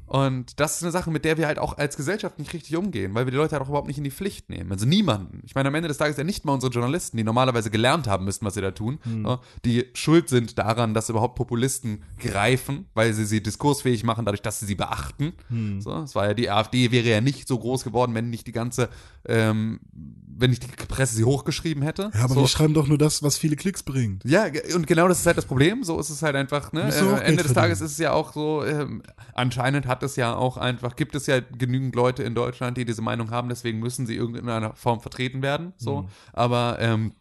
E: Und das ist eine Sache, mit der wir halt auch als Gesellschaft nicht richtig umgehen, weil wir die Leute halt auch überhaupt nicht in die Pflicht nehmen. Also niemanden. Ich meine, am Ende des Tages ja nicht mal unsere Journalisten, die normalerweise gelernt haben müssten, was sie da tun,
D: Hm.
E: ja, die schuld sind daran, dass überhaupt Populisten greifen, weil sie sie diskursfähig machen, dadurch, dass sie sie beachten.
D: Hm.
E: So, es war ja die AfD wäre ja nicht so groß geworden, wenn nicht die ganze, ähm, wenn nicht die Presse sie hochgeschrieben hätte.
D: Ja, aber
E: so.
D: wir schreiben doch nur das, was viele Klicks bringt.
E: Ja, ge- und genau das ist halt das Problem. So ist es halt einfach, ne?
D: Müssen wir auch
E: Äh,
D: Geld
E: Ende des
D: verdienen.
E: Tages ist es ja auch so, ähm, anscheinend hat es ja auch einfach, gibt es ja genügend Leute in Deutschland, die diese Meinung haben, deswegen müssen sie irgendeiner Form vertreten werden.
D: Mhm.
E: So. Aber ähm,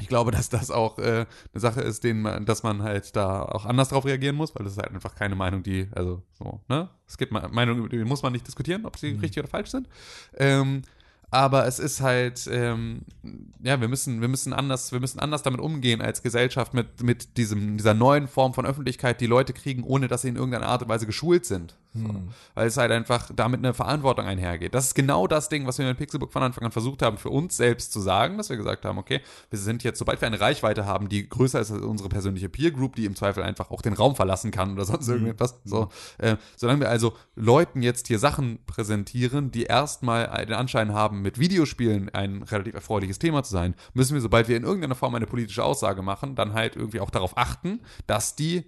E: ich glaube, dass das auch äh, eine Sache ist, den man, dass man halt da auch anders drauf reagieren muss, weil das ist halt einfach keine Meinung, die, also so, ne? Es gibt Ma- Meinungen, über die muss man nicht diskutieren, ob
D: Mhm.
E: sie richtig oder falsch sind. Ähm, aber es ist halt, ähm, ja, wir müssen, wir müssen anders, wir müssen anders damit umgehen als Gesellschaft mit, mit diesem, dieser neuen Form von Öffentlichkeit, die Leute kriegen, ohne dass sie in irgendeiner Art und Weise geschult sind. So. Weil es halt einfach damit eine Verantwortung einhergeht. Das ist genau das Ding, was wir mit Pixelbook von Anfang an versucht haben, für uns selbst zu sagen, dass wir gesagt haben, okay, wir sind jetzt, sobald wir eine Reichweite haben, die größer ist als unsere persönliche Peer Group, die im Zweifel einfach auch den Raum verlassen kann oder sonst irgendetwas. So, äh, solange wir also Leuten jetzt hier Sachen präsentieren, die erstmal den Anschein haben, mit Videospielen ein relativ erfreuliches Thema zu sein, müssen wir, sobald wir in irgendeiner Form eine politische Aussage machen, dann halt irgendwie auch darauf achten, dass die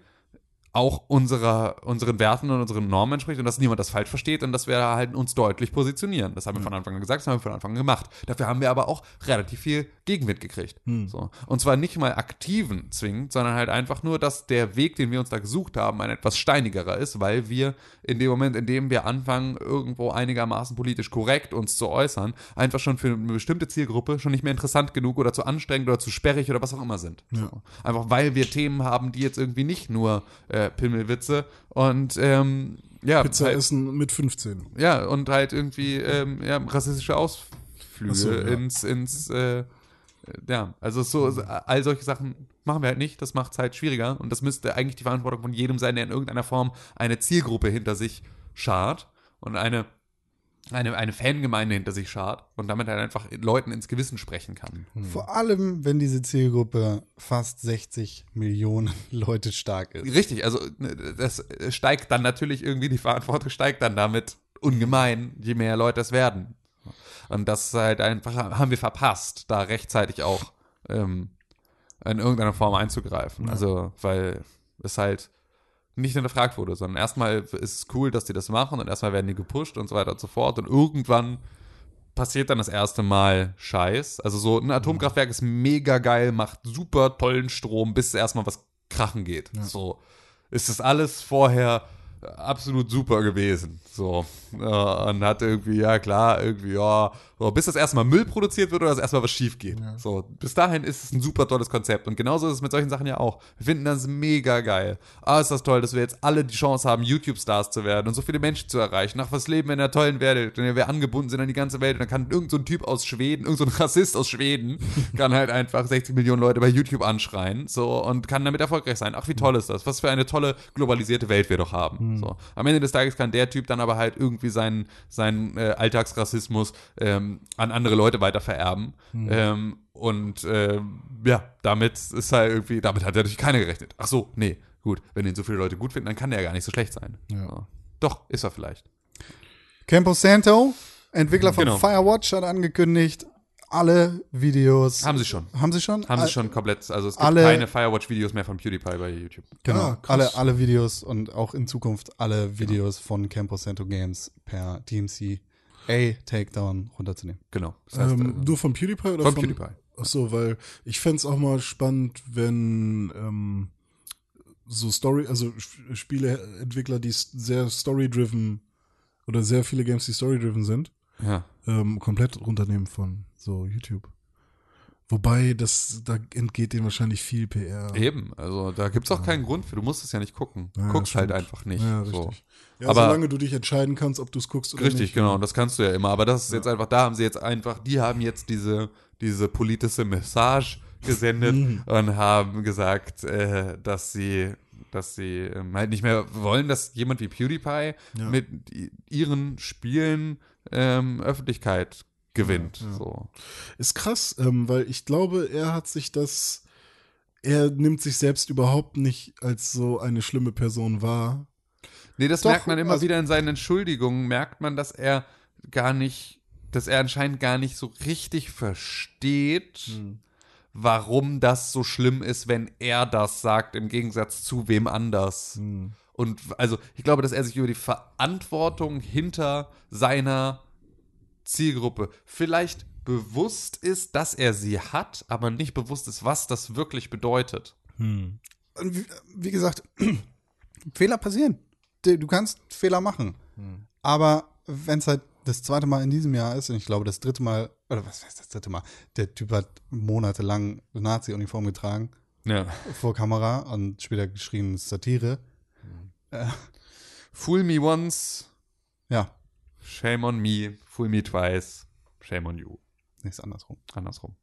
E: auch unserer, unseren Werten und unseren Normen entspricht und dass niemand das falsch versteht und dass wir da halt uns deutlich positionieren. Das haben wir von Anfang an gesagt, das haben wir von Anfang an gemacht. Dafür haben wir aber auch relativ viel Gegenwind gekriegt. So. Und zwar nicht mal aktiven zwingend, sondern halt einfach nur, dass der Weg, den wir uns da gesucht haben, ein etwas steinigerer ist, weil wir in dem Moment, in dem wir anfangen, irgendwo einigermaßen politisch korrekt uns zu äußern, einfach schon für eine bestimmte Zielgruppe schon nicht mehr interessant genug oder zu anstrengend oder zu sperrig oder was auch immer sind. So. Einfach weil wir Themen haben, die jetzt irgendwie nicht nur äh, Pimmelwitze und ähm, ja,
D: Pizza
E: halt,
D: essen mit 15.
E: ja, und halt irgendwie ähm, ja, rassistische Ausflüge
D: Ach so, ja.
E: ins, ins äh, ja, also so, so, all solche Sachen machen wir halt nicht, das macht es halt schwieriger und das müsste eigentlich die Verantwortung von jedem sein, der in irgendeiner Form eine Zielgruppe hinter sich schart und eine eine, eine Fangemeinde hinter sich schart und damit halt einfach Leuten ins Gewissen sprechen kann.
B: Vor allem, wenn diese Zielgruppe fast 60 Millionen Leute stark ist.
E: Richtig, also ne, das steigt dann natürlich irgendwie, die Verantwortung steigt dann damit ungemein, je mehr Leute es werden. Und das ist halt einfach haben wir verpasst, da rechtzeitig auch ähm, in irgendeiner Form einzugreifen. Also, weil es halt nicht hinterfragt wurde, sondern erstmal ist es cool, dass die das machen und erstmal werden die gepusht und so weiter und so fort. Und irgendwann passiert dann das erste Mal Scheiß. Also so ein Atomkraftwerk ist mega geil, macht super tollen Strom, bis erstmal was krachen geht. So ist das alles vorher absolut super gewesen. So äh, und hat irgendwie ja klar irgendwie ja, so, bis das erstmal Müll produziert wird oder das erstmal was schief geht. So bis dahin ist es ein super tolles Konzept und genauso ist es mit solchen Sachen ja auch. Wir finden das mega geil. Ah, ist das toll, dass wir jetzt alle die Chance haben, YouTube Stars zu werden und so viele Menschen zu erreichen. Nach was leben wir in einer tollen Welt, wenn wir angebunden sind an die ganze Welt und dann kann irgendein so ein Typ aus Schweden, irgendein so ein Rassist aus Schweden kann halt einfach 60 Millionen Leute bei YouTube anschreien, so und kann damit erfolgreich sein. Ach, wie toll ist das? Was für eine tolle globalisierte Welt wir doch haben. So. Am Ende des Tages kann der Typ dann aber halt irgendwie seinen seinen äh, Alltagsrassismus ähm, an andere Leute weiter vererben. Ähm, und ähm, ja, damit ist halt irgendwie, damit hat natürlich keiner gerechnet. Ach so, nee, gut, wenn ihn so viele Leute gut finden, dann kann der gar nicht so schlecht sein. So. Doch, ist er vielleicht.
B: Campo Santo, Entwickler von
E: Genau.
B: Firewatch, hat angekündigt, alle Videos.
E: Haben sie schon.
B: Haben sie schon?
E: Haben
B: Al-
E: sie schon komplett, also es gibt
B: alle-
E: keine Firewatch-Videos mehr von PewDiePie bei YouTube.
B: Genau.
D: Ah, krass.
B: alle, alle Videos und auch in Zukunft alle
E: Genau.
B: Videos von Campo Santo Games per DMC A Takedown runterzunehmen.
E: Genau. Das heißt,
D: Ähm,
E: äh,
D: du von PewDiePie oder
E: Von PewDiePie.
D: Ach so, weil ich fänd's auch mal spannend, wenn ähm, so Story, also Sp- Spieleentwickler, die s- sehr Story-driven oder sehr viele Games, die Story-driven sind,
E: ja.
D: ähm, komplett runternehmen von so YouTube. Wobei das, da entgeht denen wahrscheinlich viel PR.
E: Eben, also da gibt es auch keinen Grund für, du musst es ja nicht gucken. Du
D: Ja,
E: Guckst halt
D: stimmt.
E: einfach nicht.
D: Ja, richtig.
E: so.
D: Ja,
E: Aber-
D: solange du dich entscheiden kannst, ob du es guckst oder
E: Richtig,
D: nicht. ne?
E: genau, das kannst du ja immer, aber das ist jetzt einfach, da haben sie jetzt einfach, die haben jetzt diese, diese politische Message
D: Hm.
E: gesendet und haben gesagt, äh, dass sie dass sie ähm, halt nicht mehr wollen, dass jemand wie PewDiePie genau. mit i- ihren Spielen ähm, Öffentlichkeit gewinnt. So.
D: Ist krass, ähm, weil ich glaube, er hat sich das, er nimmt sich selbst überhaupt nicht als so eine schlimme Person wahr.
E: Nee, das
B: Doch,
E: merkt man immer
B: also-
E: wieder in seinen Entschuldigungen, merkt man, dass er gar nicht, dass er anscheinend gar nicht so richtig versteht, warum das so schlimm ist, wenn er das sagt, im Gegensatz zu wem anders. Und also ich glaube, dass er sich über die Verantwortung hinter seiner Zielgruppe vielleicht bewusst ist, dass er sie hat, aber nicht bewusst ist, was das wirklich bedeutet.
B: Und wie, wie gesagt, Fehler passieren. Du du kannst Fehler machen.
E: Hm.
B: Aber wenn es halt das zweite Mal in diesem Jahr ist, und ich glaube, das dritte Mal, oder was heißt das dritte Mal? Der Typ hat monatelang Nazi-Uniform getragen
E: Ja.
B: vor Kamera und später geschrien Satire.
E: Fool me once,
B: Ja,
E: Shame on me, fool me twice, shame on you.
B: nichts andersrum.
E: Andersrum.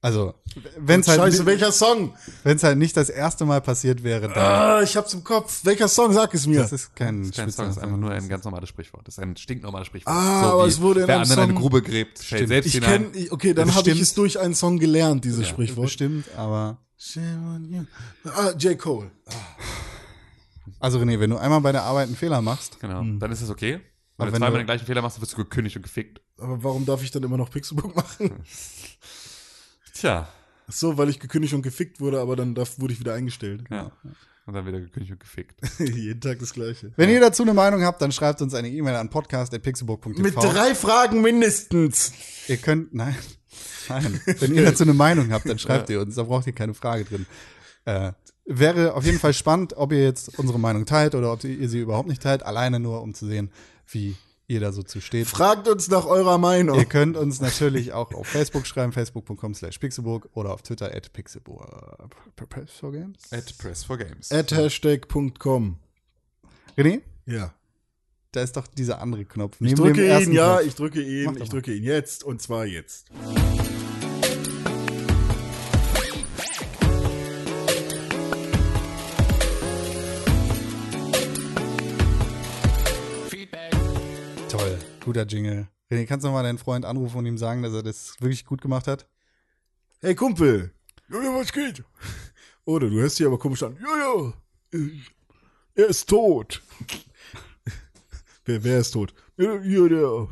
B: Also, wenn es halt,
D: Scheiße,
B: ni-
D: welcher Song?
B: wenn's halt nicht das erste Mal passiert wäre, dann.
D: Ah, ich hab's im Kopf. Welcher Song? Sag es mir.
B: Das ist kein,
E: Das ist kein Song, das ist
B: Spitzenreferat.
E: einfach nur ein ganz normales Sprichwort. Das ist ein stinknormales Sprichwort.
D: Ah, aber
E: wie,
D: es wurde in
E: Wer
D: einem
E: anderen eine
D: Song-
E: Grube gräbt, fällt selbst
D: ich
E: hinein.
D: kenne, okay, dann habe ich
B: Bestimmt.
D: es durch einen Song gelernt, dieses Sprichwort.
B: Bestimmt, aber.
D: Shame on you. Ah, J. Cole.
B: Also, René, wenn du einmal bei der Arbeit einen Fehler machst,
E: Genau.
D: Hm.
E: Dann ist das okay. Wenn
B: Aber
E: du
B: wenn
E: zweimal
B: du-
E: den gleichen Fehler machst, dann wirst du gekündigt und gefickt.
D: Aber warum darf ich dann immer noch Pixelbook
E: Hm.
D: machen?
E: Tja.
D: Ach So, weil ich gekündigt und gefickt wurde, aber dann darf, wurde ich wieder eingestellt.
E: Ja. Und dann wieder gekündigt und gefickt.
D: Jeden Tag das Gleiche.
B: wenn ihr dazu eine Meinung habt, dann schreibt uns eine E-Mail an
D: Mit
B: podcast.pixelburg.tv.
D: drei Fragen mindestens.
B: Ihr könnt, nein, nein. Wenn ihr dazu eine Meinung habt, dann schreibt ihr uns, da braucht ihr keine Frage drin. Äh, wäre auf jeden Fall spannend, ob ihr jetzt unsere Meinung teilt oder ob ihr sie überhaupt nicht teilt, alleine nur, um zu sehen, wie ihr da so zu steht.
D: Fragt uns nach eurer Meinung.
B: Ihr könnt uns natürlich auch auf Facebook schreiben, facebook.com slash pixelburg oder auf Twitter at pixelburg. Games?
E: At Press for Games.
D: At hashtag.com.
B: René,
D: Ja.
B: da ist doch dieser andere Knopf.
D: Ich
B: neben dem
D: drücke ihn,
B: ersten
D: ja,
B: Knopf.
D: ich drücke
B: Mach
D: ihn,
B: doch
D: ich
B: mal.
D: drücke ihn jetzt und zwar jetzt.
B: Toll. guter Jingle. René, kannst du noch mal deinen Freund anrufen und ihm sagen, dass er das wirklich gut gemacht hat?
D: Hey Kumpel! Jojo, was geht? Oder du hörst dich aber komisch an. Jojo! Er ist tot! wer, wer ist tot? Ja, ja, der,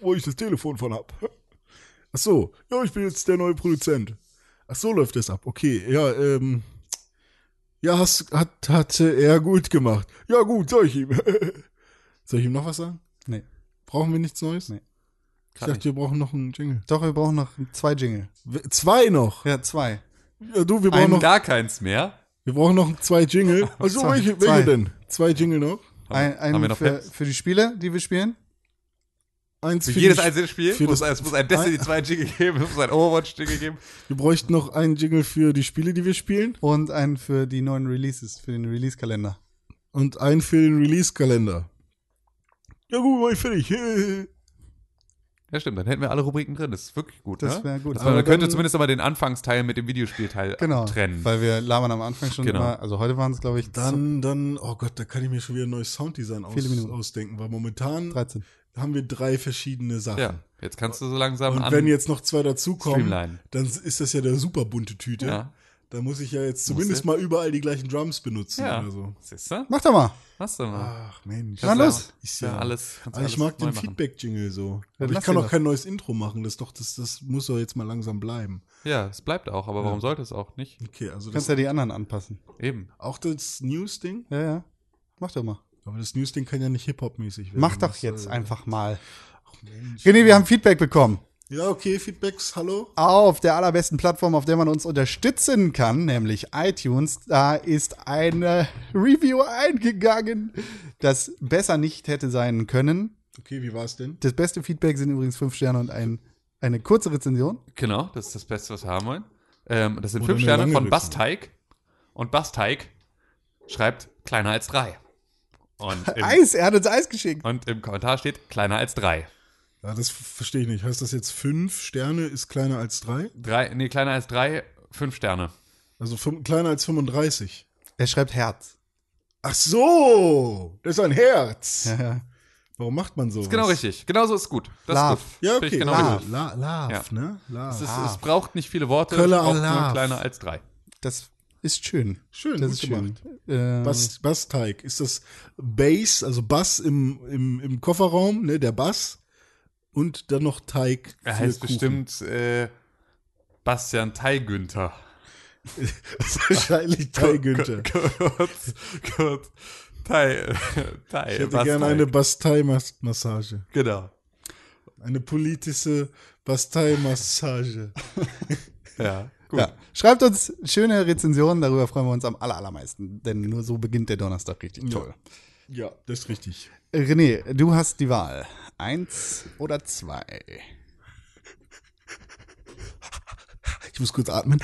D: wo ich das Telefon von hab. Ach so, ja, ich bin jetzt der neue Produzent. Ach so läuft das ab. Okay, ja, ähm. Ja, hast, hat, hat äh, er gut gemacht. Ja, gut, soll ich ihm. soll ich ihm noch was sagen?
B: Nee.
D: Brauchen wir nichts Neues?
B: Nee.
D: Ich dachte, wir brauchen noch einen Jingle.
B: Doch, wir brauchen noch zwei Jingle.
D: W- Zwei noch.
B: Ja, zwei.
D: Ja, du, wir brauchen
E: Einen
D: noch
E: gar keins mehr.
D: Wir brauchen noch zwei Jingle. Also
B: Zwei.
D: welche, welche
B: Zwei.
D: denn? Zwei Jingle noch?
E: Haben-
B: Ein, einen
E: haben wir noch
B: für,
E: Peps?
B: für die Spiele, die wir spielen.
D: Eins
E: Für
D: für,
E: jedes
D: die-
E: einzelne Spiel
D: für
E: muss,
D: das-
E: ein- es muss ein Destiny 2 Jingle geben, es muss ein Overwatch Jingle geben.
D: Wir bräuchten noch einen Jingle für die Spiele, die wir spielen
B: Und einen für die neuen Releases, für den Release-Kalender.
D: und einen für den Release-Kalender. Ja gut, mach ich fertig.
E: Ja, stimmt, dann hätten wir alle Rubriken drin. Das ist wirklich gut,
B: Das
E: ne?
B: wäre gut.
E: Das war, man
B: Aber
E: könnte
B: dann-
E: zumindest aber den Anfangsteil mit dem Videospielteil
B: Genau.
E: trennen.
B: Weil wir labern am Anfang schon
E: Genau.
B: immer. Also heute waren es, glaube ich,
D: Dann, dann, oh Gott, da kann ich mir schon wieder ein neues Sounddesign aus,
B: Viele Minuten.
D: ausdenken, weil momentan
B: 13.
D: haben wir drei verschiedene Sachen.
E: ja, jetzt kannst du so langsam
D: Und
E: an.
D: wenn jetzt noch zwei dazukommen,
E: Streamline.
D: dann ist das ja der super bunte Tüte.
E: ja,
D: Da muss ich ja jetzt zumindest
E: Muss
D: mal überall die gleichen Drums benutzen
E: ja.
D: oder so.
E: Siehst du?
B: Mach doch mal.
E: Hast du mal.
D: Ach Mensch.
B: Na los.
D: Ist
E: Ja,
D: ja
E: alles. kannst du
D: Aber Also ich
E: alles
D: mag
E: neu
D: den
E: machen.
D: Feedback-Jingle so.
B: Dann
D: Aber ich
B: lass
D: kann
B: den
D: auch
B: doch.
D: kein neues Intro machen. Das, ist doch, das, das muss doch jetzt mal langsam bleiben.
E: Ja, es bleibt auch, aber warum sollte es auch nicht?
D: Okay, also
B: Du kannst halt ja
D: das,
B: die anderen anpassen.
E: Eben.
D: auch das News-Ding.
B: Ja, ja. Mach doch mal.
D: Aber das News-Ding kann ja nicht Hip-Hop-mäßig werden.
B: Mach doch
D: Das,
B: jetzt
D: äh,
B: einfach mal.
D: ach Mensch.
B: René, wir haben Feedback bekommen.
D: Ja, okay, Feedbacks, hallo.
B: auf der allerbesten Plattform, auf der man uns unterstützen kann, nämlich iTunes. Da ist eine Review eingegangen, das besser nicht hätte sein können.
D: Okay, wie war's denn?
B: Das beste Feedback sind übrigens fünf Sterne und ein, eine kurze Rezension.
E: Genau, das ist das Beste, was wir haben wollen. Ähm, das sind
D: Oder
E: fünf
D: eine
E: Sterne
D: lange
E: von
D: Rezension.
E: Basteig. Und Basteig schreibt kleiner als drei. Und im,
B: Eis, er hat uns Eis geschickt.
E: und im Kommentar steht kleiner als drei.
D: Ja, das f- verstehe ich nicht. Heißt das jetzt fünf Sterne ist kleiner als drei?
E: Drei, nee, kleiner als drei, fünf Sterne.
D: Also fün- kleiner als 35.
B: Er schreibt Herz.
D: Ach so, das ist ein Herz.
B: Ja, ja.
D: Warum macht man so?
E: Ist genau richtig. Genauso ist gut. Das
B: Love.
E: ist gut.
D: Ja,
E: Finde
D: okay.
E: ich genau
D: Love,
E: richtig.
D: La Love,
E: Ja.
D: ne? Love.
E: Es, ist, es braucht nicht viele Worte,
D: Köller
E: es braucht
D: Alarv.
E: nur kleiner als drei.
B: Das ist schön.
D: Schön,
B: das
D: gut
B: ist schön.
D: gemacht.
B: Ähm,
D: Bass, Bassteig. Ist das Bass, also Bass im, im, im Kofferraum, ne, der Bass. Und dann noch Teig.
E: Er
D: für
E: heißt
D: Kuchen.
E: bestimmt äh, Bastian Teigünter.
D: Wahrscheinlich Teig Günther.
E: kurz, kurz. Teig. Teig.
D: Ich hätte gerne eine Bastei-Massage.
E: Genau.
D: Eine politische Bastei-Massage.
E: Ja, gut.
B: ja. Schreibt uns schöne Rezensionen, darüber freuen wir uns am aller- allermeisten, denn nur so beginnt der Donnerstag richtig toll.
D: ja, das ist richtig.
B: René, du hast die Wahl. Eins oder zwei?
D: Ich muss kurz atmen.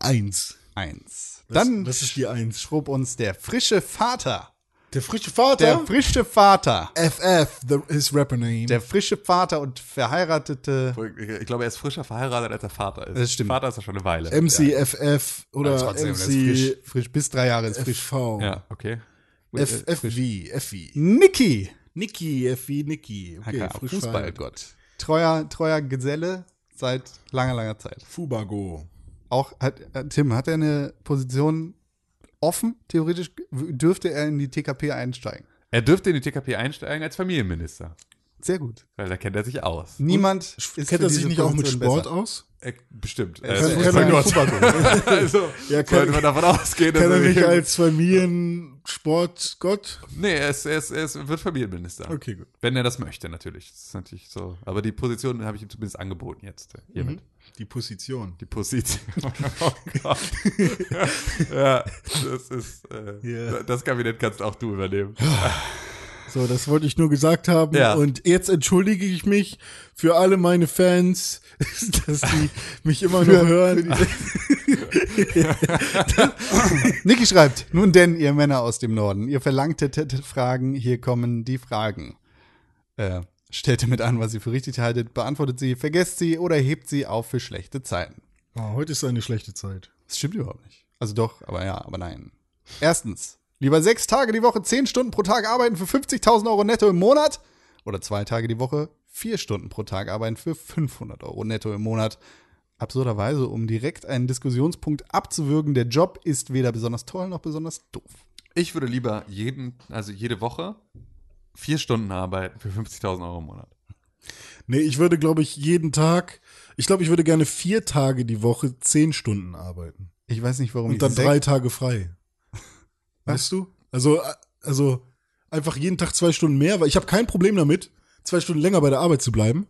D: Eins.
B: Eins.
D: Das,
B: Dann
D: das ist die Eins.
B: schrob uns der frische Vater.
D: Der frische
B: Der
D: Vater.
B: frische Vater.
D: FF, the, his rapper name.
B: Der frische Vater und verheiratete.
E: Ich glaube, er ist frischer verheiratet, als er Vater ist.
B: Das stimmt.
E: Vater ist er schon eine Weile.
D: MCFF oder
B: Trotzdem, das
D: MC
B: frisch, frisch. Bis drei Jahre ist frisch.
D: FV.
E: Ja, okay.
D: F, E. FV, FV.
B: Niki.
D: Niki, FV, Niki. Okay,
B: aka
D: frisch verheiratet.
B: Fußballgott. Treuer, treuer Geselle seit langer, langer Zeit.
D: Fubago.
B: Auch hat, äh, Tim, hat er eine Position offen? Theoretisch dürfte er in die TKP einsteigen.
E: Er dürfte in die TKP einsteigen als Familienminister.
B: Sehr gut.
E: Weil da kennt er sich aus.
B: Niemand ist
D: Kennt
B: für
D: er sich
B: diese
D: nicht auch mit
B: Position
D: Sport
B: besser.
D: aus?
E: Er, bestimmt.
B: Er kann-
E: Also,
B: kann
E: mein
B: er-
E: Gott. also
D: Ja, kann-
E: sollte man davon ausgehen, dass
D: Kennt er nicht
E: ihn-
D: als Familiensportgott?
E: Nee, er, ist, er, ist, er ist, wird Familienminister.
D: Okay, gut.
E: Wenn er das möchte, natürlich. Das ist natürlich so. Aber die Position habe ich ihm zumindest angeboten jetzt. äh, Hiermit.
D: Die Position.
E: Die Position. oh Gott. ja, das ist. Äh,
D: Ja.
E: Das Kabinett kannst auch du übernehmen.
D: So, das wollte ich nur gesagt haben.
E: Ja.
D: Und jetzt entschuldige ich mich für alle meine Fans, dass die mich immer nur hören.
B: Niki schreibt, nun denn, ihr Männer aus dem Norden, ihr verlangtet Fragen, hier kommen die Fragen. Äh, stellt damit an, was ihr für richtig haltet, beantwortet sie, vergesst sie oder hebt sie auf für schlechte Zeiten.
D: Oh, heute ist eine schlechte Zeit.
B: Das stimmt überhaupt nicht. Also doch, aber ja, aber nein. Erstens, lieber sechs Tage die Woche, zehn Stunden pro Tag arbeiten für 50.000 Euro netto im Monat oder zwei Tage die Woche vier Stunden pro Tag arbeiten für 500 Euro netto im Monat. Absurderweise, um direkt einen Diskussionspunkt abzuwürgen, der Job ist weder besonders toll noch besonders doof.
E: Ich würde lieber jeden, also jede Woche vier Stunden arbeiten für 50.000 Euro im Monat.
D: Nee, ich würde, glaube ich, jeden Tag, ich glaube, ich würde gerne vier Tage die Woche zehn Stunden arbeiten.
B: Ich weiß nicht, warum
D: Und dann
B: sech-
D: drei Tage frei. Weißt du? Also, äh, also einfach jeden Tag zwei Stunden mehr, weil ich habe kein Problem damit, zwei Stunden länger bei der Arbeit zu bleiben.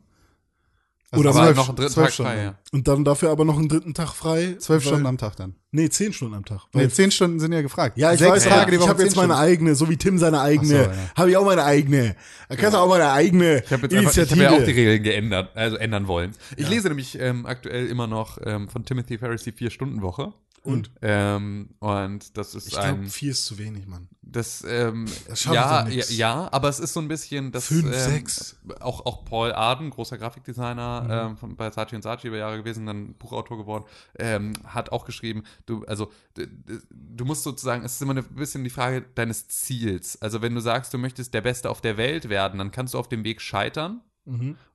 D: Oder
E: aber
D: zwölf-
E: noch einen dritten
D: zwölf
E: Tag
D: Stunden.
E: frei, ja.
D: Und dann dafür aber noch einen dritten Tag frei.
B: zwölf
D: weil-
B: Stunden am Tag dann.
D: Nee, zehn Stunden am Tag.
B: Nee,
D: Weil
B: zehn Stunden sind ja gefragt.
D: Ja, ich
B: Sechs
D: weiß,
B: Tage
D: aber
B: die
D: ich
B: Woche,
D: habe jetzt
B: zehn
D: meine
B: Stunden.
D: eigene, so wie Tim seine eigene,
B: Ach so, ja.
D: habe ich auch meine eigene. Da kannst du auch meine eigene
E: Ich habe jetzt einfach, ich
D: Initiative.
E: habe ja auch die Regeln geändert, also ändern wollen. Ich lese nämlich ähm, aktuell immer noch ähm, von Timothy Ferris die Vier-Stunden-Woche.
D: Und?
E: Ähm, und das ist
D: ich
E: ein.
D: glaube, vier ist zu wenig, Mann.
E: Das, ähm,
D: Das schafft
E: ja,
D: doch
E: ja,
D: nix.
E: ja, aber es ist so ein bisschen das.
D: Fünf,
E: ähm,
D: sechs. Mhm.
E: Auch, auch Paul Arden, großer Grafikdesigner ähm, von, bei Saatchi und Saatchi über Jahre gewesen, dann Buchautor geworden, ähm, hat auch geschrieben, du, also, d- d- du musst sozusagen, es ist immer ein bisschen die Frage deines Ziels. Also, wenn du sagst, du möchtest der Beste auf der Welt werden, dann kannst du auf dem Weg scheitern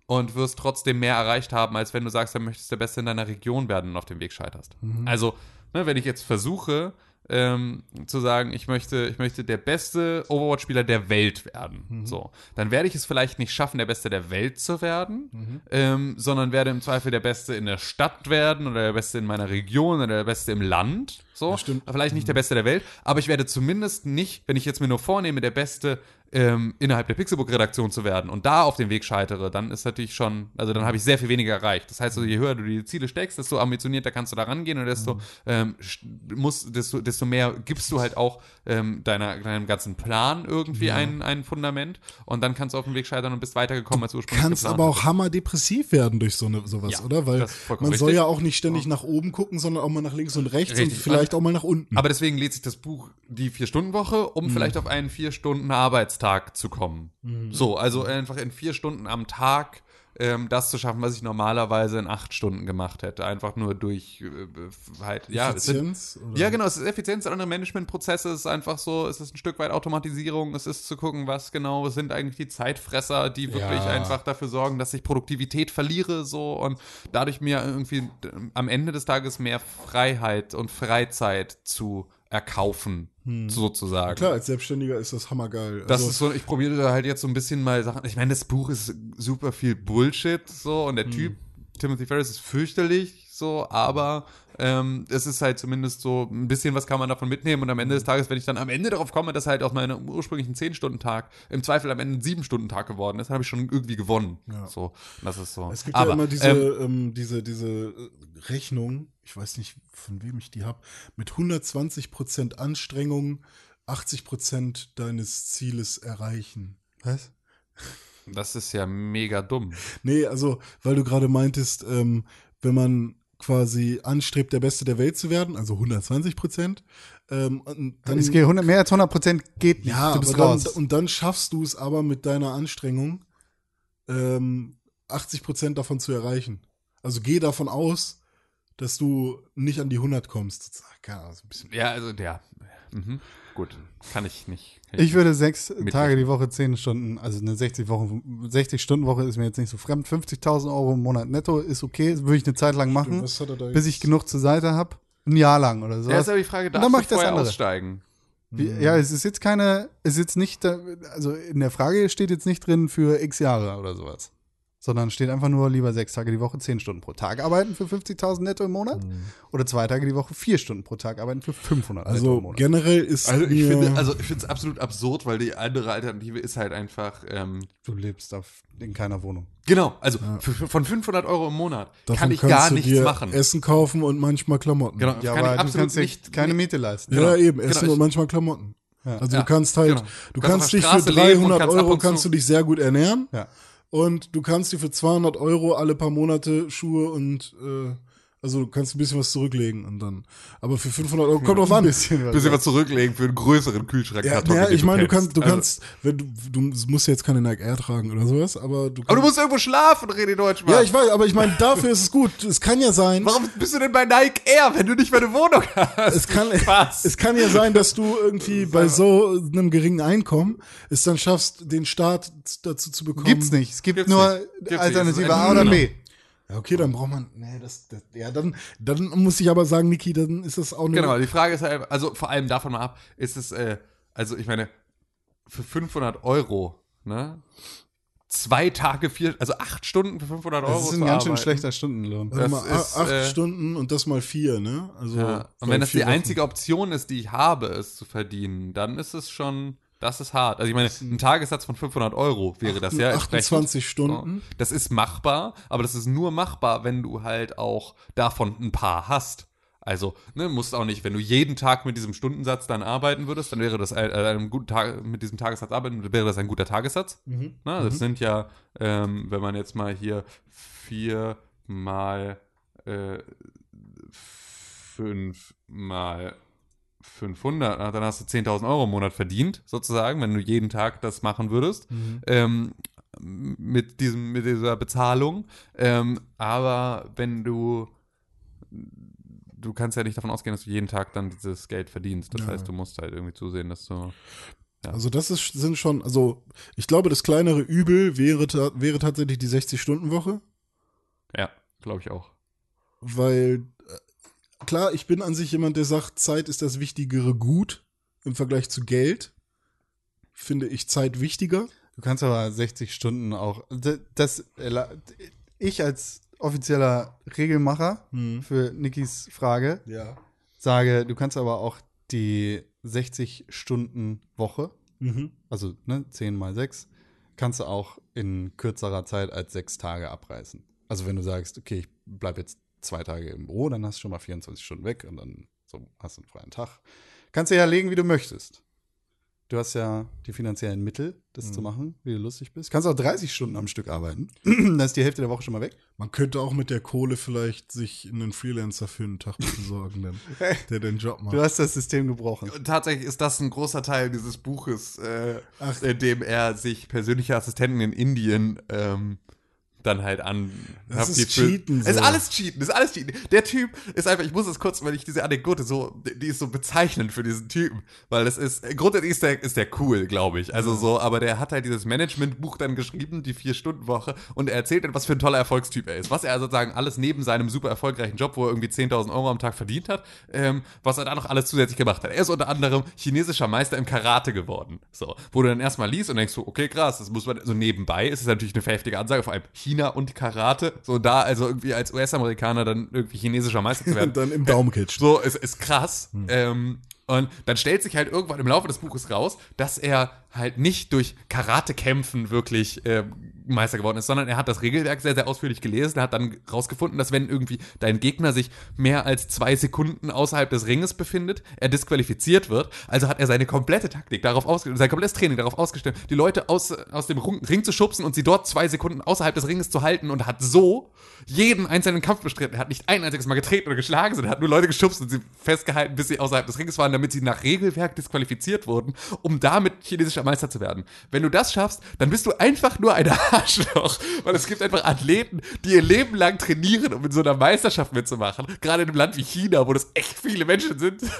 E: und wirst trotzdem mehr erreicht haben, als wenn du sagst, dann möchtest du der Beste in deiner Region werden und auf dem Weg scheiterst. Also, ne, wenn ich jetzt versuche, ähm, zu sagen, ich möchte, ich möchte der beste Overwatch-Spieler der Welt werden, so, dann werde ich es vielleicht nicht schaffen, der Beste der Welt zu werden, ähm, sondern werde im Zweifel der Beste in der Stadt werden oder der Beste in meiner Region oder der Beste im Land, so.
D: stimmt.
E: Vielleicht nicht der Beste der Welt, aber ich werde zumindest nicht, wenn ich jetzt mir nur vornehme, der Beste ähm, innerhalb der Pixelbook-Redaktion zu werden und da auf den Weg scheitere, dann ist natürlich schon, also dann habe ich sehr viel weniger erreicht. Das heißt, also, je höher du die Ziele steckst, desto ambitionierter kannst du da rangehen und desto,
D: Mhm.
E: ähm, sch- musst, desto, desto mehr gibst du halt auch ähm, deiner, deinem ganzen Plan irgendwie ein, ein Fundament und dann kannst du auf dem Weg scheitern und bist weitergekommen als ursprünglich
D: Kannst
E: geplant.
D: aber auch hammerdepressiv werden durch so eine, sowas,
E: Ja,
D: oder? Weil man
E: das ist vollkommen
D: soll
E: richtig.
D: ja auch nicht ständig nach oben gucken, sondern auch mal nach links und rechts
E: Richtig.
D: und vielleicht auch mal nach unten.
E: Aber deswegen lädt sich das Buch die Vier-Stunden-Woche, um vielleicht auf einen Vier-Stunden-Arbeitstag zu kommen. So, also einfach in vier Stunden am Tag ähm, das zu schaffen, was ich normalerweise in acht Stunden gemacht hätte. Einfach nur durch äh, halt, ja, es sind,
D: Effizienz, oder?
E: ja, genau, es ist Effizienz, andere Managementprozesse, es ist einfach so, es ist ein Stück weit Automatisierung, es ist zu gucken, was genau sind eigentlich die Zeitfresser, die wirklich einfach dafür sorgen, dass ich Produktivität verliere so und dadurch mir irgendwie d- am Ende des Tages mehr Freiheit und Freizeit zu erkaufen, sozusagen.
D: Hm. Klar, als Selbstständiger ist das hammergeil.
E: Das
D: Also,
E: ist so, ich probiere da halt jetzt so ein bisschen mal Sachen. Ich meine, das Buch ist super viel Bullshit, so, und der
D: Hm.
E: Typ, Timothy Ferris, ist fürchterlich, so, aber ähm, es ist halt zumindest so, ein bisschen was kann man davon mitnehmen. Und am
D: Hm.
E: Ende des Tages, wenn ich dann am Ende darauf komme, dass halt aus meinem ursprünglichen 10-Stunden-Tag im Zweifel am Ende ein 7-Stunden-Tag geworden ist, dann habe ich schon irgendwie gewonnen.
D: Ja.
E: So, und das ist so.
D: Es gibt
E: aber,
D: ja immer diese,
E: ähm,
D: ähm, diese, diese äh, Rechnung, ich weiß nicht, von wem ich die habe, mit 120% Anstrengung, 80% deines Zieles erreichen. Was?
E: das ist ja mega dumm.
D: Nee, also, weil du gerade meintest, ähm, wenn man quasi anstrebt, der Beste der Welt zu werden, also 120 Prozent, ähm, und dann,
B: Es geht 100, mehr als 100 Prozent geht nicht.
D: ja,
B: du bist
D: aber
B: raus.
D: dann, und dann schaffst du es aber mit deiner Anstrengung, ähm, 80 Prozent davon zu erreichen. Also geh davon aus, dass du nicht an die 100 kommst. Keine Ahnung, so ein bisschen.
E: Ja, also, ja. Mhm. Gut, kann ich nicht. Kann
B: Ich würde sechs
E: Mitrechnen.
B: Tage die Woche, zehn Stunden, also eine 60-Stunden-Woche 60 Stunden Woche ist mir jetzt nicht so fremd. 50.000 Euro im Monat netto ist okay, das würde ich eine Zeit lang machen,
D: Was hat er da
B: bis
D: jetzt?
B: ich genug zur Seite habe. Ein Jahr lang oder
E: Ja, ist
B: sowas.
E: aber die Frage,
B: Dann
E: darfst
B: mach
E: du
B: ich das
E: vorher
B: andere.
E: aussteigen?
B: Wie,
D: Hm.
E: Hm.
B: ja, es ist jetzt keine, es ist jetzt nicht, da- also in der Frage steht jetzt nicht drin für x Jahre oder sowas. Sondern steht einfach nur lieber sechs Tage die Woche, zehn Stunden pro Tag arbeiten für 50.000 netto im Monat.
E: Hm.
B: Oder zwei Tage die Woche, vier Stunden pro Tag arbeiten für 500 netto im
D: Also
B: Monat.
D: generell ist
E: Also ich
D: mir-
E: finde, also ich finde es absolut absurd, weil die andere Alternative ist halt einfach ähm,
B: du lebst auf, in keiner Wohnung.
E: genau, also f- f- von 500 Euro im Monat
D: davon
E: kann ich
D: kannst
E: gar
D: du
E: nichts
D: dir
E: machen.
D: Essen kaufen und manchmal Klamotten.
E: genau,
B: Ja,
E: kann
B: aber
E: ich
B: du
E: absolut
B: kannst dir
E: nicht.
B: keine Miete leisten.
D: Ja, eben,
E: genau,
D: Essen
E: ich-
D: und manchmal Klamotten. Also
E: Ja,
D: du kannst halt,
E: genau.
D: du
E: Du kannst auf
D: kannst
E: der
D: dich für
E: Straße leben und
D: 300
E: kannst ab
D: Euro
E: und zu-
D: kannst du dich sehr gut ernähren
B: Ja.
D: und du kannst dir für 200 Euro alle paar Monate Schuhe und äh, Also kannst du ein bisschen was zurücklegen und dann. Aber für 500 Euro kommt drauf an.
B: bisschen was.
E: Bisschen was zurücklegen für einen größeren Kühlschrank.
D: Ja, ja ich meine, du kannst,
E: Also,
D: du kannst, wenn du, du musst jetzt keine Nike Air tragen oder sowas, aber du kannst.
E: Aber du musst irgendwo schlafen, René Deutschmann.
D: ja, ich weiß, aber ich meine, dafür ist es gut. Es kann ja sein.
E: Warum bist du denn bei Nike Air, wenn du nicht mehr eine Wohnung hast?
D: Es kann,
E: Spaß.
D: es kann ja sein, dass du irgendwie bei so einem geringen Einkommen es dann schaffst, den Staat dazu zu bekommen.
B: Gibt's nicht. Es gibt
E: Gibt's
B: nur
E: nicht. Gibt's nicht.
B: Alternative
E: Das ist ein
B: A oder B.
D: Ja, okay, dann braucht man. Nee, das, das, ja, dann, dann muss ich aber sagen, Niki, dann ist das auch nur.
E: Genau, die Frage ist halt, also vor allem davon mal ab, ist es, äh, also ich meine, für 500 Euro, ne? Zwei Tage, vier, also acht Stunden für 500 Euro.
B: Das ist ein
E: zu
B: ganz schön
E: arbeiten.
B: schlechter Stundenlohn.
D: Warte
E: das
D: mal, a-
E: ist,
D: acht
E: äh,
D: Stunden und das mal vier, ne? Also
E: Ja. Und
D: bei
E: wenn das
D: vier
E: die
D: Wochen.
E: einzige Option ist, die ich habe, es zu verdienen, dann ist es schon, das ist hart. Also ich meine, ein Tagessatz von 500 Euro wäre das ja. entsprechend.
D: 28 Stunden.
E: So. Das ist machbar, aber das ist nur machbar, wenn du halt auch davon ein paar hast. Also, ne, musst auch nicht, wenn du jeden Tag mit diesem Stundensatz dann arbeiten würdest, dann wäre das ein, an einem guten Tag, mit diesem Tagessatz arbeiten, wäre das ein guter Tagessatz.
D: Mhm.
E: Na, Ne? das sind ja, ähm, wenn man jetzt mal hier vier mal äh, fünf mal 500, na, dann hast du 10.000 Euro im Monat verdient, sozusagen, wenn du jeden Tag das machen würdest, ähm, mit, diesem, mit dieser Bezahlung. Ähm, aber wenn du, du kannst ja nicht davon ausgehen, dass du jeden Tag dann dieses Geld verdienst. Das
D: Ja.
E: heißt, du musst halt irgendwie zusehen, dass du,
D: Also das ist, sind schon, also ich glaube, das kleinere Übel wäre, ta- wäre tatsächlich die 60-Stunden-Woche,
E: ja, glaube ich auch.
D: weil äh, klar, ich bin an sich jemand, der sagt, Zeit ist das wichtigere Gut im Vergleich zu Geld. Finde ich Zeit wichtiger.
B: Du kannst aber 60 Stunden auch. d- Das, erla- ich als offizieller Regelmacher
D: Hm.
B: für Nikis Frage
D: Ja.
B: sage, du kannst aber auch die 60 Stunden Woche,
D: Mhm.
B: also ne, 10 mal 6, kannst du auch in kürzerer Zeit als sechs Tage abreißen. Also wenn du sagst, okay, ich bleib jetzt zwei Tage im Büro, dann hast du schon mal 24 Stunden weg und dann so hast du einen freien Tag. Kannst du ja legen, wie du möchtest. Du hast ja die finanziellen Mittel, das zu machen, wie du lustig bist. Kannst auch 30 Stunden am Stück arbeiten. dann ist die Hälfte der Woche schon mal weg.
D: Man könnte auch mit der Kohle vielleicht sich einen Freelancer für einen Tag besorgen, dann, der den Job macht.
B: Du hast das System gebrochen.
E: Und tatsächlich ist das ein großer Teil dieses Buches, äh,
D: Ach.
E: in dem er sich persönliche Assistenten in Indien ähm, dann halt an.
D: Das ist
E: die für-
D: Cheaten so.
E: Ist alles Cheaten, ist alles Cheaten. Der Typ ist einfach, ich muss es kurz, weil ich diese Anekdote so, die ist so bezeichnend für diesen Typen, weil das ist, grundsätzlich ist der, ist der cool, glaube ich. Also so, aber der hat halt dieses Managementbuch dann geschrieben, die Vier-Stunden-Woche, und er erzählt dann, was für ein toller Erfolgstyp er ist. Was er sozusagen alles neben seinem super erfolgreichen Job, wo er irgendwie 10.000 Euro am Tag verdient hat, ähm, was er da noch alles zusätzlich gemacht hat. Er ist unter anderem chinesischer Meister im Karate geworden. So, wo du dann erstmal liest und denkst so, okay, krass, das muss man, so nebenbei ist es natürlich eine heftige Ansage, vor allem China und Karate. So da, also irgendwie als US-Amerikaner dann irgendwie chinesischer Meister zu werden.
D: Und dann im Daumenkitsch.
E: So, es ist krass. Ähm, und dann stellt sich halt irgendwann im Laufe des Buches raus, dass er halt nicht durch Karatekämpfen wirklich ähm, Meister geworden ist, sondern er hat das Regelwerk sehr, sehr ausführlich gelesen, hat dann rausgefunden, dass wenn irgendwie dein Gegner sich mehr als zwei Sekunden außerhalb des Ringes befindet, er disqualifiziert wird. Also hat er seine komplette Taktik darauf ausgestellt, sein komplettes Training darauf ausgestellt, die Leute aus, aus dem Ru- Ring zu schubsen und sie dort zwei Sekunden außerhalb des Ringes zu halten und hat so jeden einzelnen Kampf bestritten. Er hat nicht ein einziges Mal getreten oder geschlagen, sondern er hat nur Leute geschubst und sie festgehalten, bis sie außerhalb des Ringes waren, damit sie nach Regelwerk disqualifiziert wurden, um damit chinesischer Meister zu werden. Wenn du das schaffst, dann bist du einfach nur ein Arschloch, weil es gibt einfach Athleten, die ihr Leben lang trainieren, um in so einer Meisterschaft mitzumachen. Gerade in einem Land wie China, wo das echt viele Menschen sind.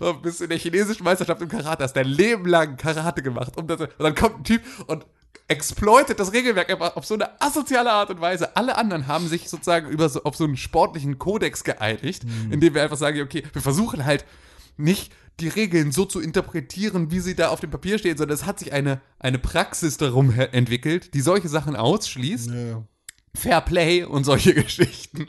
E: So, bist in der chinesischen Meisterschaft im Karate, hast dein Leben lang Karate gemacht. Um das, und dann kommt ein Typ und exploitet das Regelwerk einfach auf so eine asoziale Art und Weise. Alle anderen haben sich sozusagen über so, auf so einen sportlichen Kodex geeinigt,
D: Mhm.
E: indem wir einfach sagen, okay, wir versuchen halt nicht die Regeln so zu interpretieren, wie sie da auf dem Papier stehen, sondern es hat sich eine, eine Praxis darum he- entwickelt, die solche Sachen ausschließt.
D: Ja.
E: Fair Play und solche Geschichten.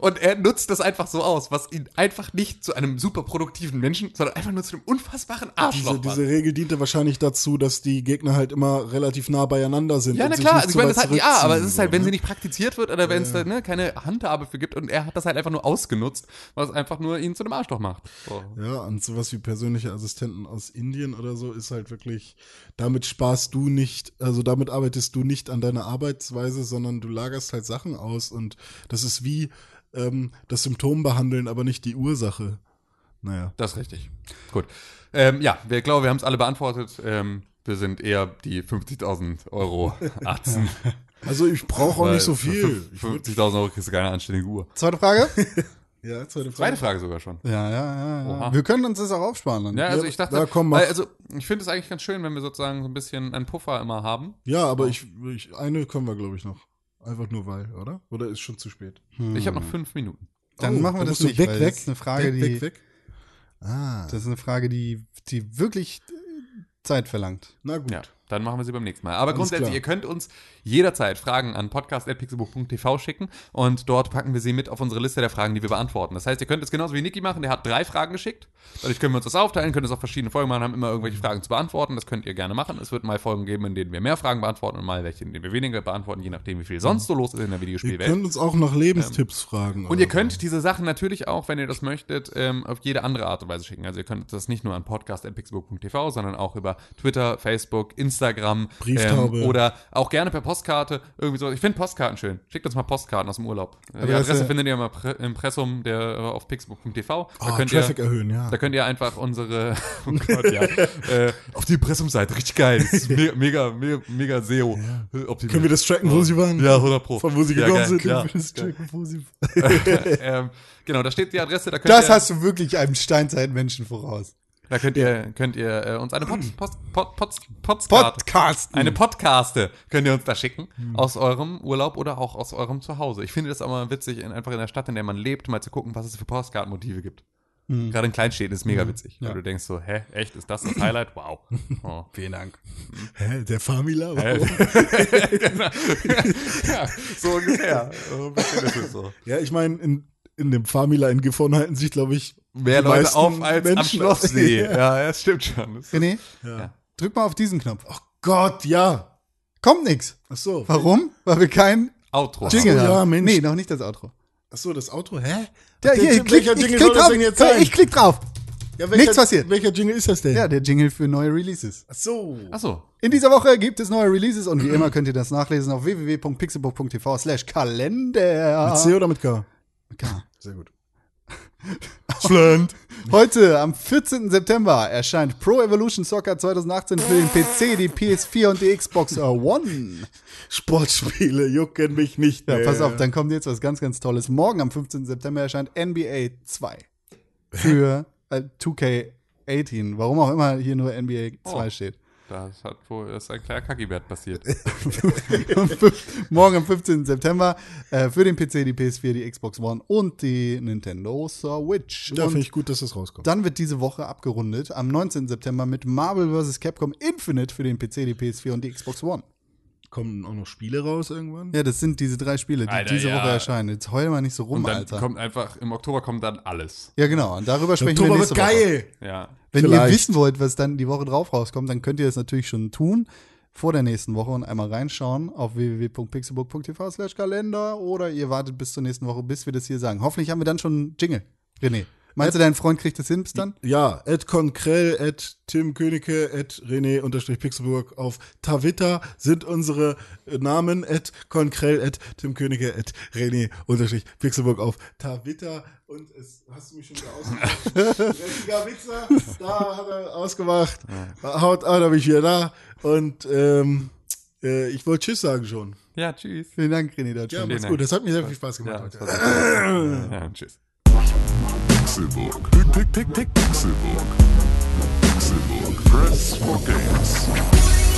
E: Und er nutzt das einfach so aus, was ihn einfach nicht zu einem super produktiven Menschen, sondern einfach nur zu einem unfassbaren Arschloch
D: Diese,
E: macht.
D: diese Regel diente wahrscheinlich dazu, dass die Gegner halt immer relativ nah beieinander sind.
E: Ja,
D: und
E: na
D: sich
E: klar,
D: nicht
E: also ich
D: zu
E: meine,
D: weit
E: das hat, ja,
D: zurückziehen,
E: aber es ist halt,
D: so,
E: wenn
D: ne?
E: sie nicht praktiziert wird oder wenn es da ne, keine Handhabe für gibt und er hat das halt einfach nur ausgenutzt, was einfach nur ihn zu einem Arschloch macht. So.
D: Ja, und sowas wie persönliche Assistenten aus Indien oder so ist halt wirklich, damit sparst du nicht, also damit arbeitest du nicht an deiner Arbeitsweise, sondern du lagerst halt Sachen aus und das ist wie, ähm, das Symptom behandeln, aber nicht die Ursache. Naja.
E: Das ist richtig. Gut. Ähm, ja, wir glauben, wir haben es alle beantwortet. Ähm, wir sind eher die 50.000 Euro Atzen.
D: Also ich brauche auch
E: Weil
D: nicht so
E: für
D: viel.
E: fünf-
D: Ich würd-
E: 50.000 Euro kriegst du keine anständige Uhr.
B: Zweite Frage?
D: Ja, zweite Frage.
E: Zweite Frage sogar schon.
B: Ja, ja, ja. ja.
E: Oha.
B: Wir können uns das auch aufsparen. Dann.
E: Ja, also ich dachte,
D: da komm, mach.
E: weil, also ich finde es eigentlich ganz schön, wenn wir sozusagen so ein bisschen einen Puffer immer haben.
D: Ja, aber ich, ich eine können wir, glaube ich, noch. Einfach nur weil, oder? Oder ist schon zu spät?
E: Ich habe noch
D: Hm.
E: fünf Minuten.
B: Dann
D: Oh,
B: machen wir
D: da
B: das
D: musst du
B: nicht,
D: weg,
B: weil
D: weg,
B: das ist eine Frage,
D: weg,
B: die,
D: weg, weg. Ah.
B: Das ist eine Frage, die, die wirklich äh, Zeit verlangt.
D: Na gut.
E: Ja, dann machen wir sie beim nächsten Mal. Aber
D: Alles
E: grundsätzlich,
D: klar.
E: ihr könnt uns jederzeit Fragen an podcast.pixelbuch.tv schicken und dort packen wir sie mit auf unsere Liste der Fragen, die wir beantworten. Das heißt, ihr könnt es genauso wie Niki machen, der hat drei Fragen geschickt. Dadurch können wir uns das aufteilen, können es auf verschiedene Folgen machen, haben immer irgendwelche Fragen zu beantworten. Das könnt ihr gerne machen. Es wird mal Folgen geben, in denen wir mehr Fragen beantworten und mal welche, in denen wir weniger beantworten, je nachdem, wie viel sonst so los ist in der
D: Ihr
E: Videospielwelt.
D: könnt uns auch nach Lebenstipps fragen.
E: Und
D: oder
F: Und
E: ihr
D: so.
E: könnt diese Sachen natürlich auch, wenn ihr das möchtet, ähm, auf jede andere Art und Weise schicken. Also ihr könnt das nicht nur an podcast.pixelbook.tv, sondern auch über Twitter, Facebook, Instagram ähm,
D: Brieftaube.
E: oder auch gerne per Postkarte. Irgendwie so. Ich finde Postkarten schön. Schickt uns mal Postkarten aus dem Urlaub. Äh, Die
B: das ist
E: Adresse
B: ja-
E: findet ihr im Pre- Impressum der, äh, auf pixelbook.tv. Da,
D: Ah,
E: könnt ihr,
D: Traffic erhöhen, ja.
E: da könnt ihr einfach unsere oh Gott, ja, äh, auf die Impressumseite. Richtig geil. Das ist me mega, mega, mega E SEO.
D: Können wir das tracken, wo sie waren?
E: Ja, 100 Pro.
D: Von wo sie
E: ja,
D: gekommen
E: geil,
D: sind?
E: Ja,
D: Können wir das tracken, wo sie
E: ähm, genau, da steht die Adresse, da könnt
B: Das
E: ihr,
B: hast du wirklich einem Steinzeitmenschen voraus.
E: da könnt ihr, könnt ihr äh, uns eine Pod, Post, Pod, Pod, Podcast,
B: Podcast.
E: eine Podcaste könnt ihr uns da schicken aus eurem Urlaub oder auch aus eurem Zuhause. Ich finde das auch mal witzig, in, einfach in der Stadt, in der man lebt, mal zu gucken, was es für Postkartenmotive gibt. Gerade in Kleinstädten ist mega witzig, weil du denkst so, hä, echt, ist das das Highlight? Wow. Oh.
B: Vielen Dank.
D: Hä, der Famila?
E: ja, so ungefähr. So ein bisschen ist es so.
D: Ja, ich meine, in, in dem Famila in Gifhorn halten sich, glaube ich,
E: Mehr
D: die
E: Leute
D: meisten
E: auf als am
D: Menschen auf.
E: Schlosssee. Ja, das stimmt schon. Das ist-
B: René,
E: Ja.
B: drück mal auf diesen Knopf.
D: Oh Gott, ja.
B: Kommt nix.
D: Ach so.
B: Warum? Weil wir kein
E: Outro.
B: Jingle
D: Oh ja,
B: haben.
D: Mensch.
B: Nee, noch nicht das Outro.
D: Ach so, das Auto, hä?
B: Ja,
D: Der-
B: hier, ich
D: welcher
B: klick, ich
D: Jingle
B: klick
D: soll das
B: drauf.
D: denn jetzt
B: Ja,
D: sein?
B: ich klick drauf.
D: Ja, welcher-
B: Nichts passiert.
D: Welcher Jingle ist das denn?
B: Ja, der Jingle für neue Releases.
D: Ach so.
E: Ach so.
B: In dieser Woche gibt es neue Releases und wie immer könnt ihr das nachlesen auf www.pixelbook.tv slash Kalender.
D: Mit C oder mit K?
B: Ah. K.
D: Sehr gut.
B: Schland. Heute, am 14. September, erscheint Pro Evolution Soccer 2018 für den PC, die PS4 und die Xbox One.
D: Sportspiele jucken mich nicht.
B: Ja,
D: mehr.
B: pass auf, dann kommt jetzt was ganz, ganz Tolles. Morgen, am 15. September, erscheint NBA 2 für äh, 2K18. Warum auch immer hier nur NBA 2
E: Oh.
B: steht.
E: Das hat wohl, das ist ein kleiner Kackibert passiert.
B: Am fünf- Morgen am 15. September äh, für den PC, die PS4, die Xbox One und die Nintendo Switch.
D: Ja,
B: und
D: finde ich gut, dass das rauskommt.
B: Dann wird diese Woche abgerundet am 19. September mit Marvel vs. Capcom Infinite für den PC, die PS4 und die Xbox One.
D: kommen auch noch Spiele raus irgendwann?
B: Ja, das sind diese drei Spiele, die
E: Alter,
B: diese
E: ja.
B: Woche erscheinen. Jetzt heul mal nicht so rum,
E: Und dann
B: Alter.
E: kommt einfach, im Oktober kommt dann alles.
B: ja, genau. Und darüber sprechen wir
D: Oktober
B: nächste
D: wird
B: Woche.
D: geil.
E: Ja.
B: Wenn ihr
D: Vielleicht.
B: wissen wollt, was dann die Woche drauf rauskommt, dann könnt ihr das natürlich schon tun vor der nächsten Woche und einmal reinschauen auf www.pixelbook.tv slash Kalender oder ihr wartet bis zur nächsten Woche, bis wir das hier sagen. Hoffentlich haben wir dann schon einen Jingle. René, meinst du, dein Freund kriegt das hin bis dann?
D: Ja, at Konkrell, at Tim Königke, at René unterstrich Pixelburg auf Twitter sind unsere äh, Namen, at Konkrell, at Tim Königke, at René unterstrich Pixelburg auf Twitter und es hast du mich schon wieder ausgemacht. Richtiger Wichser, da hat er ausgemacht. Haut an, da bin ich wieder da und ähm, äh, ich wollte Tschüss sagen schon.
E: Ja, tschüss.
B: Vielen Dank, René. Deutschmann.
D: Ja,
E: Vielen
D: macht's
E: Dank.
D: gut, das hat mir sehr viel Spaß gemacht
E: Ja,
D: heute.
E: das war's. ja, tschüss.
A: Pixelbook. Pick, pick, pick, pick, Pixelbook. Pixelbook. Press for games.